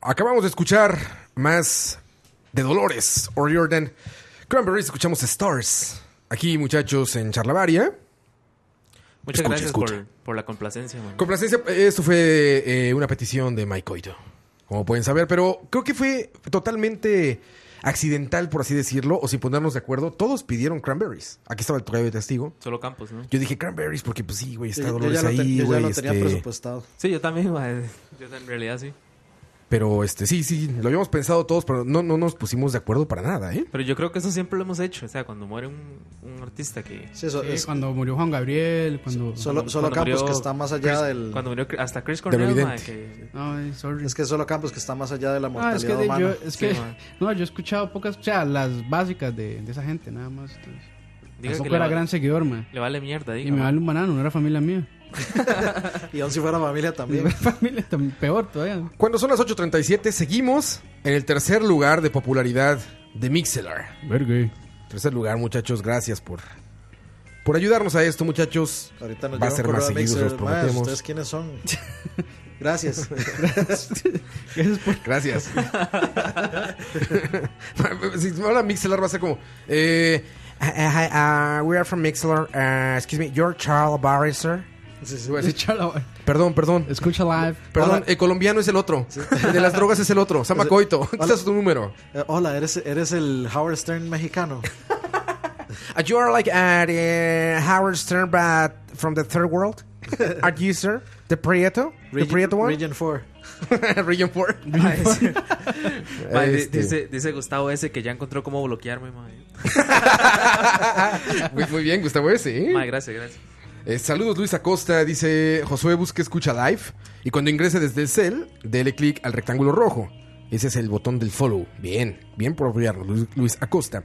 Acabamos de escuchar más de Dolores o Jordan. Cranberries, escuchamos Stars. Aquí, muchachos, en Charlavaria. Muchas Escucha, gracias escucha. Por, por la complacencia, man. Complacencia, esto fue eh, una petición de Mike Coito, como pueden saber, pero creo que fue totalmente accidental, por así decirlo, o sin ponernos de acuerdo. Todos pidieron cranberries. Aquí estaba el prueba de testigo. Solo Campos, ¿no? Yo dije cranberries porque, pues sí, güey, está Yo- yo ya Dolores lo ten- yo ahí, ya güey. lo tenía este, presupuestado. Sí, yo también, man. Yo en realidad sí. pero, este, sí, sí, lo habíamos pensado todos, pero no, no nos pusimos de acuerdo para nada, ¿eh? Pero yo creo que eso siempre lo hemos hecho. O sea, cuando muere un, un artista que... Sí, eso Sí, es- cuando murió Juan Gabriel, cuando... Solo, solo cuando Campos murió que está más allá Chris- del. Cuando murió Cri- hasta Chris Del Cornell, vidente. man, que- Ay, sorry. Es que solo Campos que está más allá de la Ah, mortalidad es que, de- humana. yo, es que Sí, man. no, yo he escuchado pocas, o sea, las básicas de, de esa gente, nada más. entonces. Diga que Tampoco le era va- gran seguidor, man. Le vale mierda, diga, Y me man. vale un banano, no era familia mía. y aun si fuera familia también. familia tam- peor todavía. Cuando son las 8.37, seguimos en el tercer lugar de popularidad de Mixelar. Vergue. Tercer lugar, muchachos, gracias por, por ayudarnos a esto, muchachos. Ahorita nos Va a llega un ser correo más de seguido, se Mixer, los "Mae, prometemos. ¿Ustedes quiénes son? Gracias. Gracias. si ahora Mixelar va a ser como. eh, "Ah, ah, ah, we are from Mixelar. ah, excuse me, you're Charles Barrister. Voy a decir, Perdón, perdón. Escucha live. Perdón, Hola. el colombiano es el otro. El de las drogas es el otro. Samacoito. Hola. Este es tu número. Eh, hola, eres, eres el Howard Stern mexicano. Uh, you are like uh, the Howard Stern, but from the third world. Are you, sir? The Prieto? The Region- Prieto one? Region 4. Region 4. Man, di- Este. dice, dice Gustavo ese que ya encontró cómo bloquearme, man. Muy, muy bien, Gustavo, ese. ¿eh? Man, gracias, gracias. Eh, saludos Luis Acosta, dice Josué busque escucha live y cuando ingrese desde el cel, dele clic al rectángulo rojo. Ese es el botón del follow. Bien, bien por apoyarnos, Luis, Luis Acosta.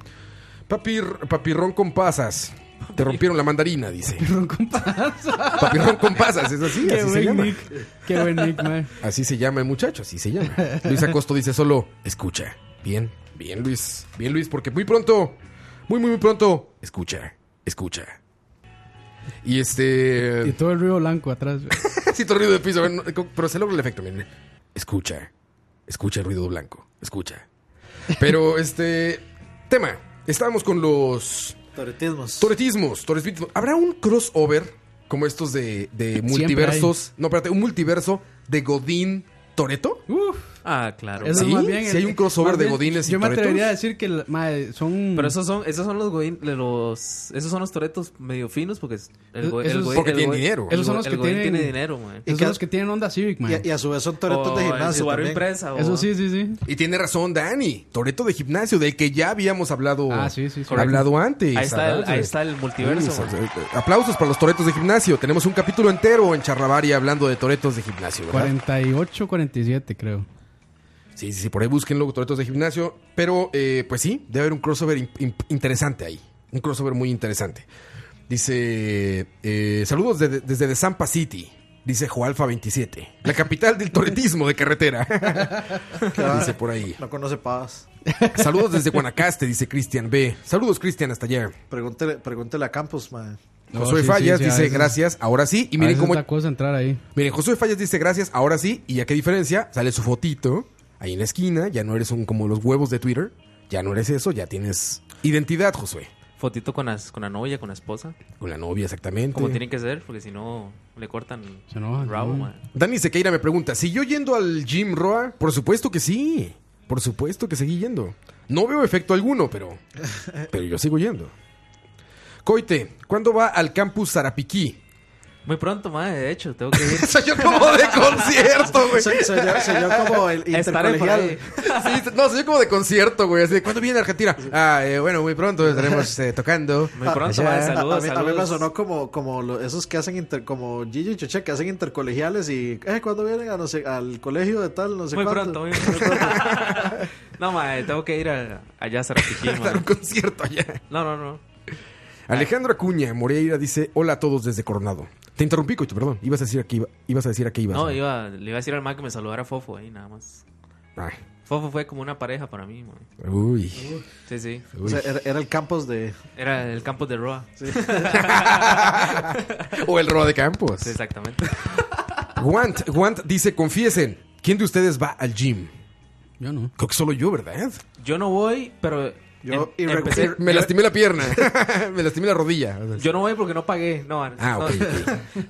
Papir- papirrón con pasas. Te rompieron la mandarina, dice. Papirrón con pasas. Papirrón con pasas, es así, Qué así se buen llama. Nick. Qué buen Nick, man. Así se llama el muchacho, así se llama. Luis Acosta dice solo, escucha. Bien, bien Luis, bien Luis, porque muy pronto, muy, muy, muy pronto, escucha, escucha. Y este... Y todo el ruido blanco atrás. güey. Siento ruido de piso, a ver, no, co- pero se logra el efecto, miren. Escucha, escucha el ruido blanco, escucha. Pero este tema, estábamos con los Toretismos. toretismos, toretismos. ¿Habrá un crossover como estos de, de multiversos? No, espérate, un multiverso de Godín Toreto? Uf. Ah, claro. Eso ¿Sí? es más bien ¿Sí el- hay un crossover más de bien, godines y Yo me toretos? atrevería a decir que la- mae, son. Pero esos son, esos son los godín- los, esos son los toretos medio finos porque es- el, go- el Esos- godín- Porque el tienen godín- dinero. el Esos son go- los el que godín tienen- tiene dinero, man. esos que- son los que tienen onda Civic, man. Y, y a su vez son toretos O de Oh, el gimnasio. Subaru también. Impresa, o- Eso sí, sí, sí. Y tiene razón Dani, Toreto de gimnasio, del que ya habíamos hablado, Ah, sí, sí, sí. hablado antes. Ahí está, el, ¿verdad? ahí está el multiverso, man. Aplausos para los toretos de gimnasio. Tenemos un capítulo entero en Charlavaria hablando de toretos de gimnasio, ¿verdad? 48, 47, creo. Sí, sí, sí, por ahí búsquenlo, toretos de gimnasio. Pero, eh, pues sí, debe haber un crossover in- in- interesante ahí. Un crossover muy interesante. Dice, eh, saludos de- desde de Zampa City. Dice Joalfa 27, la capital del toretismo de carretera. Que va- dice por ahí. No conoce paz. Saludos desde Guanacaste, dice Cristian B. Saludos, Cristian, hasta allá. Pregúntele, pregúntele a Campos, man. No, Josué sí, Fallas sí, sí, a dice veces- gracias, ahora sí. Y Y miren cómo Es la cosa entrar ahí. Miren, Josué Fallas dice gracias, ahora sí, y a qué diferencia, sale su fotito ahí en la esquina, ya no eres un como los huevos de Twitter, ya no eres eso, ya tienes identidad, Josué. Fotito con las- con la novia, con la esposa. Con la novia, exactamente. Como tienen que ser, porque si no le cortan Se enojan, el rabo, ¿no? man. Dani Sequeira me pregunta, ¿siguió yendo al gym Roa? Por supuesto que sí, por supuesto que seguí yendo. No veo efecto alguno, pero, pero yo sigo yendo. Coite, ¿cuándo va al campus Zarapiquí? Muy pronto, man, de hecho, tengo que ir. Soy yo como de concierto, güey. Soy, soy yo, soy yo como el Estaré por intercolegial. ahí. Sí, no, soy como de concierto, güey. Así de, ¿cuándo viene Argentina? Ah, eh, bueno, muy pronto estaremos eh, tocando. Muy pronto, Allá. man, A- a, saludos, mí, a mí saludos. me sonó como, como lo- esos que hacen inter, como Gigi y Choche que hacen intercolegiales y eh, cuando vienen a no sé, al colegio de tal, no sé muy cuánto. pronto, muy pronto. no, man, tengo que ir a, allá a Zarapiquí, man. Dar un concierto allá. No, no, no. Alejandro Acuña Moreira dice: Hola a todos desde Coronado. Te interrumpí, Coito, perdón. Ibas a decir a qué, iba- ibas a decir a qué ibas. No, iba, le iba a decir al man que me saludara Fofo ahí, nada más. Ay, Fofo fue como una pareja para mí, man. uy. Sí, sí. uy. O sea, era, era el campus de. Era el campo de Roa. Sí, o el Roa de Campos. exactamente. Guant, Guant dice: Confiesen, ¿Quién de ustedes va al gym? Yo no. Creo que solo yo, ¿verdad? Yo no voy, pero. em- Em- empecé- me yo- lastimé la pierna. me lastimé la rodilla. Yo no voy porque no pagué. No, Ah, no, ok,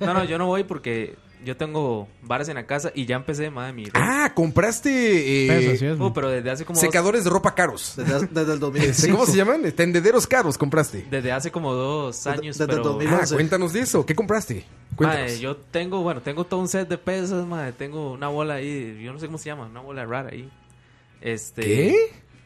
no, no, yo no voy porque yo tengo bares en la casa y ya empecé, madre mía. Ah, compraste. eh, Uh, pero desde hace como. secadores de ropa caros. Desde, el Este, ¿Cómo se llaman? Tendederos caros compraste. Desde hace como dos años. pero, Ah, cuéntanos de eso. ¿Qué compraste? Cuéntanos. Madre, yo tengo, bueno, tengo todo un set de pesas, madre. Tengo una bola ahí, yo no sé cómo se llama, una bola rara ahí. Este, ¿Qué?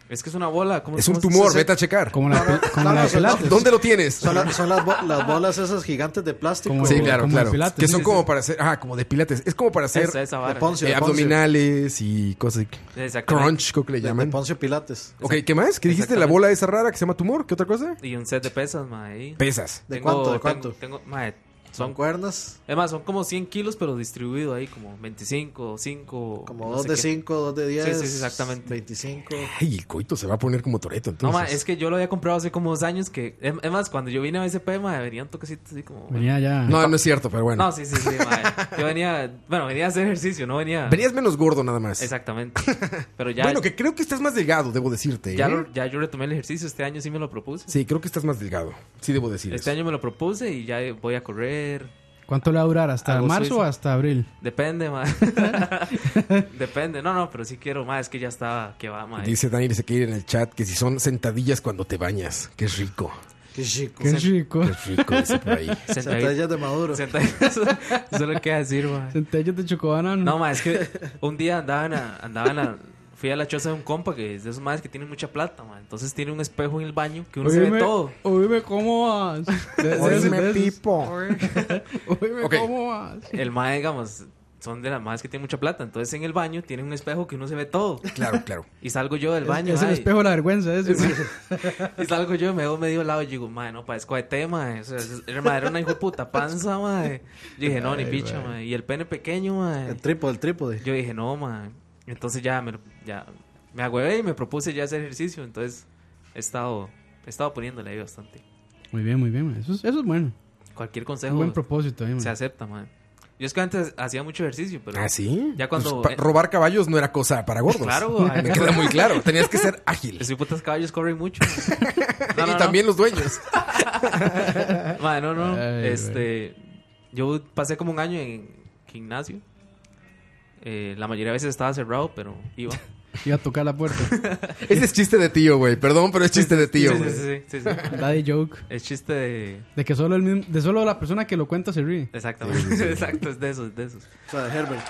Es que es una bola. ¿cómo, Es un cómo se- tumor, se- vete a checar. Como la, como no, la no, de son- Pilates. ¿Dónde lo tienes? Son, la- son las, bo- las bolas esas gigantes de plástico. Como- Sí, claro, como claro. de pilates, que son sí, como sí. para hacer. Ah, como de pilates. Es como para hacer Esa, esa vara. De Poncio, eh, de Poncio. abdominales y cosas. Exactamente. Crunch, creo que le De, de llaman. Poncio Pilates. Ok, ¿qué más? ¿Qué dijiste? La Exactamente. bola esa rara que se llama tumor. ¿Qué otra cosa? Y un set de pesas, madre. ahí. Pesas. ¿De Tengo- cuánto? ¿De tengo- cuánto? Tengo, madre, Son son, cuerdas. es más, son como 100 kilos, pero distribuido ahí, como 25, 5. Como no dos sé de qué. 5, dos de 10. Sí, sí, sí, exactamente. 25. Ay, el coito se va a poner como Toreto No, entonces. ma, es que yo lo había comprado hace como dos años que... Es es más, cuando yo vine a BCP, ma, venían toquecitos así como... Venía ya. no, no es cierto, pero bueno. No, sí, sí, sí, ma, eh. Yo venía... Bueno, venía a hacer ejercicio, no venía... Venías menos gordo nada más. Exactamente. Pero ya... Bueno, que creo que estás más delgado, debo decirte. ya, ¿eh? lo- ya yo retomé el ejercicio, este año sí me lo propuse. Sí, pues. creo que estás más delgado. Sí, debo decir Este eso. año me lo propuse y ya voy a correr. ¿Cuánto le va a durar? ¿Hasta Algo marzo suizo. o hasta abril? Depende, ma. Depende. No, no, pero sí quiero, ma. Es que ya estaba... Que va, ma. eh. Dice Daniel Ezequiel en el chat que si son sentadillas cuando te bañas. Qué rico. Qué chico. Qué rico. Qué rico dice por ahí. Sentadilla. Centellas de Maduro. Sentadilla. Solo queda decir, ma. Centellos de chocobanano. No, ma, es que un día andaban a, andaban a- fui a la choza de un compa que es de esos madres que tienen mucha plata, ma. Entonces tiene un espejo en el baño que uno se ve todo. Oíme cómo vas. De- de- Oíme, de- de- Pipo. Oíme Ok. cómo vas. El ma, digamos, son de las madres que tienen mucha plata. Entonces en el baño tiene un espejo que uno se ve todo. Claro, claro. Y salgo yo del baño, es el ma, y- espejo de la vergüenza. ese, ma. y salgo yo y me veo medio lado y digo, ma, no, parezco de tema. O sea, es- era, ma, era una hijo de puta panza, ma. Yo dije, no, ni picha, ma. Y el pene pequeño, ma. El trípode, el trípode. Yo dije, no, man. Entonces ya me, lo- ya me agüevé y me propuse ya hacer ejercicio. Entonces he estado, he estado poniéndole ahí bastante. Muy bien, muy bien. ma. Eso es, eso es bueno. Cualquier Un consejo buen propósito. eh, ahí, ma. se acepta, man. Yo es que antes hacía mucho ejercicio, pero. mm. ¿Ah, sí? Ya cuando- Pues, pa- robar caballos no era cosa para gordos. Claro, güey. Me queda muy claro. Tenías que ser ágil. Los putas caballos corren mucho. man. No, no, y no. también los dueños. Man, no, no. Ay, este. Yo pasé como un año en gimnasio. Eh, la mayoría de veces estaba cerrado, pero iba. Iba a tocar la puerta. Ese es chiste de tío, güey. Perdón, pero es chiste de tío. sí, sí, güey. sí, sí, sí, sí. Daddy joke. El chiste de. De que solo, el mismo- de solo la persona que lo cuenta se ríe. Exactamente. Exacto, es de esos, es de esos. O sea, de Herbert.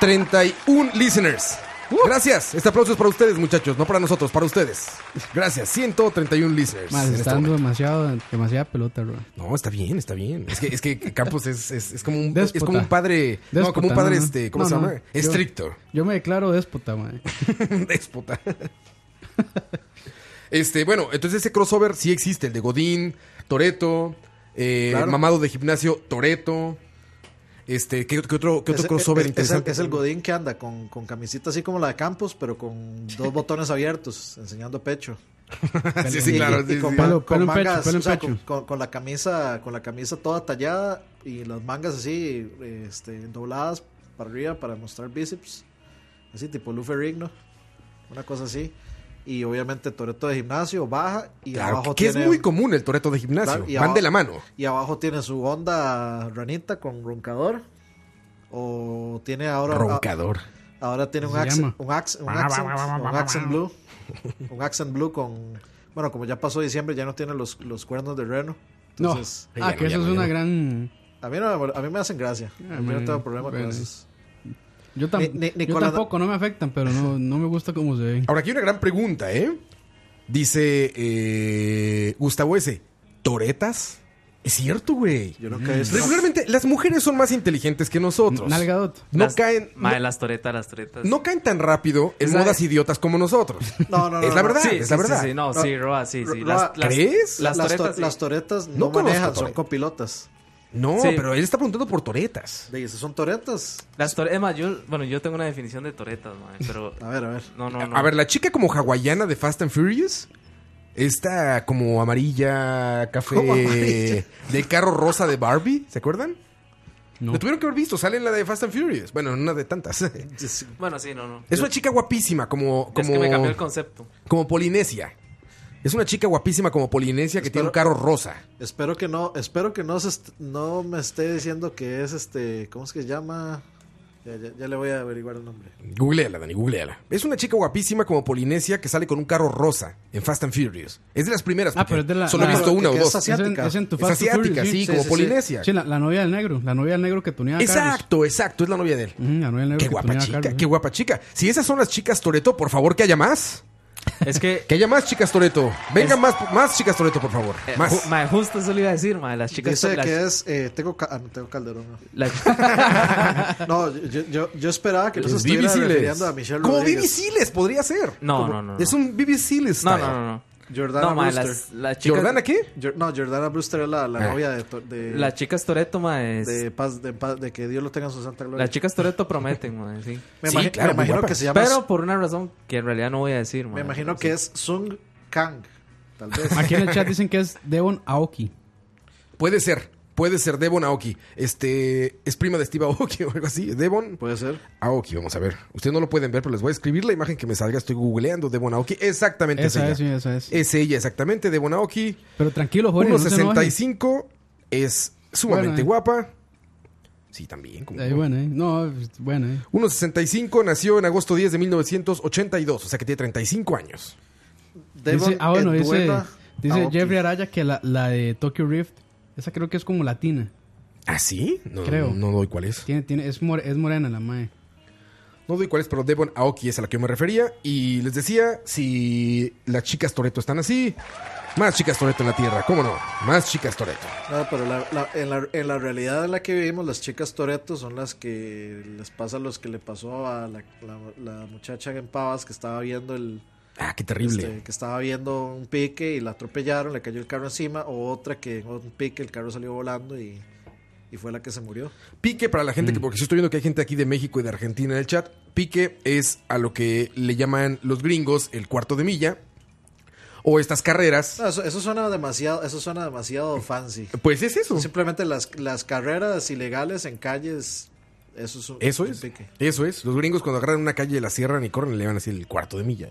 131 listeners. Uh. Gracias. Este aplauso es para ustedes, muchachos. No para nosotros, para ustedes. Gracias. 131 listeners. Más, en se este está dando momento. demasiado, demasiada pelota, bro. No, está bien, está bien. Es que, es que Campos es, es, es como un Déspota. es como un padre, no, Déspota, como un padre no, no. este, ¿cómo No, se no. llama? Yo- Estricto, Yo me declaro déspota, madre. déspota. Este, bueno, entonces ese crossover sí existe, el de Godín, Toreto, eh, Claro. mamado de gimnasio, Toreto. Este, ¿qué, qué otro, qué otro Ese- crossover es- es el- interesante? Es el, Godín que anda con, con camisita así como la de Campos, pero con dos botones abiertos, enseñando pecho. sí, sí, Y- claro, y- sí, y con, sí. ma- Pelo- con pelo en pecho, mangas, pelo en o sea, pecho. con, con- con la camisa, con la camisa toda tallada y las mangas así, este, dobladas para arriba para mostrar bíceps, así tipo Luffy Rigno, una cosa así. Y obviamente Toreto de gimnasio baja y Claro, abajo que tiene es muy común el Toreto de gimnasio, Claro, y van de abajo- la mano. y abajo tiene su onda ranita con roncador. O tiene ahora. Roncador. a- ahora tiene un Se accent, llama. un, accent, un, accent, un accent blue. Un accent blue con. Bueno, como ya pasó diciembre, ya no tiene los, los cuernos de reno. No. Entonces, Ya ah, no, que ya eso no, es ya una no. gran. a, mí no me, a mí me hacen gracia. yo no man, tengo problema bueno. con esos. Yo, tam- Ni- ni- ni yo con la- tampoco, no me afectan, pero no, no me gusta cómo se ven. Ahora aquí hay una gran pregunta, ¿eh? Dice eh, Gustavo S. ¿Toretas? Es cierto, güey. Yo nunca he mm. visto. Regularmente las mujeres son más inteligentes que nosotros. Nalgadot. No Las- caen. Madre, no- las toretas, las toretas. no caen tan rápido en Esa- modas idiotas como nosotros. No, no, no. Es la no. verdad. Sí, es sí, la sí, verdad. sí, no, Ro- sí, Roa, sí, sí. Ro- Las, las- ¿Crees? Las, toretas, sí. las toretas No no, conozco manejan, son toreta. copilotas. No, Sí. pero él está preguntando por toretas. De son toretas. Las tore- es más, yo, bueno, yo tengo una definición de toretas, madre, pero... A ver, a ver. No, no, no. A ver, la chica como hawaiana de Fast and Furious. Esta como amarilla, café, ¿Cómo amarilla? de carro rosa de Barbie, ¿se acuerdan? Lo tuvieron que haber visto. Sale en la de Fast and Furious. Bueno, en una de tantas. Es- Bueno, sí, no, no. una chica guapísima, como. como Es que me cambió el concepto. Como Polinesia. Es una chica guapísima como Polinesia que tiene un carro rosa. Espero que no, espero que no, se est- no me esté diciendo que es este, ¿cómo es que se llama? Ya, ya- ya le voy a averiguar el nombre. Googleala, Dani, googleala. Es una chica guapísima como Polinesia que sale con un carro rosa en Fast and Furious. Es de las primeras. Ah, porque pero es de la. Solo he la- visto una o dos. Es en, es en tu Fast and asiática, Furious, sí, como Polinesia. Sí, la, la novia del negro. La novia del negro que tuneaba carros. Exacto, exacto, es la novia de él. la novia del negro Qué que guapa tuneaba chica, carros, qué guapa chica. Si esas son las chicas Toreto, por favor, que haya más. Es que. Que haya más chicas Toreto. Vengan más, más chicas Toreto, por favor. Eh, Más. ju- mae, justo eso le iba a decir, mae, las chicas. Dice las- que es, eh, tengo, ca- ah, no, tengo Calderón. ¿no? la- No, yo, yo, yo esperaba que no Es se estuviera Vivi Siles. refiriendo a Michelle Como Rodríguez. Vivi Siles podría ser. No, Como- no, no, no. Es un Vivi Siles No, style. no, no, no. Jordana No, mae, Brewster. las- las chicas- ¿Jordana qué? Jor- no, Jordana Brewster es la, la Eh. Ah. novia de, to- de, Las chicas Toreto, mae. es- de, paz, de, paz- de que Dios lo tenga en su santa gloria. Las chicas Toreto prometen, mae, sí. Me Sí, imagi- claro, me muy imagino guapas. que se llama- Pero por una razón que en realidad no voy a decir, mae. Me imagino que es Sung Kang, tal vez. Aquí en el chat dicen que es Devon Aoki. Puede ser. Puede ser Devon Aoki. Este es prima de Steve Aoki o algo así. Devon. Puede ser. Aoki, vamos a ver. Ustedes no lo pueden ver, pero les voy a escribir la imagen que me salga. Estoy googleando Devon Aoki. Exactamente Esa es es, sí, ella. esa es. Es ella, exactamente. Devon Aoki. Pero tranquilo, Jorge. 1.65. es sumamente Bueno, eh. guapa. Sí, también. como- No, se enoje. Eh, bueno, eh. No, es- bueno. eh. 1.65. Nació en agosto 10 de 1982. O sea que tiene 35 años. Dice, ah, bueno, dice, Eduela dice Aoki. Jeffrey Araya que la, la de Tokyo Rift, esa creo que es como latina. ¿Ah, sí? No, Creo. no doy cuál es. Tiene, tiene, es, more- es morena la mae. No doy cuál es, pero Devon Aoki es a la que yo me refería. Y les decía, si las chicas Toreto están así, más chicas Toreto en la Tierra, ¿cómo no? Más chicas Toreto. No, pero la- la- en, la, en la realidad en la que vivimos, las chicas Toreto son las que les pasa los que le pasó a la, la- la muchacha en Pavas que estaba viendo el. Ah, qué terrible. este, que estaba viendo un pique y la atropellaron, le cayó el carro encima, o otra que en un pique el carro salió volando y, y fue la que se murió. Pique para la gente, que porque si estoy viendo que hay gente aquí de México y de Argentina en el chat, pique es a lo que le llaman los gringos el cuarto de milla o estas carreras. No, eso, eso suena demasiado, eso suena demasiado fancy. Pues es eso. Simplemente las, las carreras ilegales en calles, eso es un, Eso un es. pique. Eso es. Los gringos cuando agarran una calle, la cierran y corren, le llaman así el cuarto de milla.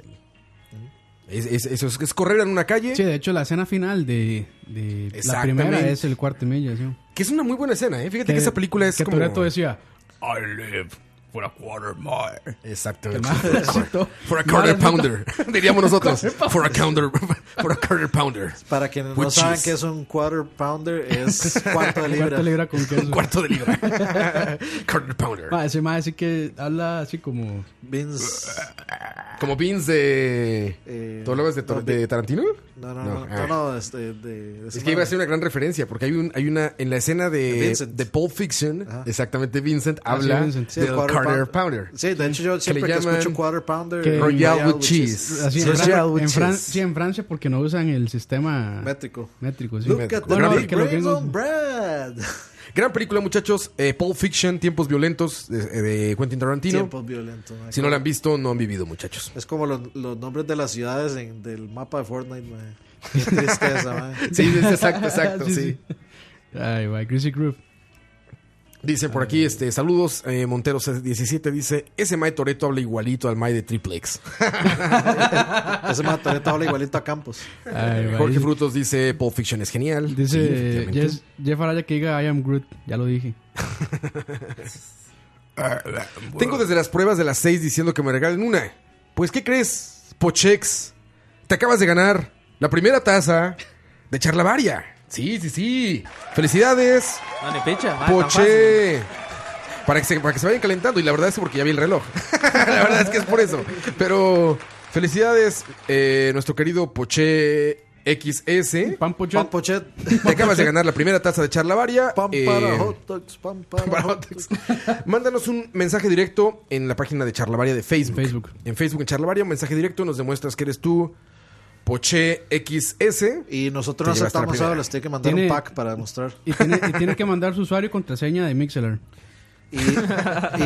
Es, es- eso es, es correr en una calle. Sí, de hecho la escena final de, de la Exactamente. primera es el cuarto millo, sí. Que es una muy buena escena, ¿eh? Fíjate que esa película es que como... Toretto decía, I live for a quarter mile. Exactamente. Qué malecito. For a quarter Malecito. pounder. Diríamos nosotros. For a counter. For a quarter pounder. Para quienes no Which saben is- qué es un quarter pounder, es cuarto de libra. cuarto libra con queso. Cuarto de libra. quarter pounder. Ma, ese mae sí que habla así como... Vince, Como pins de. eh, ¿Tú hablabas de, Tor- no, de Tarantino? No, no, no, ah. no, no, este, de, de Es que iba a ser una gran referencia, porque hay, un, hay una. En la escena de, Vincent. de Pulp Fiction, Ajá. exactamente, Vincent Ah, sí, habla Vincent. Sí, del el quarter, quarter pounder. Sí, de hecho yo le siempre que, llaman escucho quarter pounder, que- Royal with cheese. Así, en, Royal Fran- with en Fran- cheese. sí, en Francia porque no usan el sistema métrico. métrico, sí. Look at the No, no, big que los brains gringos- on bread. Gran película, muchachos. Eh, Pulp Fiction, Tiempos Violentos, de, eh, de Quentin Tarantino. Tiempos violentos. man. Si no la han visto, no han vivido, muchachos. Es como los, los nombres de las ciudades en- del mapa de Fortnite, man. Qué tristeza, man. Sí, es exacto, exacto, sí. Ay, va, Greasy Groove. Dice por aquí, este, saludos, eh, Montero 17 dice, ese Mae Toreto habla igualito al Mae de Triplex. Ese matoneta habla igualito a Campos. Ay, va, Jorge dice- Frutos dice, Pulp Fiction es genial. Sí, Dice efectivamente. Jess- Jeff Araya que diga I am Groot, ya lo dije. Tengo desde las pruebas de las 6 diciendo que me regalen una. Pues, ¿qué crees, Pochex? Te acabas de ganar la primera taza de Charlavaria. Sí, sí, sí. Felicidades, No, ni picha, mae, Ah, tan fácil. Poche. Para que, se, para que se vayan calentando. Y la verdad es que porque ya vi el reloj. la verdad es que es por eso. Pero felicidades, eh, nuestro querido Poche XS. Pan Pochón. Pan Pochet. Te acabas de ganar la primera taza de charlavaria. Pan Eh, para hot dogs, pan para, para hot hot dogs. Mándanos un mensaje directo en la página de charlavaria de Facebook. En Facebook. En Facebook, en charlavaria, un mensaje directo. Nos demuestras que eres tú, Poche XS. Te Y nosotros no llevaste la aceptamos primera. ahora, les tengo que mandar Tiene- un pack para demostrar. Y tiene, y tiene que mandar su usuario y contraseña de Mixler. Y,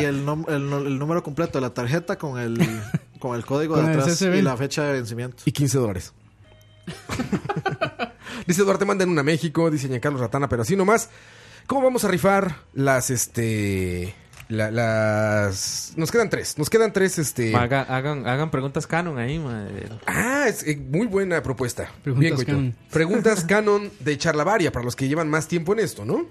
y el, nom- el, no- el número completo de la tarjeta con el, con el código Con de el atrás CCB. y la fecha de vencimiento. Y 15 dólares. Dice Duarte, manden una a México, dice Carlos Ratana, pero así nomás. ¿Cómo vamos a rifar las, este... la- las... Nos quedan tres. Nos quedan tres, este... Haga- hagan, hagan preguntas canon ahí, madre. Ah, es eh, muy buena propuesta. Preguntas Bien, Coito. canon. Preguntas canon de charlavaria para los que llevan más tiempo en esto, ¿no?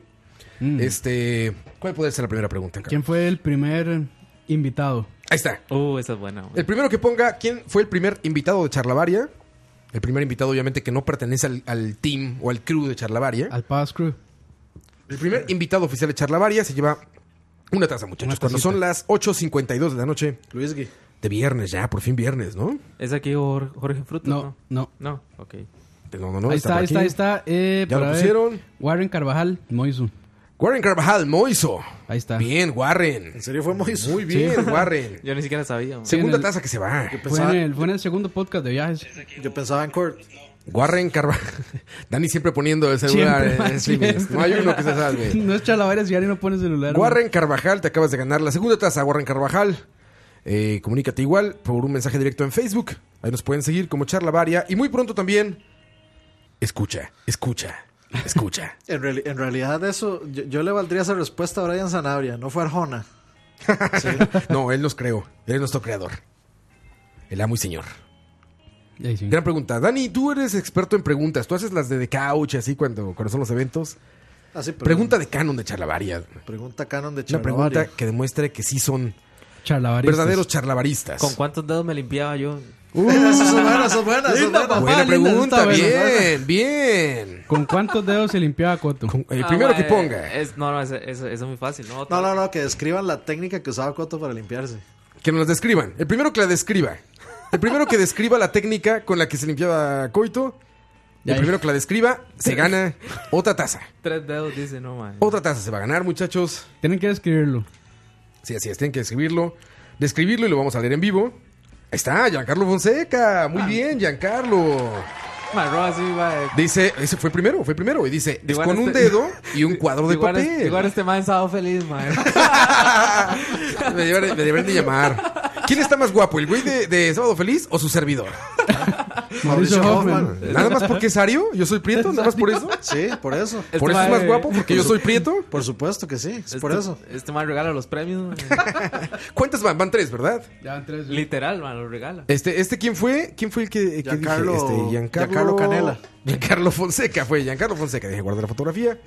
Mm. Este, ¿cuál puede ser la primera pregunta? Carlos? Mm. ¿Quién fue el primer invitado? Ahí está. Uh, esa es buena. El primero que ponga quién fue el primer invitado de Charlavaria. El primer invitado, obviamente, que no pertenece al, al team o al crew de Charlavaria. Al Paz Crew. El primer invitado oficial de Charlavaria se lleva una taza, muchachos. Una Cuando tacita. son las 8.52 de la noche. Luis De viernes ya, por fin viernes, ¿no? ¿Es aquí Jor- Jorge Fruto? No, no. No, ok. No, no, no. ahí está, por ahí está, aquí. ahí está. Eh, Ya lo para ver, pusieron. Warren Carvajal, Moiso. Warren Carvajal, Moiso. Ahí está. Bien, Warren. ¿En serio fue Moiso? Muy bien, Sí. Warren. Yo ni siquiera sabía. man. Segunda taza que se va. Fue en, el, fue en el segundo podcast de viajes. Yo pensaba en Kurt. Warren Carvajal. Dani siempre poniendo el celular Siempre, en streamings. siempre. No hay uno que se salve. No es charlavaria si ya no pone celular. Warren Carvajal, te acabas de ganar la segunda taza, Warren Carvajal. Eh, comunícate igual por un mensaje directo en Facebook. Ahí nos pueden seguir como Charla Varia. Y muy pronto también. Escucha, escucha, escucha. En, reali- en realidad eso, yo, yo le valdría esa respuesta a Brian Sanabria, no fue Arjona. no, él nos creó. Él es nuestro creador. El amo y señor. Gran pregunta. Dani, tú eres experto en preguntas. Tú haces las de, de couch, así cuando, cuando son los eventos. Ah, sí, pero- Pregunta de canon de Charlavaria. Pregunta canon de Una Charlavaria. pregunta que demuestre que sí son Charlavaristas. verdaderos charlavaristas. ¿Con cuántos dedos me limpiaba yo? Uh, Esas son buenas, son buenas, son Linda, buenas. papá, Buena linda, pregunta, está buena, bien, buena. bien. ¿Con cuántos dedos se limpiaba Coto? el Ah, mae, es- no, no, eso, eso- eso es muy fácil, ¿no? No, no, no, que describan la técnica que usaba Coto para limpiarse. Que nos describan. El primero que la describa. El primero que describa la técnica con la que se limpiaba Coito. El Ya. primero que la describa se gana otra taza. Tres dedos, dice, no, man. Otra taza se va a ganar, muchachos. Tienen que describirlo. Sí, así es, tienen que describirlo. Describirlo y lo vamos a leer en vivo. Ahí está, Giancarlo Fonseca. Ah. Muy bien, Giancarlo. Man, Roa, sí, mae. Dice, ese fue primero, fue primero. Y dice, es eh. Igual con un este- dedo y un cuadro de Igual, papel. es- igual este man estaba feliz, man. este. Me deberían, me deberían de llamar. ¿Quién está más guapo, el güey de, de Sábado Feliz o su servidor? Mauricio Hoffman. Nada más porque es Ario, yo soy Prieto, nada más por eso. Sí, por eso. ¿Por eso es más guapo? ¿Porque yo soy Prieto? Por supuesto que sí, es por Este- eso. Este man regala los premios, man. ¿Cuántas van? Van tres, ¿verdad? Ya van tres. Literal, man, los regala. Este, este ¿quién fue? ¿Quién fue el que, que Giancarlo- dije? Este, Giancarlo Canela. Giancarlo Fonseca fue Giancarlo Fonseca. Dije, guarda la fotografía.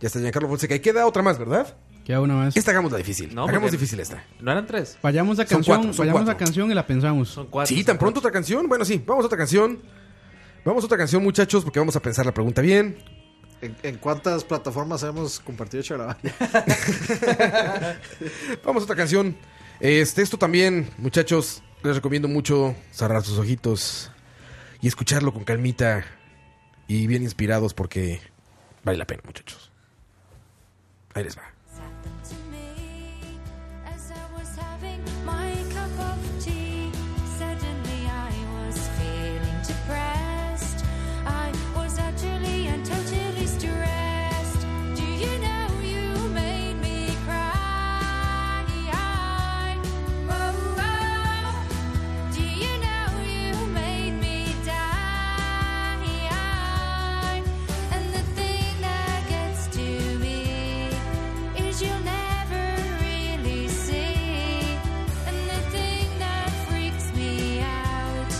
Ya está Giancarlo Fonseca. Y queda otra más, ¿verdad? Queda una más. Esta hagamos la difícil. No, hagamos porque- difícil esta. ¿No eran tres? Vayamos a Son canción, cuatro, son vayamos a cuatro. canción y la pensamos. Son cuatro. Sí, tan pronto otra canción. Bueno, sí, vamos a otra canción. Vamos a otra canción, muchachos, porque vamos a pensar la pregunta bien. ¿En, en cuántas plataformas hemos compartido Charlavaria? Vamos a otra canción. Este, esto también, muchachos, les recomiendo mucho cerrar sus ojitos y escucharlo con calmita y bien inspirados porque vale la pena, muchachos. Ahí les va. to me as I was having my cup of tea. Suddenly I was feeling depressed. I was utterly and totally stressed. Do you know you made me cry? Oh, oh. Do you know you made me die? And the thing that gets to me is you'll never really see. And the thing that freaks me out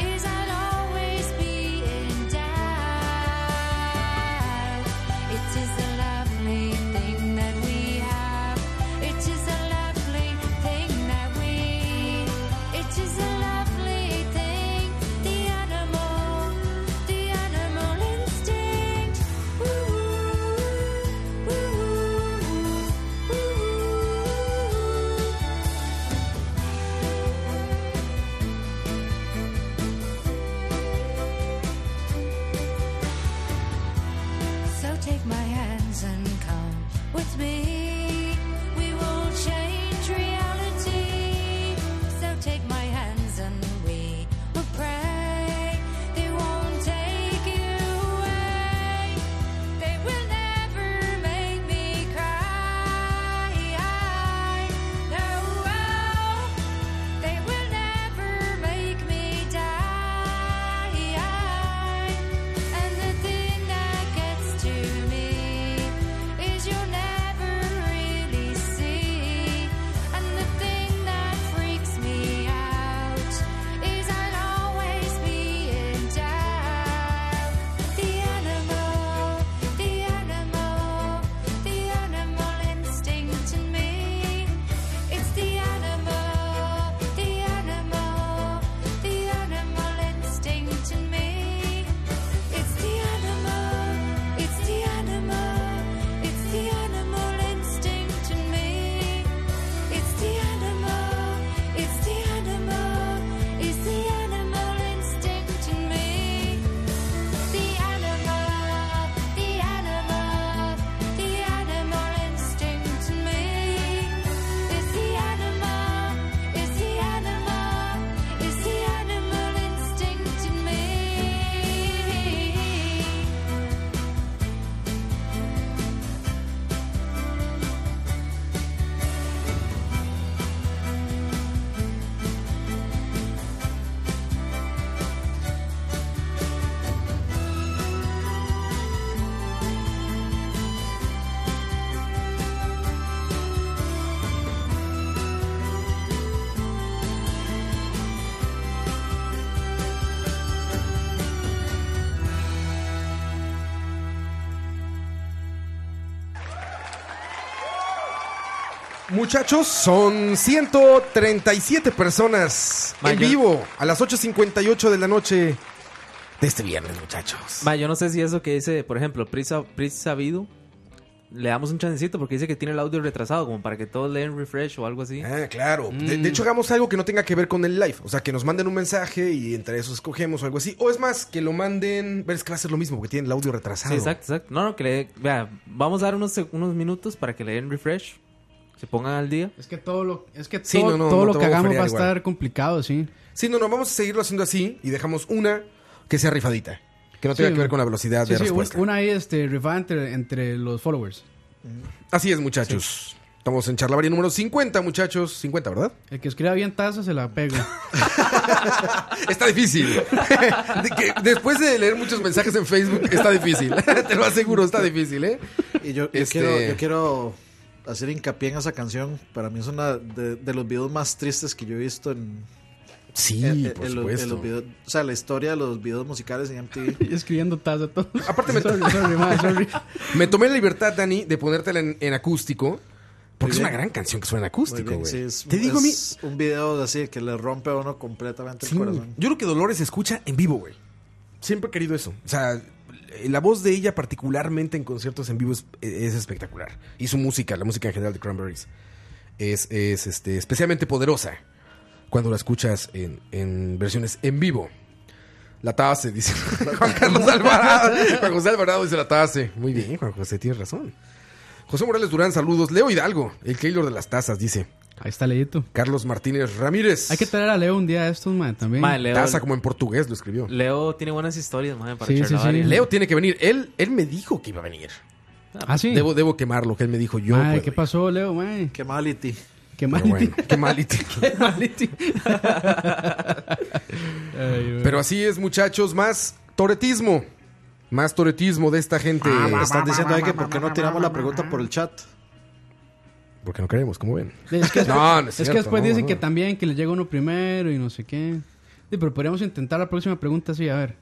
is I'll always be in doubt. It is a lovely thing that we have. It is a lovely thing that we. It is a lovely thing. The animal, the animal instinct. Ooh, ooh, ooh. So take my hands and come with me. We will change reality. So take my hands and we will pray. They won't take you away. They will never make me cry. No, oh, they will never make me die. And the thing that gets to me is you'll Muchachos, son 137 personas en Mayor- vivo a las 8.58 de la noche de este viernes, muchachos. Ma, yo no sé si eso que dice, por ejemplo, Prisa, Prisa Vidu, le damos un chancecito porque dice que tiene el audio retrasado, como para que todos leen refresh o algo así. Ah, claro. De, de hecho, hagamos algo que no tenga que ver con el live. O sea, que nos manden un mensaje y entre eso escogemos o algo así. O es más, que lo manden. Ver, es que va a ser lo mismo, porque tienen el audio retrasado. Sí, exacto, exacto. No, no, que le- vea, vamos a dar unos, seg- unos minutos para que le den refresh, se pongan al día. Es que todo lo, es que Sí, todo, no, no, todo no lo te que vamos a hagamos va a fregar igual. estar complicado, sí. Sí, no, no, vamos a seguirlo haciendo así y dejamos una que sea rifadita. Que no tenga Sí, que ver un- con la velocidad Ah, sí, de sí, un- respuesta. Una ahí este, rifada entre, entre los followers. Así es, muchachos. Estamos en charlavaria número 50, muchachos. 50, ¿verdad? El que escriba bien taza se la pega. Está difícil. De que después de leer muchos mensajes en Facebook, está difícil. Te lo aseguro, está difícil, ¿eh? Y yo, yo Este- quiero, yo quiero hacer hincapié en esa canción. Para mí es una de, de los videos más tristes que yo he visto en. Sí, por Eh, los- supuesto. los videos- o sea, la historia de los videos musicales en MTV. Y escribiendo taza todo. Aparte me, me tomé la libertad, Dani, de ponértela en, en acústico. Porque Muy es bien. una gran canción que suena en Muy acústico, bien, güey. sí, es- Te digo, mi... es un video así que le rompe a uno completamente Sí, el corazón. Yo creo que Dolores se escucha en vivo, güey. Siempre he querido eso. O sea, la voz de ella, particularmente en conciertos en vivo, es, es espectacular. Y su música, la música en general de Cranberries, es, es, este, especialmente poderosa cuando la escuchas en, en versiones en vivo. La taza, dice Juan Carlos Alvarado. Juan José Alvarado dice la taza. Muy bien, Juan José, tienes razón. José Morales Durán, saludos. Leo Hidalgo, el Keylor de las tazas, dice. Ahí está Leito. Carlos Martínez Ramírez. Hay que traer a Leo un día de estos, man, también. Ma, Leo, Taza como en portugués lo escribió. Leo tiene buenas historias, madre, para Sí, sí, charlar. sí. Leo tiene que venir. Él, él me dijo que iba a venir. ah, sí. Debo, debo quemarlo, que él me dijo yo. pues. Mae, puedo ¿qué ir. pasó, Leo, mae? Qué mal, y ti. Qué mal. Pero bueno, qué mal y te- Qué mal y ti- Pero así es, muchachos, más toretismo. Más toretismo de esta gente. Ah, Están diciendo ahí que por qué no tiramos la pregunta por el chat. Porque no queremos, como ven. Es que, No, no es es cierto, que después no, dicen no. que también que le llega uno primero y no sé qué. Sí, pero podríamos intentar la próxima pregunta así, a ver.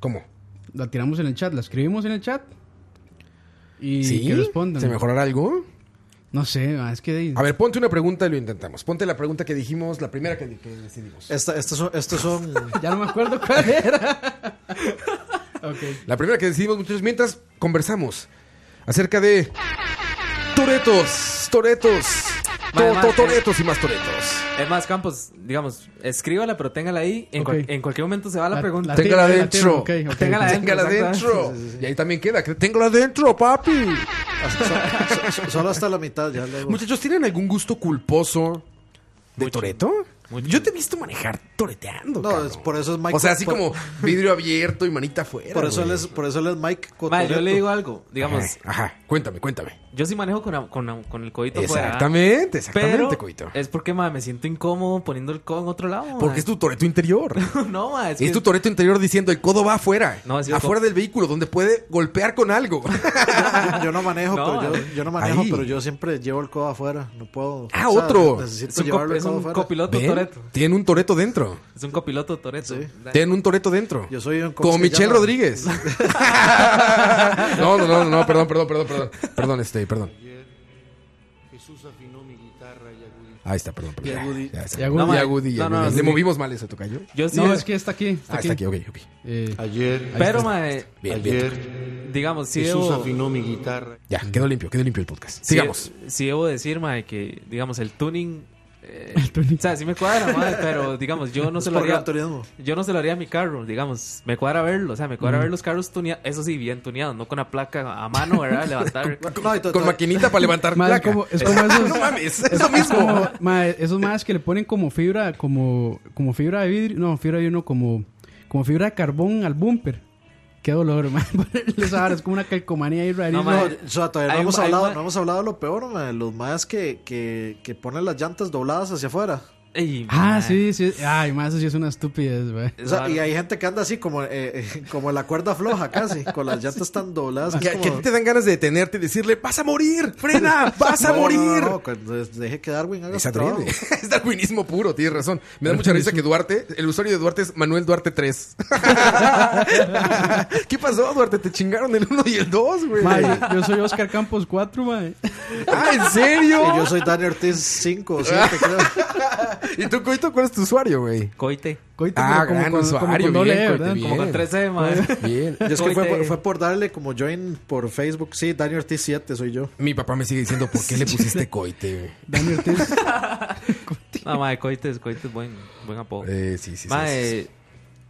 ¿Cómo? La tiramos en el chat, la escribimos en el chat. Y ¿Sí? que respondan. ¿Se mejorará algo? No sé, ma, es que A ver, ponte una pregunta y lo intentamos. Ponte la pregunta que dijimos, la primera que, que decidimos. Esta, estos son, estos son ya no me acuerdo cuál era. ok. La primera que decidimos, muchachos, mientras conversamos acerca de toretos, toretos, Madre, to- to- madre. toretos y más toretos. Es más, Campos, digamos, escríbala, pero téngala ahí. En, Ok. cual- en cualquier momento se va la, La- pregunta. la- Téngala tiro, adentro. la tiro, ok, ok. Téngala Téngala adentro. adentro. Y ahí también queda. que Téngala adentro, papi. so- so- solo hasta la mitad. Ya luego- Muchachos, ¿tienen algún gusto culposo de Mucho. Toreto? Mucho. Yo te he visto manejar toreteando. No, cabrón. es- por eso es Mike. O sea, así por- como vidrio abierto y manita afuera. Por eso, él güey. es, por eso él es Mike Madre, yo Cotoretto. le digo algo, Ajá, digamos, Ajá, cuéntame, cuéntame. yo sí manejo con, con, con el codito fuera. Exactamente, exactamente, Pero coito. es porque madre, me siento incómodo poniendo el codo en otro lado. Ah. madre. Porque es tu Toreto interior. no, madre, es, Es que- tu Toreto interior diciendo el codo va afuera. No, es que- afuera del vehículo, donde puede golpear con algo. Yo- Yo no manejo, No, pero yo, ahí. yo no manejo, Ahí. pero yo siempre llevo el codo afuera. No puedo. Ah, otro. Necesito es un, llevarlo cop- el es codo un afuera. copiloto Ven, Toreto. Tiene un Toreto dentro. Es un copiloto Toreto. Sí. Tienen un Toreto dentro. Yo soy un ¿cómo Como se Michelle llama? Rodríguez. no, no, no, no, perdón, perdón, perdón, perdón. Perdón, este, perdón. Ayer Jesús afinó mi guitarra y agudizó. Ahí está, perdón, perdón. Y Agudi. Ya, ya está. Y Agudi. Y Agudi, y No, no, Agudi. no, Le sí. movimos mal eso, tocayo. Yo sí, No, es que está aquí. Está Ah, aquí. está aquí, Ah, ok, ok. Eh, Ayer, Pero, madre, Bien, bien. ayer digamos, sí Jesús debo, afinó mi guitarra. Ya, quedó limpio, quedó limpio el podcast. sí- Sigamos. sí debo decir, madre, que, digamos, el tuning... eh, O sea, sí me cuadra, madre, pero, digamos, yo no Es se lo por haría... gran turismo. Yo no se lo haría a mi carro, digamos. Me cuadra verlo, o sea, me cuadra ver los carros tuneados. Eso sí, bien tuneados, no con la placa a mano, ¿verdad? Levantar. No, y to- Con to- maquinita para levantar Madre, placa. como- es como esos- no mames, es lo mismo. como, ma, esos más que le ponen como fibra, como, como fibra de vidrio, no, fibra de vidrio, no, como, como fibra de carbón al bumper. Qué dolor, man. Ponerle esa vara, es como una calcomanía ahí rarísima. No, ma, o sea, todavía Hay no un- hemos, hay hablado, un- no hemos hablado de lo peor, ma, de los más que, que, que ponen las llantas dobladas hacia afuera. Ey, Ah, sí, madre. sí. Ay, más eso sí es una estupidez, güey. O sea, Claro. y hay gente que anda así como, eh, eh, como la cuerda floja casi, con las llantas tan dobladas. Que, es que a como- ti te dan ganas de detenerte y decirle, vas a morir, frena, vas a No, no, morir. no, no, que de- deje que Darwin haga Es su trabajo. adrede. Es darwinismo puro, tienes razón. Me da mucha risa que Duarte, el usuario de Duarte es Manuel Duarte 3. ¿Qué pasó, Duarte? Te chingaron el 1 y el 2, güey. Ma, yo- yo soy Oscar Campos 4, mae. Ah, ¿en serio? Que yo soy Dani Ortiz 5 o 7, creo. ¿Y tú, Coito, cuál es tu usuario, güey? Coite. Coito, Ah, pero como gran con- como usuario. con doble bien, E, Coito, ¿verdad? bien. Como con 13, madre. Bien. Yo es que fue, Coite. por- fue por darle como join por Facebook. Sí, Dani Ortiz 7 soy yo. Mi papá me sigue diciendo, ¿por qué le pusiste coite? güey? Dani Ortiz. No, madre, Coite es, Coite es buen, buen apodo. Eh, sí, sí, sí. sí, Mae,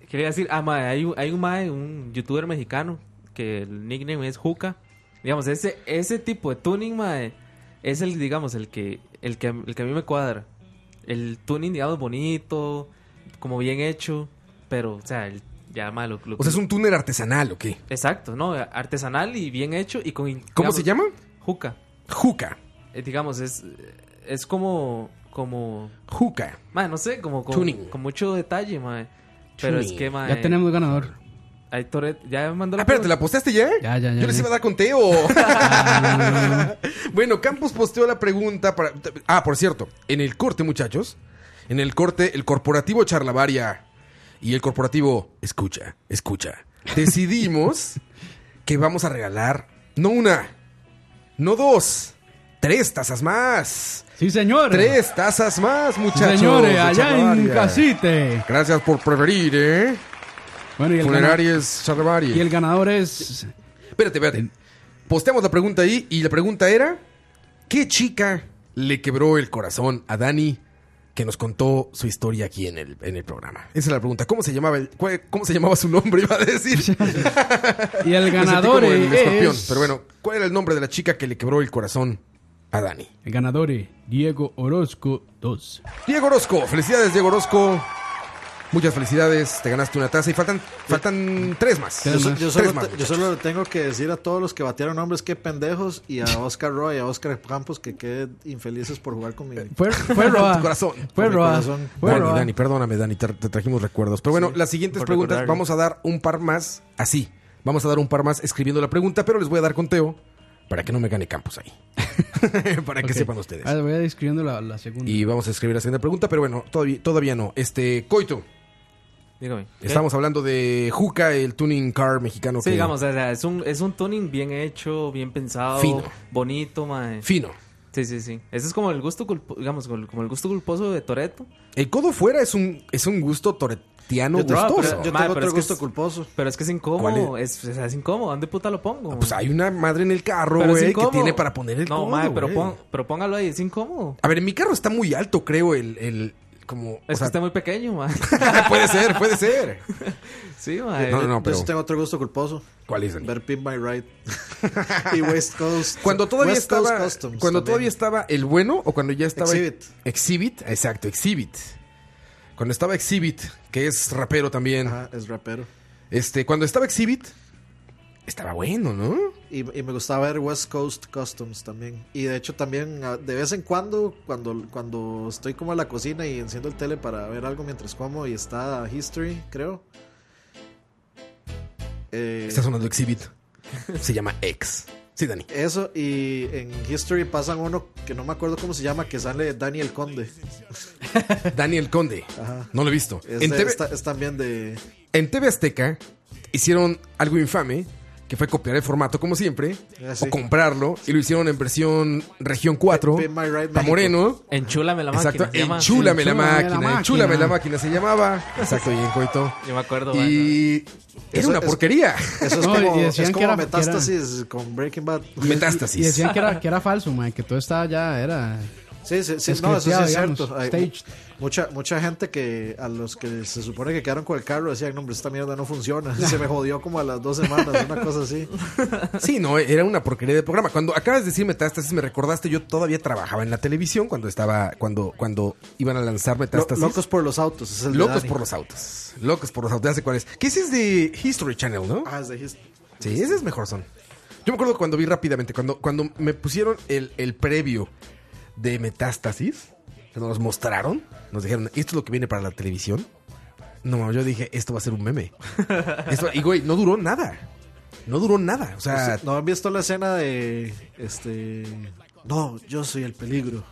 quería decir, ah, mae, hay, un- hay un mae, un youtuber mexicano que el nickname es Juca. Digamos, ese, ese tipo de tuning, mae, es el, digamos, el que, el que, el que a mí me cuadra. El tuning, digamos, bonito, como bien hecho, pero, o sea, el- ya, mae, lo, lo- O sea, es un túnel artesanal, ¿o qué? Exacto, ¿no? Artesanal y bien hecho y con... ¿Cómo digamos, se llama? Juca. Juca. Eh, digamos, es, es como, como, Juca. mae, no sé, como con, Tuning. con mucho detalle, mae. Pero es Tuning. que, mae... Ya tenemos ganador. Ahí Toret ya me mandó Ah, la espérate, ¿la pregunta. posteaste ya? Ya, ya, ya, Yo les ya. iba a dar conteo. bueno, Campos posteó la pregunta para... Ah, por cierto, en el corte, muchachos, en el corte, el corporativo Charlavaria y el corporativo Escucha, Escucha, decidimos que vamos a regalar no una, no dos, tres tazas más. Sí, señor. Tres tazas más, Sí, muchachos. de señores, allá en Charlavaria. Casite. Gracias por preferir, ¿eh? Bueno, y el, ganador, Funerarias Charlavaria. y el ganador es. Espérate, espérate. Posteamos la pregunta ahí y la pregunta era: ¿Qué chica le quebró el corazón a Dani que nos contó su historia aquí en el, en el programa? Esa es la pregunta. ¿Cómo se llamaba el- cuál- cómo se llamaba su nombre? Iba a decir. Y el Me sentí ganador como el escorpión. es. Pero bueno, ¿cuál era el nombre de la chica que le quebró el corazón a Dani? El ganador es Diego Orozco 2. Diego Orozco, felicidades, Diego Orozco. Muchas felicidades, te ganaste una taza y faltan, faltan tres más. Yo, so- yo solo, Tres más, te- yo solo le tengo que decir a todos los que batearon hombres que pendejos y a Oscar Roy y a Oscar Campos que queden infelices por jugar conmigo. Eh, Fue, fue roba. Tu corazón. Fue Por mi roba. corazón. Fue Dani, roba. Dani, perdóname, Dani, te, te trajimos recuerdos. Pero bueno, las siguientes por preguntas recordar. vamos a dar un par más así. Vamos a dar un par más escribiendo la pregunta, pero les voy a dar conteo para que no me gane campos ahí. para que Ok. sepan ustedes. Ah, voy a ir escribiendo la, la segunda. Y vamos a escribir la siguiente pregunta, pero bueno, todavía, todavía no. Este, Coito, Dígame. estamos hablando de Juca, el tuning car mexicano. Sí, que- digamos, o sea, es un, es un tuning bien hecho, bien pensado, Fino. bonito, mae. Fino. Sí, sí, sí. Ese es como el gusto culposo, digamos, como el- como el gusto culposo de Toreto. El codo fuera es un, es un gusto toretiano Yo tengo, gustoso. pero- yo Mae, tengo pero otro es que gusto es- culposo. Pero es que es incómodo, es, o sea, es incómodo. ¿Dónde puta lo pongo? Ah, Pues mae? hay una madre en el carro, Pero es güey, que incómodo. tiene para poner el No, codo, mae, pero, güey. pon- pero póngalo ahí, es incómodo. A ver, en mi carro está muy alto, creo, el... el como, Es que o sea, está muy pequeño, mae. puede ser, puede ser. sí, mae. No, no, no, Yo sí pero. tengo otro gusto culposo. ¿Cuál es el? Ver Pin My Ride y West Coast. Cuando todavía West Coast estaba. Customs Cuando también. todavía estaba el bueno o cuando ya estaba. Exhibit. Exhibit, exacto, Exhibit. Cuando estaba Exhibit, que es rapero también. Ajá, es rapero. Este, cuando estaba Exhibit, estaba bueno, ¿no? Y, y me gustaba ver West Coast Customs también. Y de hecho también a- de vez en cuando, cuando, cuando estoy como en la cocina y enciendo el tele para ver algo mientras como y está History, creo. Eh, Está sonando Exhibit. Se llama Ex. Sí, Dani. eso y en History pasan uno que no me acuerdo cómo se llama, que sale Daniel Conde. Daniel Conde. Ajá. No lo he visto. Es, en, de- este TV, está- es también de... en TV Azteca hicieron algo infame, que fue copiar el formato, como siempre, Ah, sí. o comprarlo, y lo hicieron en versión región 4, Pin My Ride Pa' México. Moreno. Enchúlame la máquina. Exacto, se llama. enchúlame la Enchúlame la máquina, máquina. enchúlame la máquina se llamaba. Exacto, y en coito. Yo me acuerdo, mae. Y era Eso una es- porquería. Eso es No, y como, es decían que como era- que era- metástasis con Breaking Bad. Y Metástasis. decían que era, que era falso, man, que todo estaba ya, era... Sí, sí, sí, Es no, eso sí creteado, es digamos, cierto. Hay staged. mu- mucha, mucha gente que a los que se supone que quedaron con el carro decían, no, hombre, esta mierda no funciona. Se me jodió como a las dos semanas, una cosa así. Sí, no, era una porquería de programa. Cuando acabas de decir Metástasis, me recordaste, yo todavía trabajaba en la televisión cuando estaba, cuando, cuando iban a lanzar Lo- Metástasis. locos por los autos, es el de Locos Dani. por los autos. Locos por los autos. Ya sé cuál es. Que ese es de History Channel, ¿no? Ah, es de Hist- Sí, ese es mejor son. Yo me acuerdo cuando vi rápidamente, cuando, cuando me pusieron el, el previo de Metástasis, que nos los mostraron, nos dijeron, esto es lo que viene para la televisión. No, yo dije, esto va a ser un meme. Esto- y güey, no duró nada. No duró nada. O sea, ¿No han visto la escena de este no, yo soy el peligro?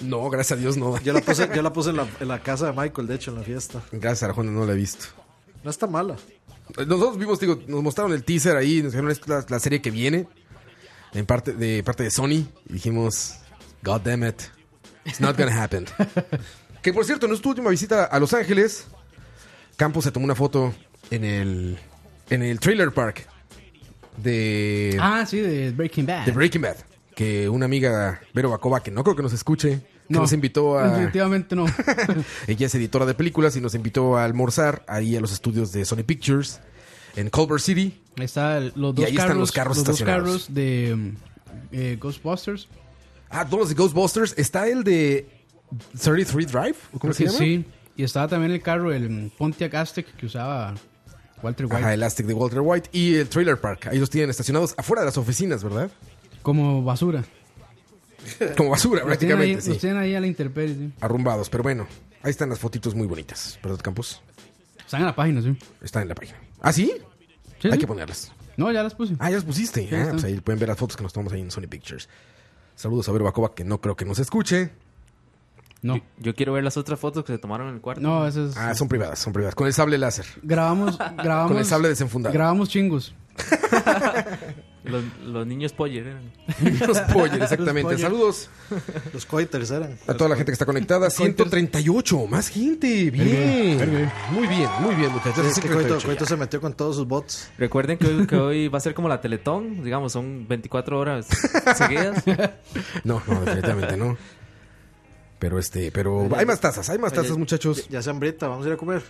no, gracias a Dios no. Yo la puse, yo la puse en, la, en la casa de Michael, de hecho, en la fiesta. Gracias a Arjona no la he visto. No está mala. Nosotros vimos, digo, nos mostraron el teaser ahí, nos dijeron, esta es la, la serie que viene. en parte, de parte de Sony y dijimos, God damn it, it's not gonna happen. que por cierto, en nuestra última visita a Los Ángeles, Campos se tomó una foto en el, en el trailer park de, Ah, sí, de Breaking Bad. Eh, de Breaking Bad. Que una amiga, Vero Bacova, que no creo que nos escuche, que No, nos invitó a... Definitivamente no. Ella es editora de películas y nos invitó a almorzar ahí a los estudios de Sony Pictures en Culver City. Ahí está el- los Y dos ahí carros, están los carros dos estacionados. carros de mm, eh, Ghostbusters. Ah, todos los de Ghostbusters. Está el de 33 Drive, ¿o ¿cómo Creo se que llama? sí. Y estaba también el carro, el mm, Pontiac Aztec que usaba Walter White. Ajá, Elastic de Walter White y el Trailer Park. Ahí los tienen estacionados afuera de las oficinas, ¿verdad? Como basura. Como basura, Los tienen ahí, prácticamente, sí. los tienen ahí a la intemperie. sí. Arrumbados, pero bueno. Ahí están las fotitos muy bonitas, ¿verdad, Campos? Están en la página, sí. Están en la página. ¿Ah, sí? Sí, Hay sí. que ponerlas. No, ya las puse. Ah, ya las pusiste. Sí, Ah, están. pues ahí pueden ver las fotos que nos tomamos ahí en Sony Pictures. Saludos a Vero Bacova, que no creo que nos escuche. No. Yo quiero ver las otras fotos que se tomaron en el cuarto. No, eso es. Ah, son privadas, son privadas. Con el sable láser. Grabamos, grabamos. Con el sable desenfundado. Grabamos chingos. Los, los niños Poller eran. Los Poyer, exactamente. Los Poyer. Saludos Los coiters eran. a toda la gente que está conectada. 138, más gente. Bien. Muy bien, muy bien, muchachos. Es que 138 Coito, ya. Coito se metió con todos sus bots. Recuerden que hoy, que hoy va a ser como la Teletón, digamos, son 24 horas seguidas. No, no, definitivamente no. Pero este, pero hay más tazas, hay más tazas, Oye, muchachos. Ya se hambrienta, vamos a ir a comer.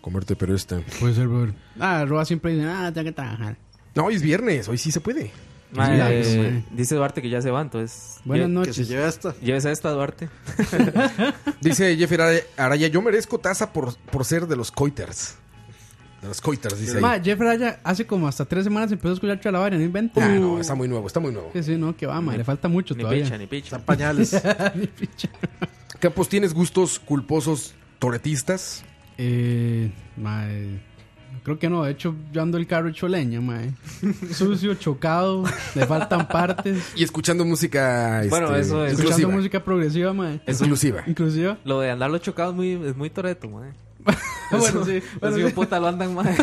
Comerte, pero este. Puede ser, brother. Ah, Roa siempre dice, ah, tengo que trabajar. No, hoy es viernes, hoy sí se puede. Mae, Mira, eh, pues, mae. dice Duarte que ya se va, entonces. Buenas lle- Que se noches. lleve esta. Llévese esta, Duarte. Dice Jeffrey Araya- Araya, yo merezco taza por, por ser de los coiters. De los coiters, dice ahí. Ma, Jeff Raya hace como hasta tres semanas empezó a escuchar Chalabaria, no invento. Ah, no, está muy nuevo, está muy nuevo. Sí, sí, no, que va, ma, le falta mucho Ni todavía. picha, ni picha. Están pañales. Ni picha. Campos, ¿tienes gustos culposos toretistas? Eh, ma, eh, creo que no, de hecho yo ando el carro hecho leña, ma. eh. Sucio, chocado, le faltan partes. Y escuchando música. Bueno, este, eso es- Escuchando inclusiva. música progresiva, ma. eh. Es inclusiva. Inclusiva. Lo de andar los chocados muy, es muy toreto, mae. bueno, sí. bueno, Los sí. hijos de puta lo andan, mae.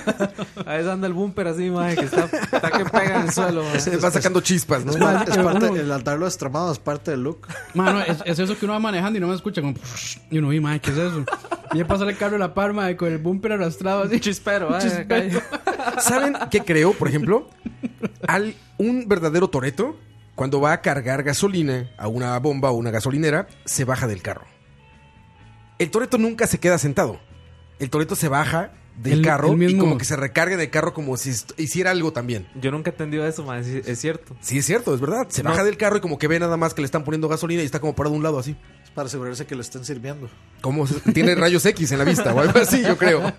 A veces anda el bumper así, mae, que está, está que pega en el suelo, mae. Se Va sacando chispas, ¿no? Es, par- es parte, el altarlo destramado es parte del look. Mano, es, es eso que uno va manejando y no me escucha como... Y uno, y madre, ¿qué es eso? Y ya pasar el carro a la palma con el bumper arrastrado así. Un chispero, mae. Chispero. acá. ¿Saben qué creo, por ejemplo? Al, un verdadero toreto, cuando va a cargar gasolina a una bomba o una gasolinera, se baja del carro. El toreto nunca se queda sentado. El toreto se baja del El- carro el y mismo- como que se recarga del carro como si est- hiciera algo también. Yo nunca he entendido eso, mae. sí, Es cierto. Sí, es cierto, es verdad. Se baja del carro y como que ve nada más que le están poniendo gasolina y está como parado a un lado así. Es para asegurarse que lo estén sirviendo. Como se- tiene rayos X en la vista o algo así, yo creo.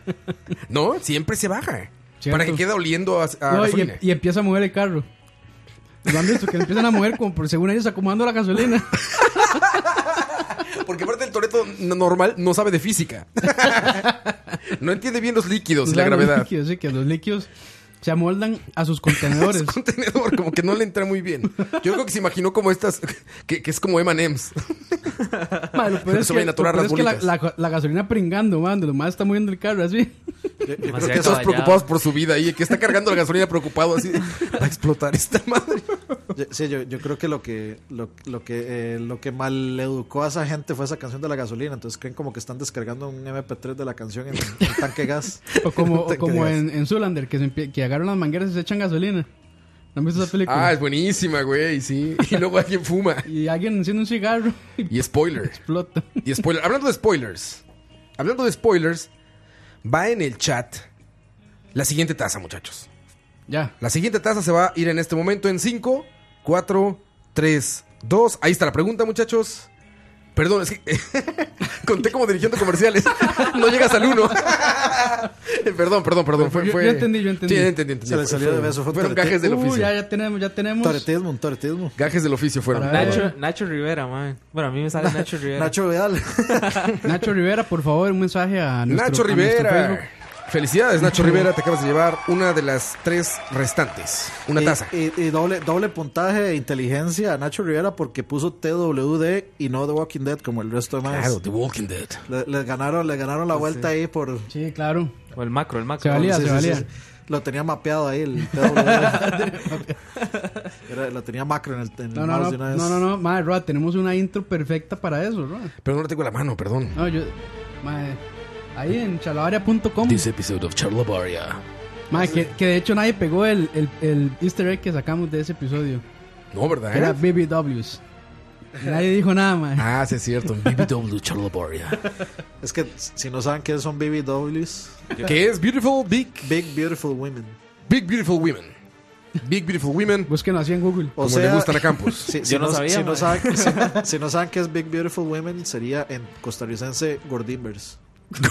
No, siempre se baja. Cierto. Para que quede oliendo a, a No, y, Ah, gasolina. y empieza a mover el carro. ¿Lo han visto? Que le empiezan a mover como por según ellos acomodando la gasolina. Porque aparte el Toreto n- normal no sabe de física. no entiende bien los líquidos y la Usaban los gravedad. líquidos, sí, que los líquidos se amoldan a sus contenedores. Es contenedor, como que no le entra muy bien. Yo creo que se imaginó como estas, que, que es como M&M's. Ma, lo peor es Eso que, viene a atorar lo peor las es que la, bolitas. la- la gasolina pringando, man. Los más está moviendo el carro así. Yo, yo creo Demasiado que eso Todos caballado. preocupados por su vida y que está cargando la gasolina preocupado así. de, Va a explotar esta madre. Yo- Sí, yo, yo creo que lo que lo, lo que eh, lo que mal educó a esa gente fue esa canción de la gasolina. Entonces creen como que están descargando un MP3 de la canción en el tanque de gas. O como, o Tanque de como gas. en, en Zulander, que, se empie- que agarran las mangueras y se echan gasolina. ¿No han visto esa película? Ah, es buenísima, güey, sí. Y luego alguien fuma. Y alguien enciende un cigarro y Y spoiler. explota. Y spoiler. Hablando de spoilers. Hablando de spoilers. Va en el chat la siguiente taza, muchachos. Ya. La siguiente taza se va a ir en este momento en 5, 4, 3, 2. Ahí está la pregunta, muchachos. Perdón, es que conté como dirigiendo comerciales. No llegas al uno. perdón, perdón, perdón. Fue, Yo- yo fue- entendí, yo entendí. Sí, entendí, entendí. Se le Fue- salió de fue- beso, fue un Fueron torete. gajes del Uh, oficio. ya, ya tenemos, ya tenemos. Toretismo, un toretismo. Gajes del oficio fueron. Para ver. Nacho, Nacho Rivera, mae. Bueno, a mí me sale Nacho Rivera. Nacho Vidal. Nacho Rivera, por favor, un mensaje a nuestro, Nacho a nuestro Facebook. Rivera. Felicidades, Nacho Rivera. Te acabas de llevar una de las tres restantes. Una Y- taza. Y, y doble, doble puntaje de inteligencia a Nacho Rivera porque puso TWD y no The Walking Dead como el resto de más. Claro, The Walking Dead. Le, le ganaron, le ganaron la vuelta ahí por... Sí, claro. O el macro, el macro. Se valía, Sí, sí, se sí, valía. sí. Lo tenía mapeado ahí el TWD. Era- la tenía macro en el, en el No, no, mouse no, de una vez. no, no, no, madre, Roa, tenemos una intro perfecta para eso, Roa. Pero no la tengo en la mano, perdón. No, yo, madre, ahí en chalabaria.com, This episode of Charlavaria. madre, que, que de hecho nadie pegó el, el, el easter egg que sacamos de ese episodio. No, ¿verdad? Que Era BBWs. Nadie dijo nada, madre. Ah, sí, es cierto. BBW Charlavaria. Es que si no saben qué son BBWs, que es Beautiful Big. Big Beautiful Women. Big Beautiful Women. Big Beautiful Women. Búsquenlo así en Google. O Como sea, le gustan a Campos. si, si Yo no no, sabía, si no madre. saben, si no- si no saben qué es Big Beautiful Women, sería en costarricense Gordimbers.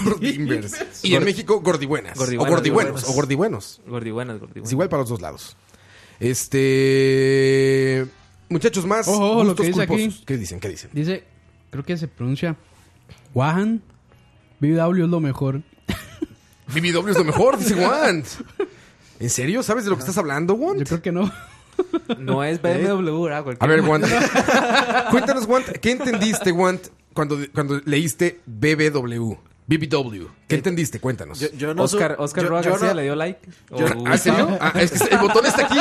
Gordinvers. Y en México, gordibuenas. Gordibuenas, o gordibuenos. gordibuenas. O gordibuenos. Gordibuenas, gordibuenas. Es igual para los dos lados. Este. Muchachos, más. Ojo, ojo, lo gustos que dice culposos. aquí. ¿Qué dicen? ¿Qué dicen? Dice, creo que se pronuncia Wahan. BBW es lo mejor. BBW es lo mejor, dice Juan. ¿En serio? ¿Sabes de lo que estás hablando, Juan? Yo creo que no. No es BMW, ¿Eh? ¿verdad? A Cualquier- ver, Juan. Cuéntanos, Juan. ¿Qué entendiste, Juan, cuando, cuando leíste BBW? BBW. ¿Qué entendiste? Cuéntanos. Yo, yo no Oscar, su- Oscar yo- Roa yo García no- le dio like. Oh, yo- O- Ah, ¿en serio? Ah, es que el botón está aquí.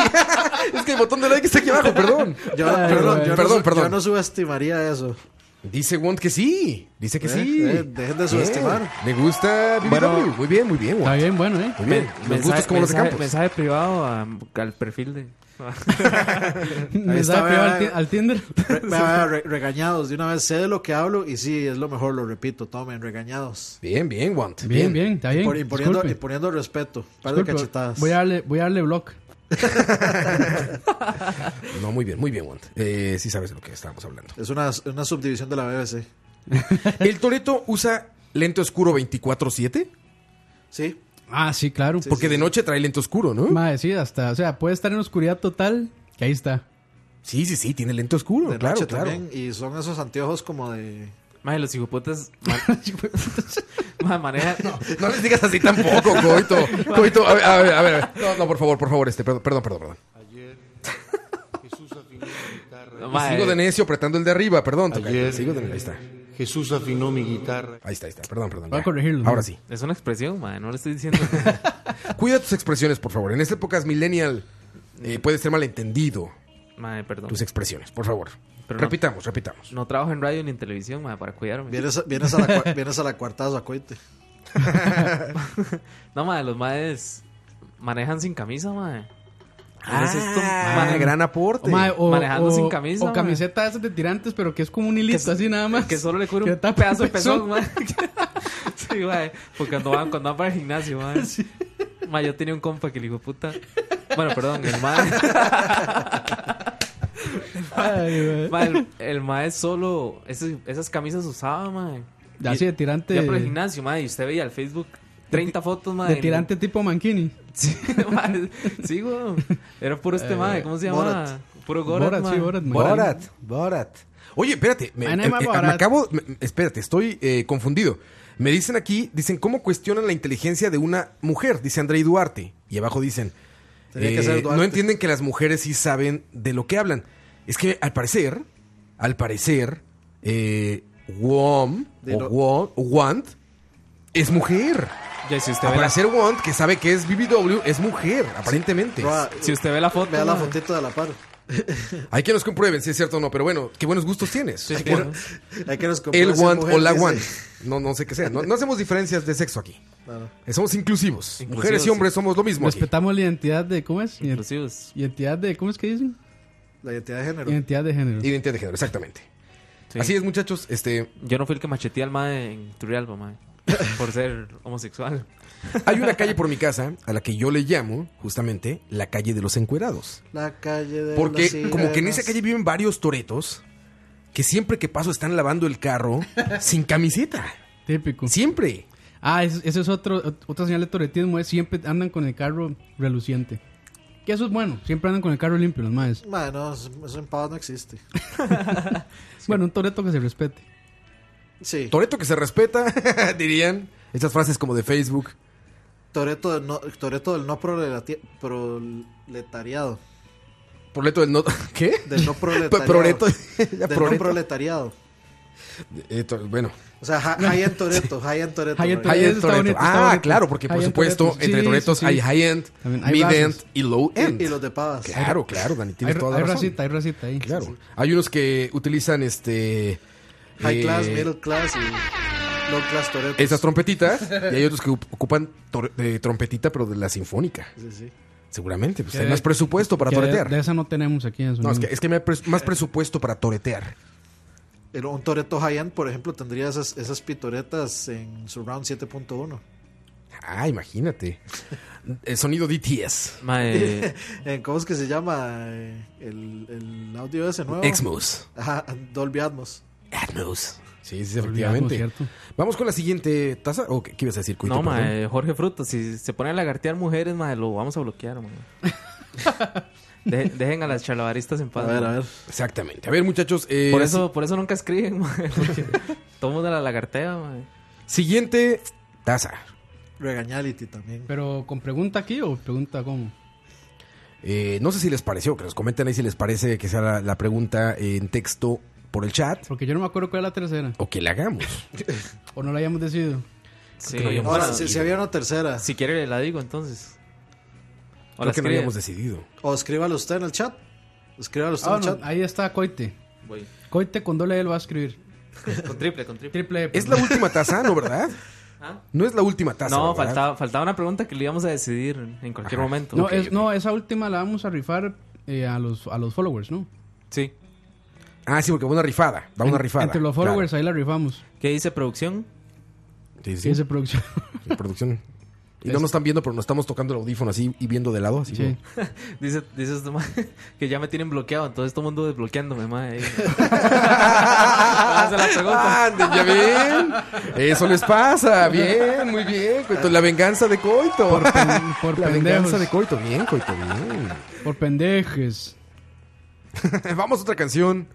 es que el botón de like está aquí abajo, perdón. yo- yo no- perdón, yo no perdón, su- perdón. Yo no subestimaría eso. Dice Wont que sí. Dice que Eh, sí. eh, dejen de subestimar. Bien. Le gusta BBW. Bueno. muy bien, muy bien, Está Wont. bien, bueno, eh. Muy bien. Los mensaje, gustos como los de mensaje- Campos. mensaje privado a- al perfil de. Me está, vea, sabe peor al, ti- vea. al Tinder. Re- vea, re- regañados, de una vez sé de lo que hablo y sí, es lo mejor, lo repito, tomen, regañados. Bien, bien, Wont. Bien, bien, está bien. Por- imponiendo, Disculpe, imponiendo respeto, par de disculpe. cachetadas. Voy a darle, voy a darle block. No, muy bien, muy bien, Wont. Eh, sí sabes de lo que estábamos hablando. Es una, una subdivisión de la BBC. ¿El Toreto usa lente oscuro 24-7? Sí, Ah, sí, claro. Porque de noche trae lente oscuro, ¿no? Madre, sí, hasta, o sea, puede estar en oscuridad total, que ahí está. Sí, sí, sí, tiene lente oscuro. de claro, noche claro. también. Y son esos anteojos como de. Madre, los hijueputas. Madre, maneja. No les digas así tampoco, Coito. Coito, a ver, a ver, a ver. No, no, por favor, por favor, este, perdón, perdón, perdón. perdón. Ayer Jesús afinó mi guitarra. madre, Sigo de necio apretando el de arriba, perdón. tocayo. Ayer Sigo de necio. Ahí está. Jesús afinó mi guitarra. Ahí está, ahí está. Perdón, perdón. Voy a ya. corregirlo, Ahora ¿no? sí. Es una expresión, madre, no le estoy diciendo. Cuida tus expresiones, por favor. En esta época es millennial. eh, puede ser malentendido madre, perdón. tus expresiones, por favor. Pero no. repitamos, repitamos. No trabajo en radio ni en televisión, madre, para cuidarme. Vienes, a- vienes, a, la, cua- vienes a la cuartazo, acuérdate. No, madre, los madres manejan sin camisa, madre. Ah, ¿Qué es esto? madre, gran aporte. O, madre, o- Manejando o- sin camisa, o madre. camiseta esas de tirantes, pero que es como un hilito so- así nada más. Que solo le cubre Que un tapa pedazo de un pezón. pezón, madre. sí, madre. Porque cuando van, cuando van para el gimnasio, madre. Madre, yo tenía un compa que le dijo puta. Bueno, perdón, el madre. Ay, madre. Ma, el, el mae solo ese- esas camisas usaba, mae. Así Y- de tirante. Ya por el gimnasio, mae, y usted veía el Facebook 30 fotos, mae. De tirante tipo Mankini. Sí, mae, sí, güey. Era puro este mae, ¿cómo se llama? Borat. Puro Gorat, Eh, Borat, mae. sí, Borat, mae. Borat, Borat. Oye, espérate, me, My name eh, eh, is Borat. me acabo, me- espérate, estoy eh, confundido. Me dicen aquí, dicen, ¿cómo cuestionan la inteligencia de una mujer? Dice Andrei Duarte. Y abajo dicen, Tenía que eh, ser Duarte. no entienden que las mujeres sí saben de lo que hablan. Es que al parecer, al parecer, eh, Wom De o lo- Wo- Want es mujer. Ya, si usted Al ve la, parecer, Want, que sabe que es BBW, es mujer, aparentemente. Roa, si usted ve la foto, vea la mae. fotito de la par. Hay que nos comprueben si es cierto o no, pero bueno, qué buenos gustos tienes. Sí, sí, Bueno, bueno. Hay que nos El compruebe si es want mujer, o la dice. want. No, no sé qué sea. No, no hacemos diferencias de sexo aquí. No, no. Somos inclusivos. Inclusivos, Mujeres y sí. hombres somos lo mismo. aquí. Respetamos la identidad de. ¿Cómo es? Ident- Inclusivos. Identidad de. ¿Cómo es que dicen? La identidad de género. Identidad de género. Identidad de género, exactamente. Sí. Así es, muchachos. Este, Yo no fui el que macheteé al mae en Turrialba, mae. Por ser homosexual. hay una calle por mi casa a la que yo le llamo justamente la calle de los encuerados. La calle de las Porque como que en sirenas. esa calle viven varios toretos que siempre que paso están lavando el carro sin camiseta. Típico. Siempre. Ah, es- ese es otro, otra señal de toretismo. Es siempre andan con el carro reluciente. Que eso es bueno. Siempre andan con el carro limpio, los maes. Mae, no, eso eso en pavas no existe. Bueno, un toreto que se respete. Sí. Toreto que se respeta, dirían. Estas frases como de Facebook. Toreto del no, Toreto del no proletaria- proletariado. Proleto del no... ¿Qué? Del no proletariado. Proleto. Del no Proleto. proletariado. Eh, to- bueno, O sea, Ja- Hayan Toreto, Hayan Toreto. Hayan ¿verdad? Toretto. high-end está Toretto. bonito, está Ah, bonito. claro, porque por High-end supuesto, Toretto. entre Sí, Toretos sí, sí. hay high-end, También hay mid-end razas. y low-end. Y, y los de pavas. Claro, claro, Dani, Hay, tienes toda hay la razón. racita, hay racita ahí. Claro. Hay unos que utilizan este. High eh, class, middle class y low class Toreto. Esas trompetitas. y hay otros que op- ocupan tor- eh, trompetita, pero de la sinfónica. Sí, sí. Seguramente. Pues Que hay de- más presupuesto para Que de- toretear. De, esa no tenemos aquí en no, es que, es que me hay pres- más presupuesto para toretear. El- un Toreto Hayan, por ejemplo, tendría esas, esas pitoretas en surround 7.1. Ah, imagínate. El sonido DTS. Mae, Eh, ¿Cómo es que se llama eh, el, el audio ese Oh. nuevo? Exmos. Ajá, Dolby Atmos. Atmos. Sí, sí, efectivamente. cierto. Vamos con la siguiente taza. ¿O qué, qué ibas a decir, Cuito? no, eh. Perdón. mae, Jorge Frutos, si se pone a lagartear mujeres, mae, lo vamos a bloquear, mae. De- dejen a las charlavaristas en A paz. ver, a mae. ver. Exactamente. A ver, muchachos. eh, Por eso, por eso nunca escriben, mae, porque todo mundo la lagartea, mae. Siguiente taza. Regañality también. Pero con pregunta aquí o pregunta cómo. Eh, no sé si les pareció, que nos comenten ahí si les parece que sea la, la pregunta en texto por el chat Porque yo no me acuerdo cuál era la tercera. o que la hagamos. O no la hayamos decidido. Sí, que no hayamos bueno, Ahora, si, si había una tercera, si quiere la digo entonces. Creo que O la no escribe. habíamos decidido. o escríbalo usted en el chat. Escríbalo usted Ah, en el no, chat. ahí está Coite. Voy. Coite con doble L va a escribir. Con triple, con triple. Triple E, Es la perdón. última taza, ¿no, verdad? ¿Ah? No es la última taza. No, ¿verdad? faltaba, faltaba una pregunta que le íbamos a decidir en cualquier momento. No, eh. es- no, esa última la vamos a rifar eh, a, los, a los followers, ¿no? Sí. Ah, sí, porque va una rifada. Va una rifada. Entre los claro. followers ahí la rifamos. ¿Qué dice producción? Sí, Sí, sí, esa producción. sí, producción. Y no nos están viendo, pero nos estamos tocando el audífono así y viendo de lado. Así Sí. como- Dice, dice este mae que ya me tienen bloqueado, entonces todo el mundo desbloqueándome, mae. ahí. Vamos a Ah, la pues. pregunta. Ah, Anden, Ah, ya ven. Eso les pasa. Bien, muy bien. Coito. La venganza de Coito. Por pen- por la venganza pendejos. de Coito. Bien, Coito, bien. Por pendejes. Vamos a otra canción.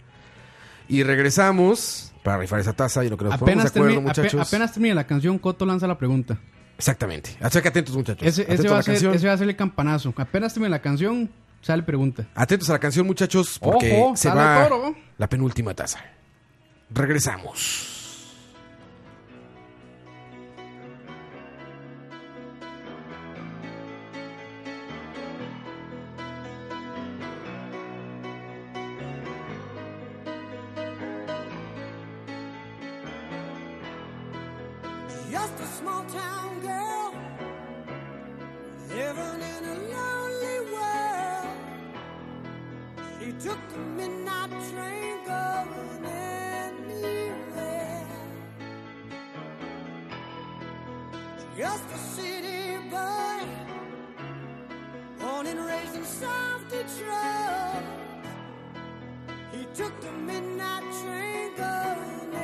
Y regresamos para rifar esa taza y lo que nos ponemos de Apenas, acuerdo, termine- ape- muchachos. apenas termine la canción, Coto lanza la pregunta. Exactamente. Acerca atentos, muchachos. Ese, atentos ese, va a a la ser, canción. ese va a ser el campanazo. Apenas termine la canción, sale pregunta. Atentos a la canción, muchachos, porque Ojo, se sale va toro. la penúltima taza. Regresamos. Just a small town girl living in a lonely world. She took the midnight train going anywhere. Just a city boy, born and raised in South Detroit. He took the midnight train going anywhere.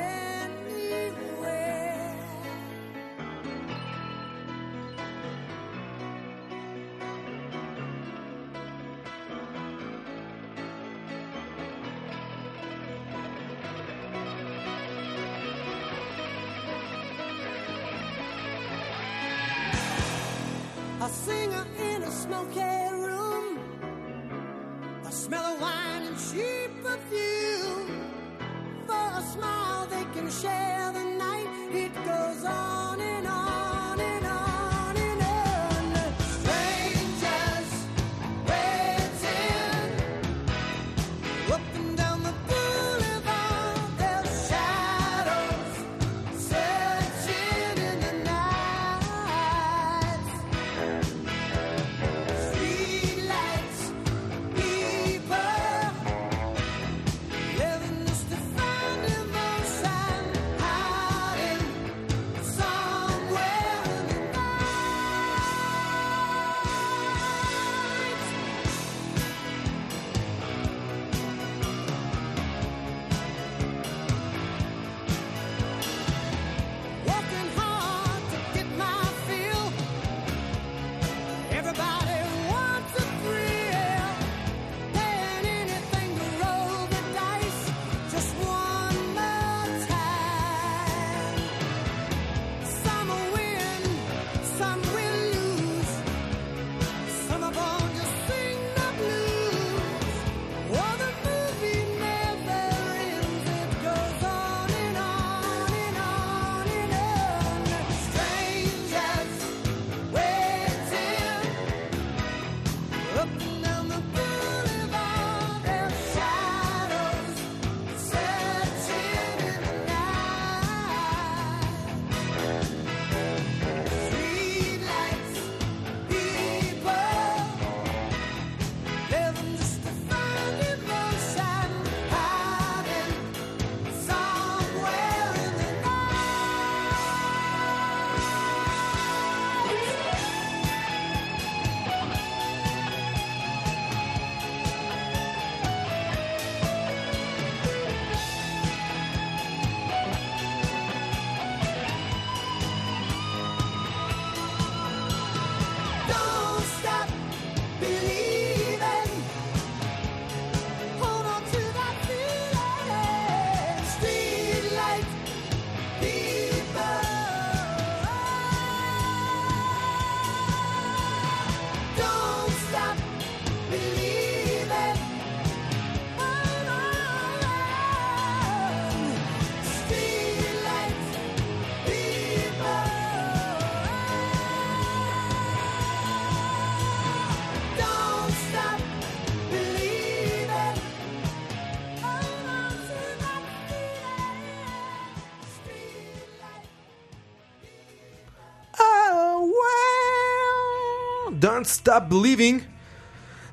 A singer in a smoky room. A smell of wine and cheap perfume. For a smile they can share the night. It goes on and on and on and on. Strangers waiting. Up and down the boulevard, there's shadows searching in the night. Streetlights, people, living just to find emotion. Oh, Don't Stop Believing.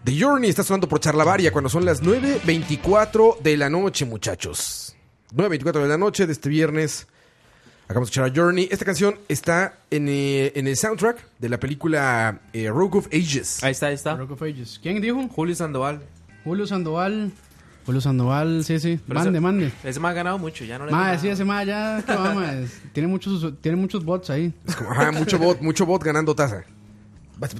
The Journey está sonando por Charlavaria cuando son las 9.24 de la noche, muchachos. 9.24 de la noche de este viernes. Acabamos de escuchar a Journey. Esta canción está en, eh, en el soundtrack de la película eh, Rogue of Ages. Ahí está, ahí está. Rock of Ages. ¿Quién dijo? Julio Sandoval. Julio Sandoval. Julio Sandoval, sí, sí. Pero Mande, ese- mande. Ese me ha ganado mucho, ya no le Mae, digo sí, nada. ese mae ya, ¿qué va, mae? Tiene muchos, usu- tiene muchos bots ahí. Es como, ajá, mucho bot, mucho bot ganando taza. Vas-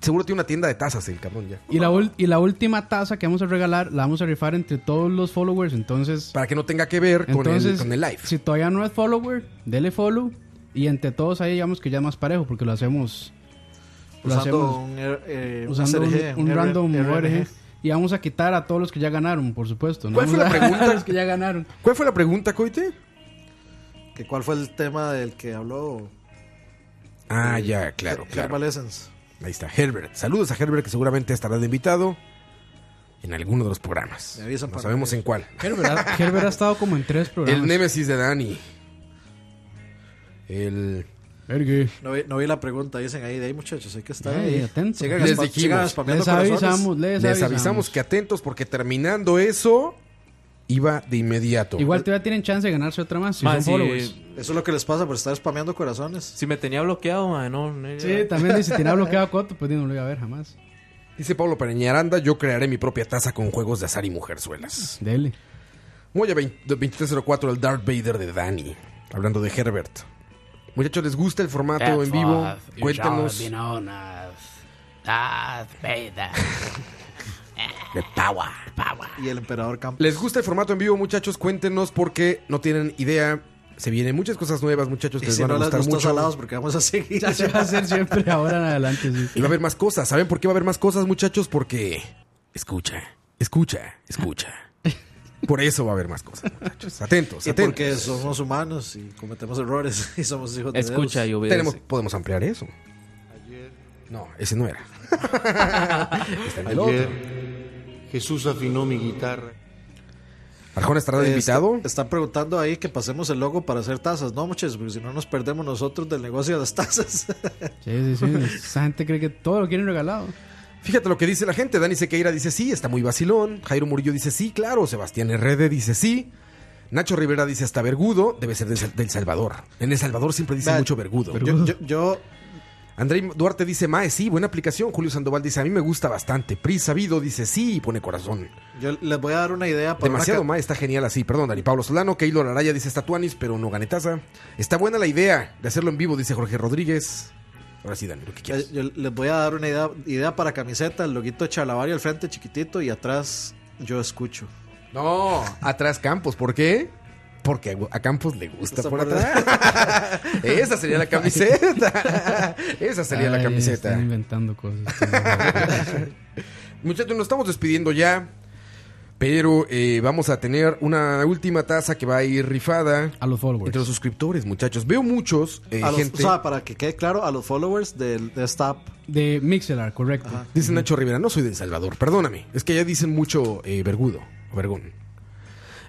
Seguro tiene una tienda de tazas el cabrón ya. Y la, ul- y la última taza que vamos a regalar la vamos a rifar entre todos los followers. Entonces, Para que no tenga que ver con, entonces el, con el live. si todavía no es follower, dele follow. Y entre todos ahí digamos que ya es más parejo porque lo hacemos lo Usando hacemos- un, er- eh, un usando un, SRG, un R- random RNG. ORG. Y vamos a quitar a todos los que ya ganaron, por supuesto. ¿no? ¿Cuál fue Vamos la a- pregunta? los que ya ganaron. ¿Cuál fue la pregunta, Coite? ¿Que ¿Cuál fue el tema del que habló Ah, ya, claro, claro. Herbal Essence? Ahí está, Herbert. Saludos a Herbert, que seguramente estará de invitado en alguno de los programas. Me avisan No para sabemos venir. en cuál. Herbert ha, Herbert ha estado como en tres El programas. Némesis de Dani. El. Ergue. No vi, no vi la pregunta, dicen ahí, de ahí muchachos, hay que estar Ey, ahí. atento. Sigan Les spa- dijimos, sigan spameando Les corazones. avisamos, les, Les avisamos que atentos, porque terminando eso, iba de inmediato. Igual todavía tienen chance de ganarse otra más si Mae, son followers. si, Eso es lo que les pasa por estar spameando corazones. si me tenía bloqueado, mae, no. no Sí, también dice, tenía bloqueado a Coto, pues no lo iba a ver jamás. Dice Pablo Peñaranda: Yo crearé mi propia taza con juegos de azar y mujerzuelas. Dele. Muy a 20 2304, el Darth Vader de Dani. Hablando de Herbert. Muchachos, ¿les gusta el formato en vivo? Cuéntenos. De Power. Y el emperador Campos. ¿Les gusta el formato en vivo, muchachos? Cuéntenos porque no tienen idea. Se vienen muchas cosas nuevas, muchachos, que Y les si van no a les gustar gustó mucho. salados, porque vamos a seguir. Ya se va a hacer siempre ahora en adelante, sí. Y va a haber más cosas. ¿Saben por qué va a haber más cosas, muchachos? Porque. Escucha, escucha, escucha. Por eso va a haber más cosas, muchachos. Atentos, Y atentos. porque somos humanos y cometemos errores y somos hijos de Escucha, Dios. yo Tenemos, podemos ampliar eso. No, ese no era. Está en el otro. Ayer Jesús afinó mi guitarra. Arjona estará de Eh, invitado. est- están preguntando ahí que pasemos el logo para hacer tazas, ¿no, muchachos? Porque si no nos perdemos nosotros del negocio de las tazas. Sí, sí, sí. Esa gente cree que todo lo quieren regalado. Fíjate lo que dice la gente. Dani Sequeira dice sí, está muy vacilón. Jairo Murillo dice sí, claro. Sebastián Herrede dice sí. Nacho Rivera dice hasta vergudo. Debe ser del, Sal- del Salvador. En El Salvador siempre dice Vea, mucho vergudo. yo, yo, yo André Duarte dice mae, sí, buena aplicación. Julio Sandoval dice a mí me gusta bastante. Pris Sabido dice sí y pone corazón. Yo les voy a dar una idea para Demasiado una, mae, está genial así. Perdón, Dani Pablo Solano. Keylor Araya dice estatuanis, pero no ganetaza. Está buena la idea de hacerlo en vivo, dice Jorge Rodríguez. Ahora sí, Dani, lo que ca- quieras. eh, yo les voy a dar una idea, idea para camiseta, el loguito de Chalabaria al frente chiquitito y atrás yo escucho. No, atrás Campos. ¿Por qué? Porque a Campos le gusta Está por por atrás. Esa sería la camiseta. Esa sería la Ay, camiseta. Están inventando cosas. Muchachos, nos estamos despidiendo ya. Pero eh, vamos a tener una última taza que va a ir rifada A los entre los followers. suscriptores, muchachos. Veo muchos eh, Ah, pues. A los- gente. o sea, para que quede claro, a los followers del- de esta app. De Mixelar, correcto. Dice Nacho Rivera, no soy del Salvador, perdóname. Es que allá dicen mucho eh, vergudo, o vergún.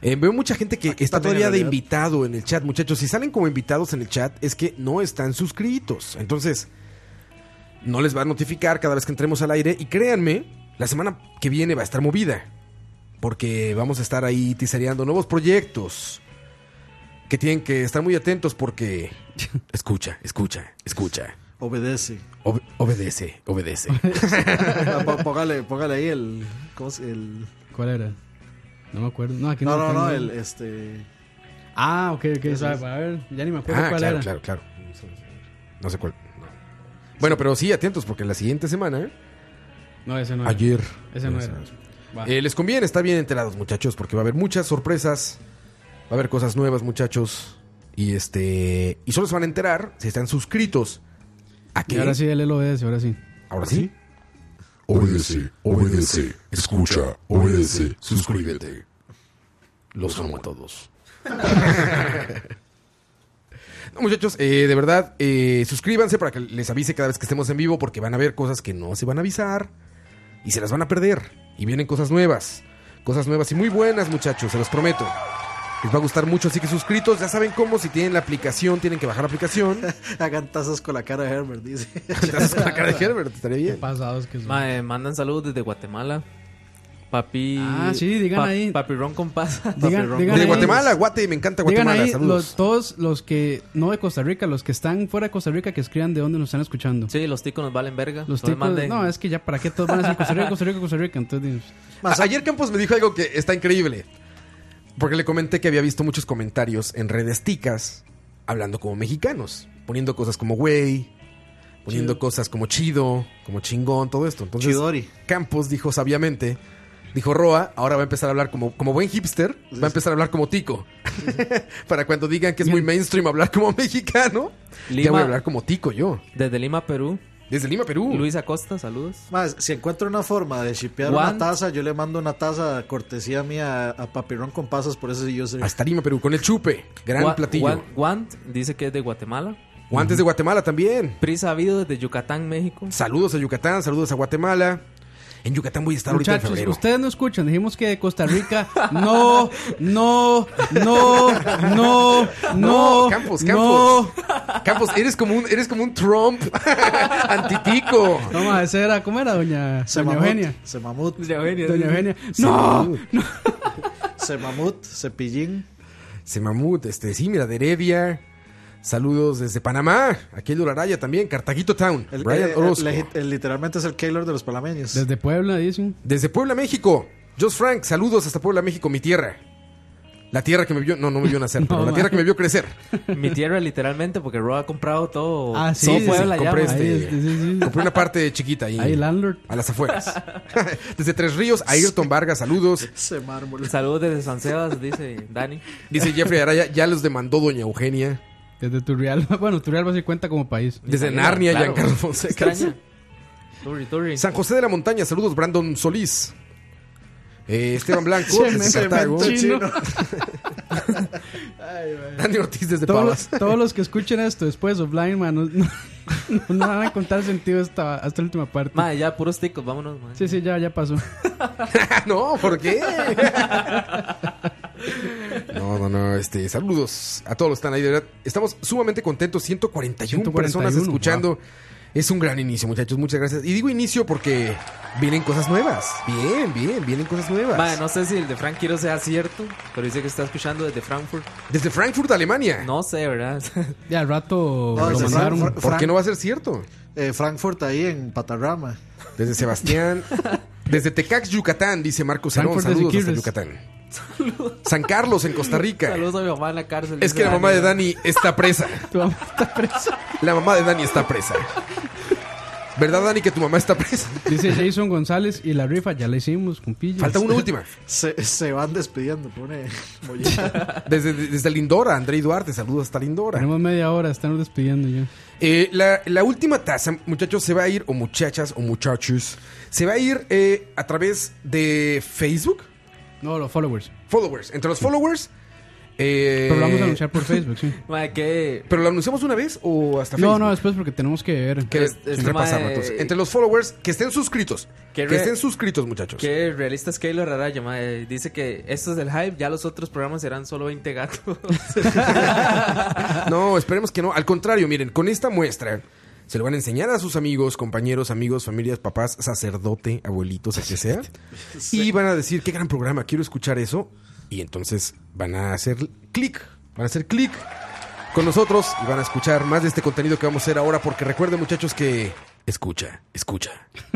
Eh, veo mucha gente que está Ah, también, todavía en de realidad. invitado en el chat, muchachos. Si salen como invitados en el chat, es que no están suscritos. Entonces, no les va a notificar cada vez que entremos al aire. Y créanme, la semana que viene va a estar movida. Porque vamos a estar ahí tizareando nuevos proyectos. Que tienen que estar muy atentos porque... Escucha, escucha, escucha. Obedece. Ob- obedece, obedece. Ah, po- póngale, póngale ahí el, ¿cómo se- el- ¿Cuál era? No me acuerdo. No, aquí No, no, tengo no, el- el este. Ah, ok, ok. sabe, a ver, ya ni me acuerdo Ah, cuál claro, era. claro, claro. No sé cuál. no. Bueno, pero sí, atentos, porque la siguiente semana, No, ese no era. ayer, Ah, Ese no era. Va. eh, les conviene estar bien enterados, muchachos, porque va a haber muchas sorpresas, va a haber cosas nuevas, muchachos, y este, y solo se van a enterar si están suscritos. ¿A Y qué? ahora sí, el LODS, ahora sí. Ahora sí. Obedece, obedece, escucha, obedece, suscríbete. Los amo a todos. No, muchachos, eh, de verdad, eh, suscríbanse para que les avise cada vez que estemos en vivo porque van a ver cosas que no se van a avisar y se las van a perder. Y vienen cosas nuevas, cosas nuevas y muy buenas, muchachos, se los prometo. Les va a gustar mucho, así que suscritos, ya saben cómo, si tienen la aplicación, tienen que bajar la aplicación. Hagan tazas con la cara de Herbert, dice. Te haces con la cara de Herbert, estaría bien. Pasados que son. Mae, eh, mandan saludos desde Guatemala. Papi. Ah, sí, digan ahí. Papirón con pasa. Digan- digan Papirón con De ahí. pasas. Guatemala, Guate, me encanta Digan Guatemala, ahí los, saludos. todos los que, no de Costa Rica, los que están fuera de Costa Rica, que escriban de dónde nos están escuchando. Sí, los ticos nos valen verga. Los no me tipos, manden. no, es que ya para qué todos van a decir Costa Rica, Costa Rica, Costa Rica. Entonces, Más- A- Ayer Campos me dijo algo que está increíble. Porque le comenté que había visto muchos comentarios en redes ticas hablando como mexicanos, poniendo cosas como güey, poniendo cosas como chido, como chingón, todo esto. Entonces, Chidori. Campos dijo sabiamente, dijo Roa, ahora va a empezar a hablar como, como buen hipster, va a empezar a hablar como tico. Para cuando digan que es muy mainstream hablar como mexicano, ya Lima. voy a hablar como tico yo. Desde Lima, Perú. Desde Lima, Uh. Perú. Luis Acosta, saludos. Más, si encuentro una forma de shipear Want- una taza, yo le mando una taza cortesía mía a, a Papirón con pasas, por eso sí yo sé. Hasta Lima, Perú, con el chupe. Gran Gua- platillo. Gua- Guant dice que es de Guatemala. Guantes de Guatemala también. Prisa Habido desde Yucatán, México. Saludos a Yucatán, saludos a Guatemala. En Yucatán voy a estar ahorita en muchachos, febrero. ustedes no escuchan. Dijimos que de Costa Rica, no, no, no, no, no. Campos, no. Campos. Campos, eres como un, eres como un Trump antitico. No, ma, esa era, ¿cómo era, doña, Se doña mamut, Eugenia? Se mamut, Doña Eugenia. ¡No! se mamut, cepillín. Semamut, este, sí, mira, de Heredia. Saludos desde Panamá. Aquí el Uraraya también, Cartaguito Town. El, Brian eh, eh, Orozco. legi- eh, literalmente es el Keylor de los palameños. Desde Puebla, dicen. Desde Puebla, México. Josh Frank, saludos hasta Puebla, México, mi tierra. La tierra que me vio, no, no me vio nacer, pero la man. tierra que me vio crecer. Mi tierra, literalmente, porque Roa ha comprado todo. Ah, sí, todo sí, Puebla sí, ya, compré mae. este. Ahí, este, sí, sí. Compré una parte chiquita ahí. Ahí, landlord. A las afueras. Desde Tres Ríos, Ayrton Vargas, saludos. Se mármol. Saludos desde San Sebas, dice Dani. Dice Jeffrey Araya, ya los demandó Doña Eugenia. Desde Turrialba. Bueno, Turrialba se cuenta como país. Desde Imagina, Narnia, claro. Giancarlo Fonseca. Extraña. Turri, turri. San José de la Montaña, saludos, Brandon Solís. Eh, Esteban Blanco, Cemento desde Cartago. chino. Dani Ortiz desde Todos, Pavas. los- todos los que escuchen esto después offline, man, no, no- no van a encontrar sentido hasta, hasta la última parte. Mae, ya, puros ticos, vámonos, mae. Sí, sí, ya, ya pasó. no, ¿por qué? No, no, no, este, saludos a todos los que están ahí, de verdad. Estamos sumamente contentos, 141, 141, personas wow. escuchando. Es un gran inicio, muchachos, muchas gracias. Y digo inicio porque vienen cosas nuevas. Bien, bien, vienen cosas nuevas. Mae, no sé si el de Frank Quiero sea cierto, pero dice que está escuchando desde Frankfurt. Desde Frankfurt, Alemania. No sé, ¿verdad? Ya al rato No, lo desde mandaron. Frankfurt. ¿Por Fran- qué no va a ser cierto? Eh, Frankfurt ahí en Patarrama. Desde Sebastián. desde Tecax, Yucatán, dice Marcos Cerón. Frankfurt desde Saludos hasta Quirres. Yucatán. San Carlos, en Costa Rica. Saludos a mi mamá en la cárcel. Es dice que la mamá de Dani está presa. Tu mamá está presa. La mamá de Dani está presa. ¿Verdad, Dani, que tu mamá está presa? Dice Jason González y la rifa ya la hicimos con pillas. Falta una última. Se, se van despidiendo, pone Mollera. Desde, desde Lindora, André Duarte. Saludos hasta Lindora. Tenemos media hora, estamos despidiendo ya. Eh, la, la última taza, muchachos, se va a ir, o muchachas, o muchachos, se va a ir eh, a través de Facebook. No, los followers. Followers. Entre los followers. eh, Pero lo vamos a anunciar por Facebook, sí. Mae, que. ¿Pero lo anunciamos una vez o hasta No, Facebook? no, después porque tenemos que ver. Que este Es- es repasarlo, tema de- entonces. Entre los followers que estén suscritos. Que que re- estén suscritos, muchachos. Qué realista es Keylor Araya, mae. Dice que esto es el hype, ya los otros programas serán solo 20 gatos. No, esperemos que no. Al contrario, miren, con esta muestra se lo van a enseñar a sus amigos, compañeros, amigos, familias, papás, sacerdote, abuelitos, el que sea. Y van a decir, qué gran programa, quiero escuchar eso. Y entonces van a hacer clic, van a hacer clic con nosotros y van a escuchar más de este contenido que vamos a hacer ahora. Porque recuerden, muchachos, que escucha, escucha.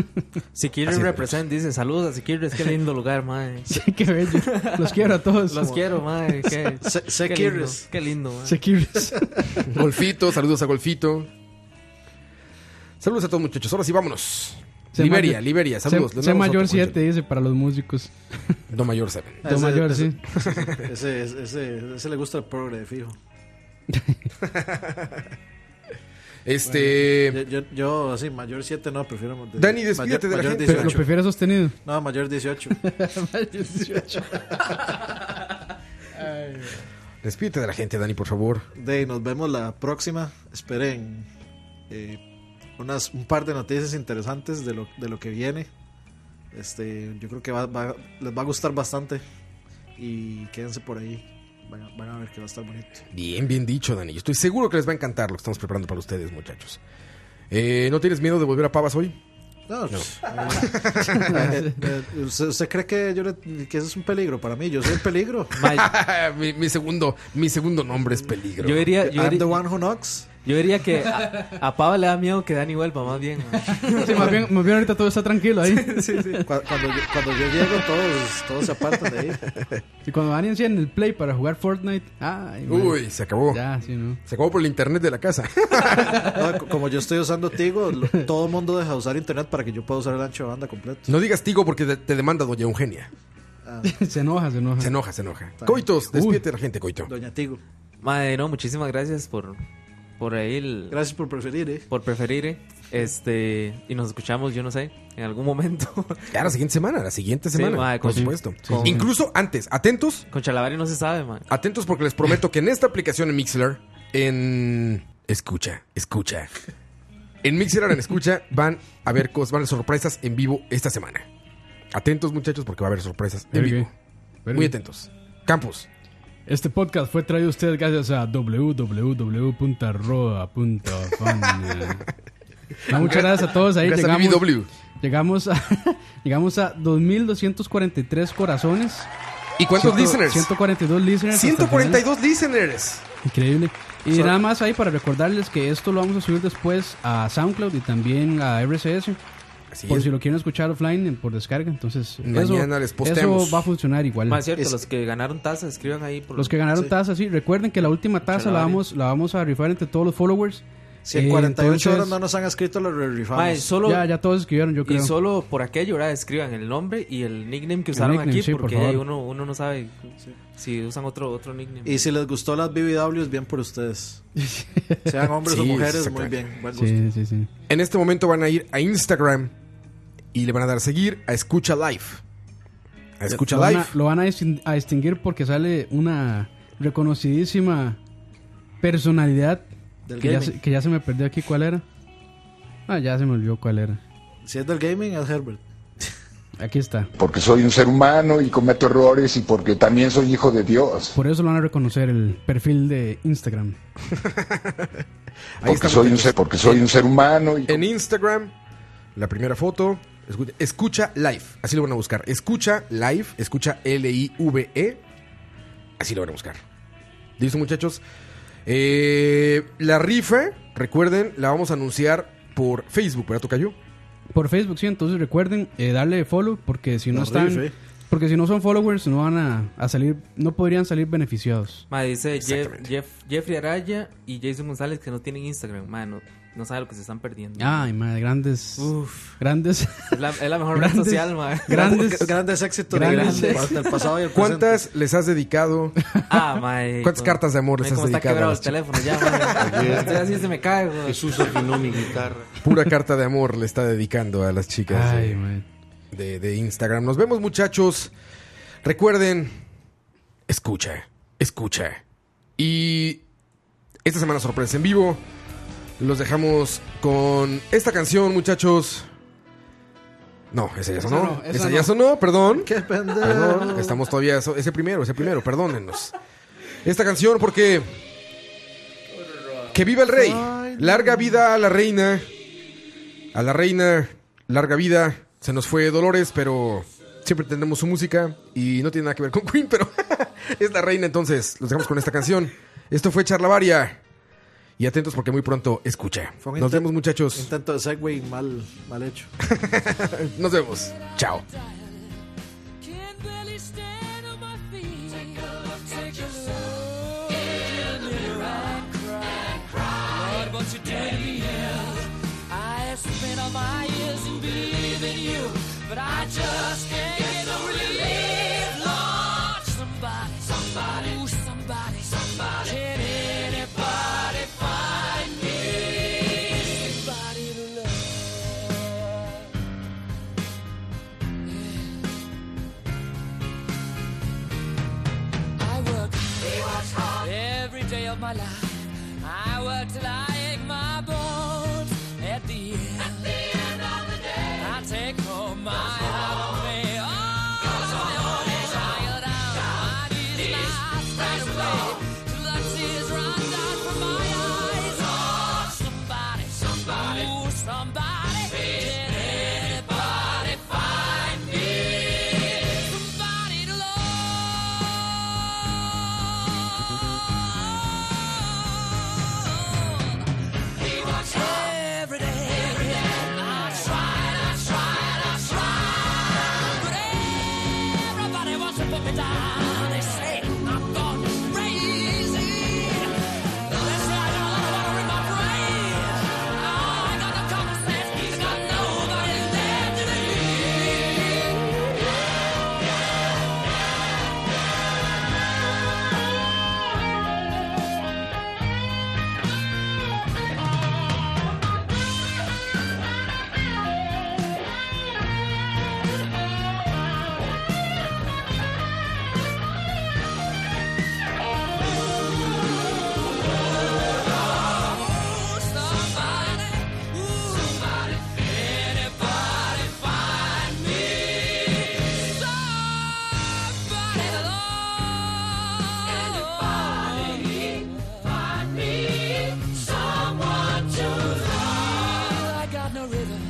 Siquirres Así es. represent, dice saludos a Siquirres, qué lindo lugar, mae. Sí, qué bello. Los quiero a todos. Los quiero, mae. Qué, Se- qué lindo, Siquirres. qué lindo, mae. Sequirres. Golfito, saludos a Golfito. Saludos a todos, muchachos. Ahora sí, vámonos. Sea Liberia, mayor- Liberia, saludos. Sea, Les sea mandamos mayor otro, muchachos. 7, dice, para los músicos. No mayor 7. Do mayor, sí. Ese, ese, ese, ese le gusta el progre, fijo. Este. Em. Yo, yo, yo, así, mayor 7 no, prefiero. de- Dani, despídete de la gente. Pero lo 18. prefiero sostenido. No, mayor 18. Despídete de la gente, Dani, por favor. De, nos vemos la próxima. Esperen eh, unas, un par de noticias interesantes de lo, de lo que viene. Este, yo creo que va- va- les va a gustar bastante. Y quédense por ahí. Van a, van a ver que va a estar bonito. Bien, bien dicho, Dani. Yo estoy seguro que les va a encantar lo que estamos preparando para ustedes, muchachos. Eh, ¿No tienes miedo de volver a Pavas hoy? No, pues, eh, eh, ¿Usted, usted cree que, yo le- que eso es un peligro para mí? Yo soy el peligro. Ah, mi, mi segundo, mi segundo nombre es Peligro. Yo diría, yo I'm diría, the one who knocks. yo diría que a, a Pava le da miedo que Dani vuelva, más bien. ma. Sí, más, bien, más bien ahorita todo está tranquilo ahí. Sí, sí. Cu- Cuando, yo- cuando yo llego, todos, todos se apartan de ahí. Y cuando van encienden el play para jugar Fortnite, ay, man, Uy, se acabó. ya, sí, ¿no? Se acabó por el internet de la casa. No, co- como yo estoy usando Tigo, lo- todo el mundo deja de usar internet para que yo pueda usar el ancho de banda completo. No digas Tigo porque te, te demanda Doña Eugenia. se enoja, se enoja. Se enoja, se enoja. Coitos, despídete de la gente, Coito. Doña Tigo, Madre, no, muchísimas gracias por, por ahí, el- gracias por preferir, eh. por preferir. eh. Este, y nos escuchamos, yo no sé, en algún momento. Ya la siguiente semana, la siguiente Sí, semana, madre, por con- supuesto. sí, sí. Incluso antes, atentos, Con Chalavari no se sabe, man. atentos porque les prometo que en esta aplicación en Mixler, en... Escucha, escucha. En Mixler, en escucha, van a ver cosas, van a haber sorpresas en vivo esta semana. Atentos muchachos porque va a haber sorpresas en Very vivo. good. Very Muy good. atentos. Campus. Este podcast fue traído a ustedes gracias a www.roa.com. No, muchas gracias a todos. Pues Ahí Gracias a llegamos, BBW. llegamos a llegamos a 2243 corazones. ¿Y cuántos Ciento- listeners? 142 listeners. hasta el final. 142 listeners. Increíble. Y nada más ahí para recordarles que esto lo vamos a subir después a SoundCloud y también a RCS. Así por es. si lo quieren escuchar offline en- por descarga. Entonces, Mañana eso, les posteamos. eso va a funcionar igual. Más cierto, los que ganaron taza, escriban ahí. Por, Los que ganaron taza, sí. Recuerden que la última taza la Chalabaria. vamos, la vamos a rifar entre todos los followers. Si en Eh, 48 horas entonces, no nos han escrito, lo Mae, rifamos. solo, Ya, ya todos escribieron, yo y creo. solo por aquello, ¿verdad? escriban el nombre y el nickname que usaron nickname, aquí, sí, por porque favor. ahí uno, uno no sabe si usan otro, otro nickname. Y si les gustó las BBWs, bien por ustedes. Sean hombres o Sí, mujeres, muy exactamente. bien. Buen gusto. Sí, sí, sí. En este momento van a ir a Instagram y le van a dar seguir a Escucha Live. A Escucha lo, van Live. a, lo van a distin- a distinguir porque sale una reconocidísima personalidad Del que ya, gaming. se, que ya se me perdió aquí cuál era. Ah, ya se me olvidó cuál era. Si es del gaming, es Herbert. Aquí está. porque soy un ser humano y cometo errores y porque también soy hijo de Dios, Por eso lo van a reconocer el perfil de Instagram. Ahí porque está, Eh, soy un muchachos. ser, porque soy un ser humano y En Instagram, la primera foto. Escucha, Escucha Live. Así lo van a buscar. Escucha Live. Escucha L-I-V-E. E, Así lo van a buscar. ¿Listo, muchachos? Eh, la rifa, recuerden, la vamos a anunciar por Facebook, ¿verdad, Tocayo? Por Facebook, sí, entonces recuerden eh, darle follow porque si no La están. rifa, eh. Porque si no son followers, no van a, a salir. No podrían salir beneficiados. Mae, dice Jeff, Exactamente. Jeff- Jeffrey Araya y Jason González que no tienen Instagram. Mae, no, no saben lo que se están perdiendo. Ay, madre, grandes. Uf, Grandes. es la, es la mejor Grandes- red social, mae. grandes. Grandes éxitos Grandes del- del pasado y el ¿Cuántas les has dedicado? Ah, mae. ¿Cuántas cartas de amor les Mae, cómo has está dedicado quebrado a el las teléfono ya, mae. Estoy así se me cae, güey. Jesús afinó mi guitarra. Pura carta de amor le está dedicando a las chicas. Ay, eh. madre. de, de Instagram. Nos vemos, muchachos. Recuerden, escucha, escucha. Y esta semana sorpresa en vivo. Los dejamos con esta canción, muchachos. No, esa ya sonó. Esa no, esa esa ya no. sonó, perdón. presente. Qué pendejo. Perdón, estamos todavía. so- Ese primero, ese primero, perdónennos. Esta canción, porque. Que viva el rey. Larga vida a la reina. A la reina, larga vida. Se nos fue Dolores, pero siempre tendremos su música. Y no tiene nada que ver con Queen, pero es la reina. Entonces, los dejamos con esta canción. Esto fue Charlavaria. Y atentos porque muy pronto escucha. Fue un Nos inten- vemos, muchachos. Intento de segue mal, mal hecho. Nos vemos. Chao. Can't barely stand on my feet. Take a look, take a look. In the mirror, I cry, Lord, what you doing to me now? I have spent all my years in believing you, but I just can't get no relief, Lord. Somebody, somebody, ooh, somebody, somebody. Can anybody find me? Somebody to love. I work. Every day of my life, I work till I ache my bones. At the end, at the end of the day, I take home my heart and pay all my own desire down. My desire, straight away. die. They say I've gone crazy. They say I got a lot of water in my brain. I got no common sense. I got nobody left to believe. I got no rhythm.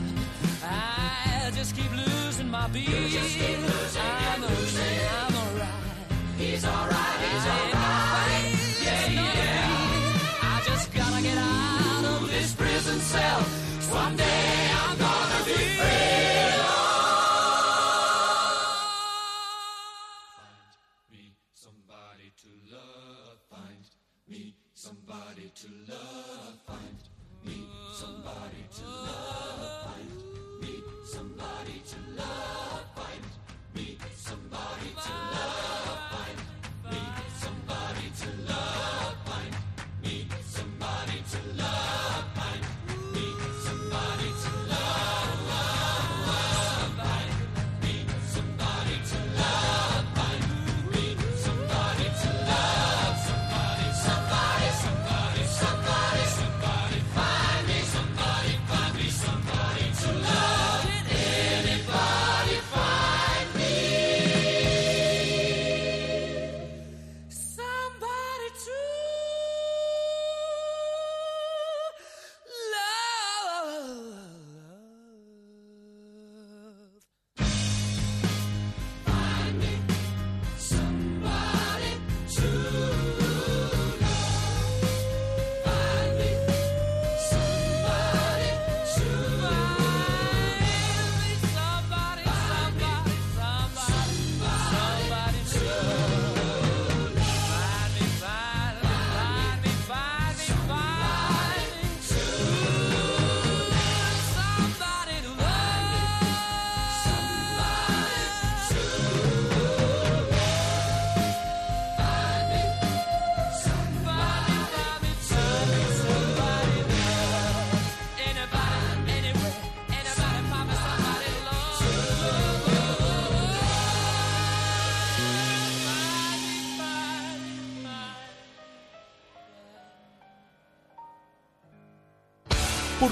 I just keep losing my beat. I'm losing. I'm alright. He's alright. He's alright. Yeah, yeah. I just gotta get out of this prison cell. Someday I'm gonna be free. Somebody to love. ¿Por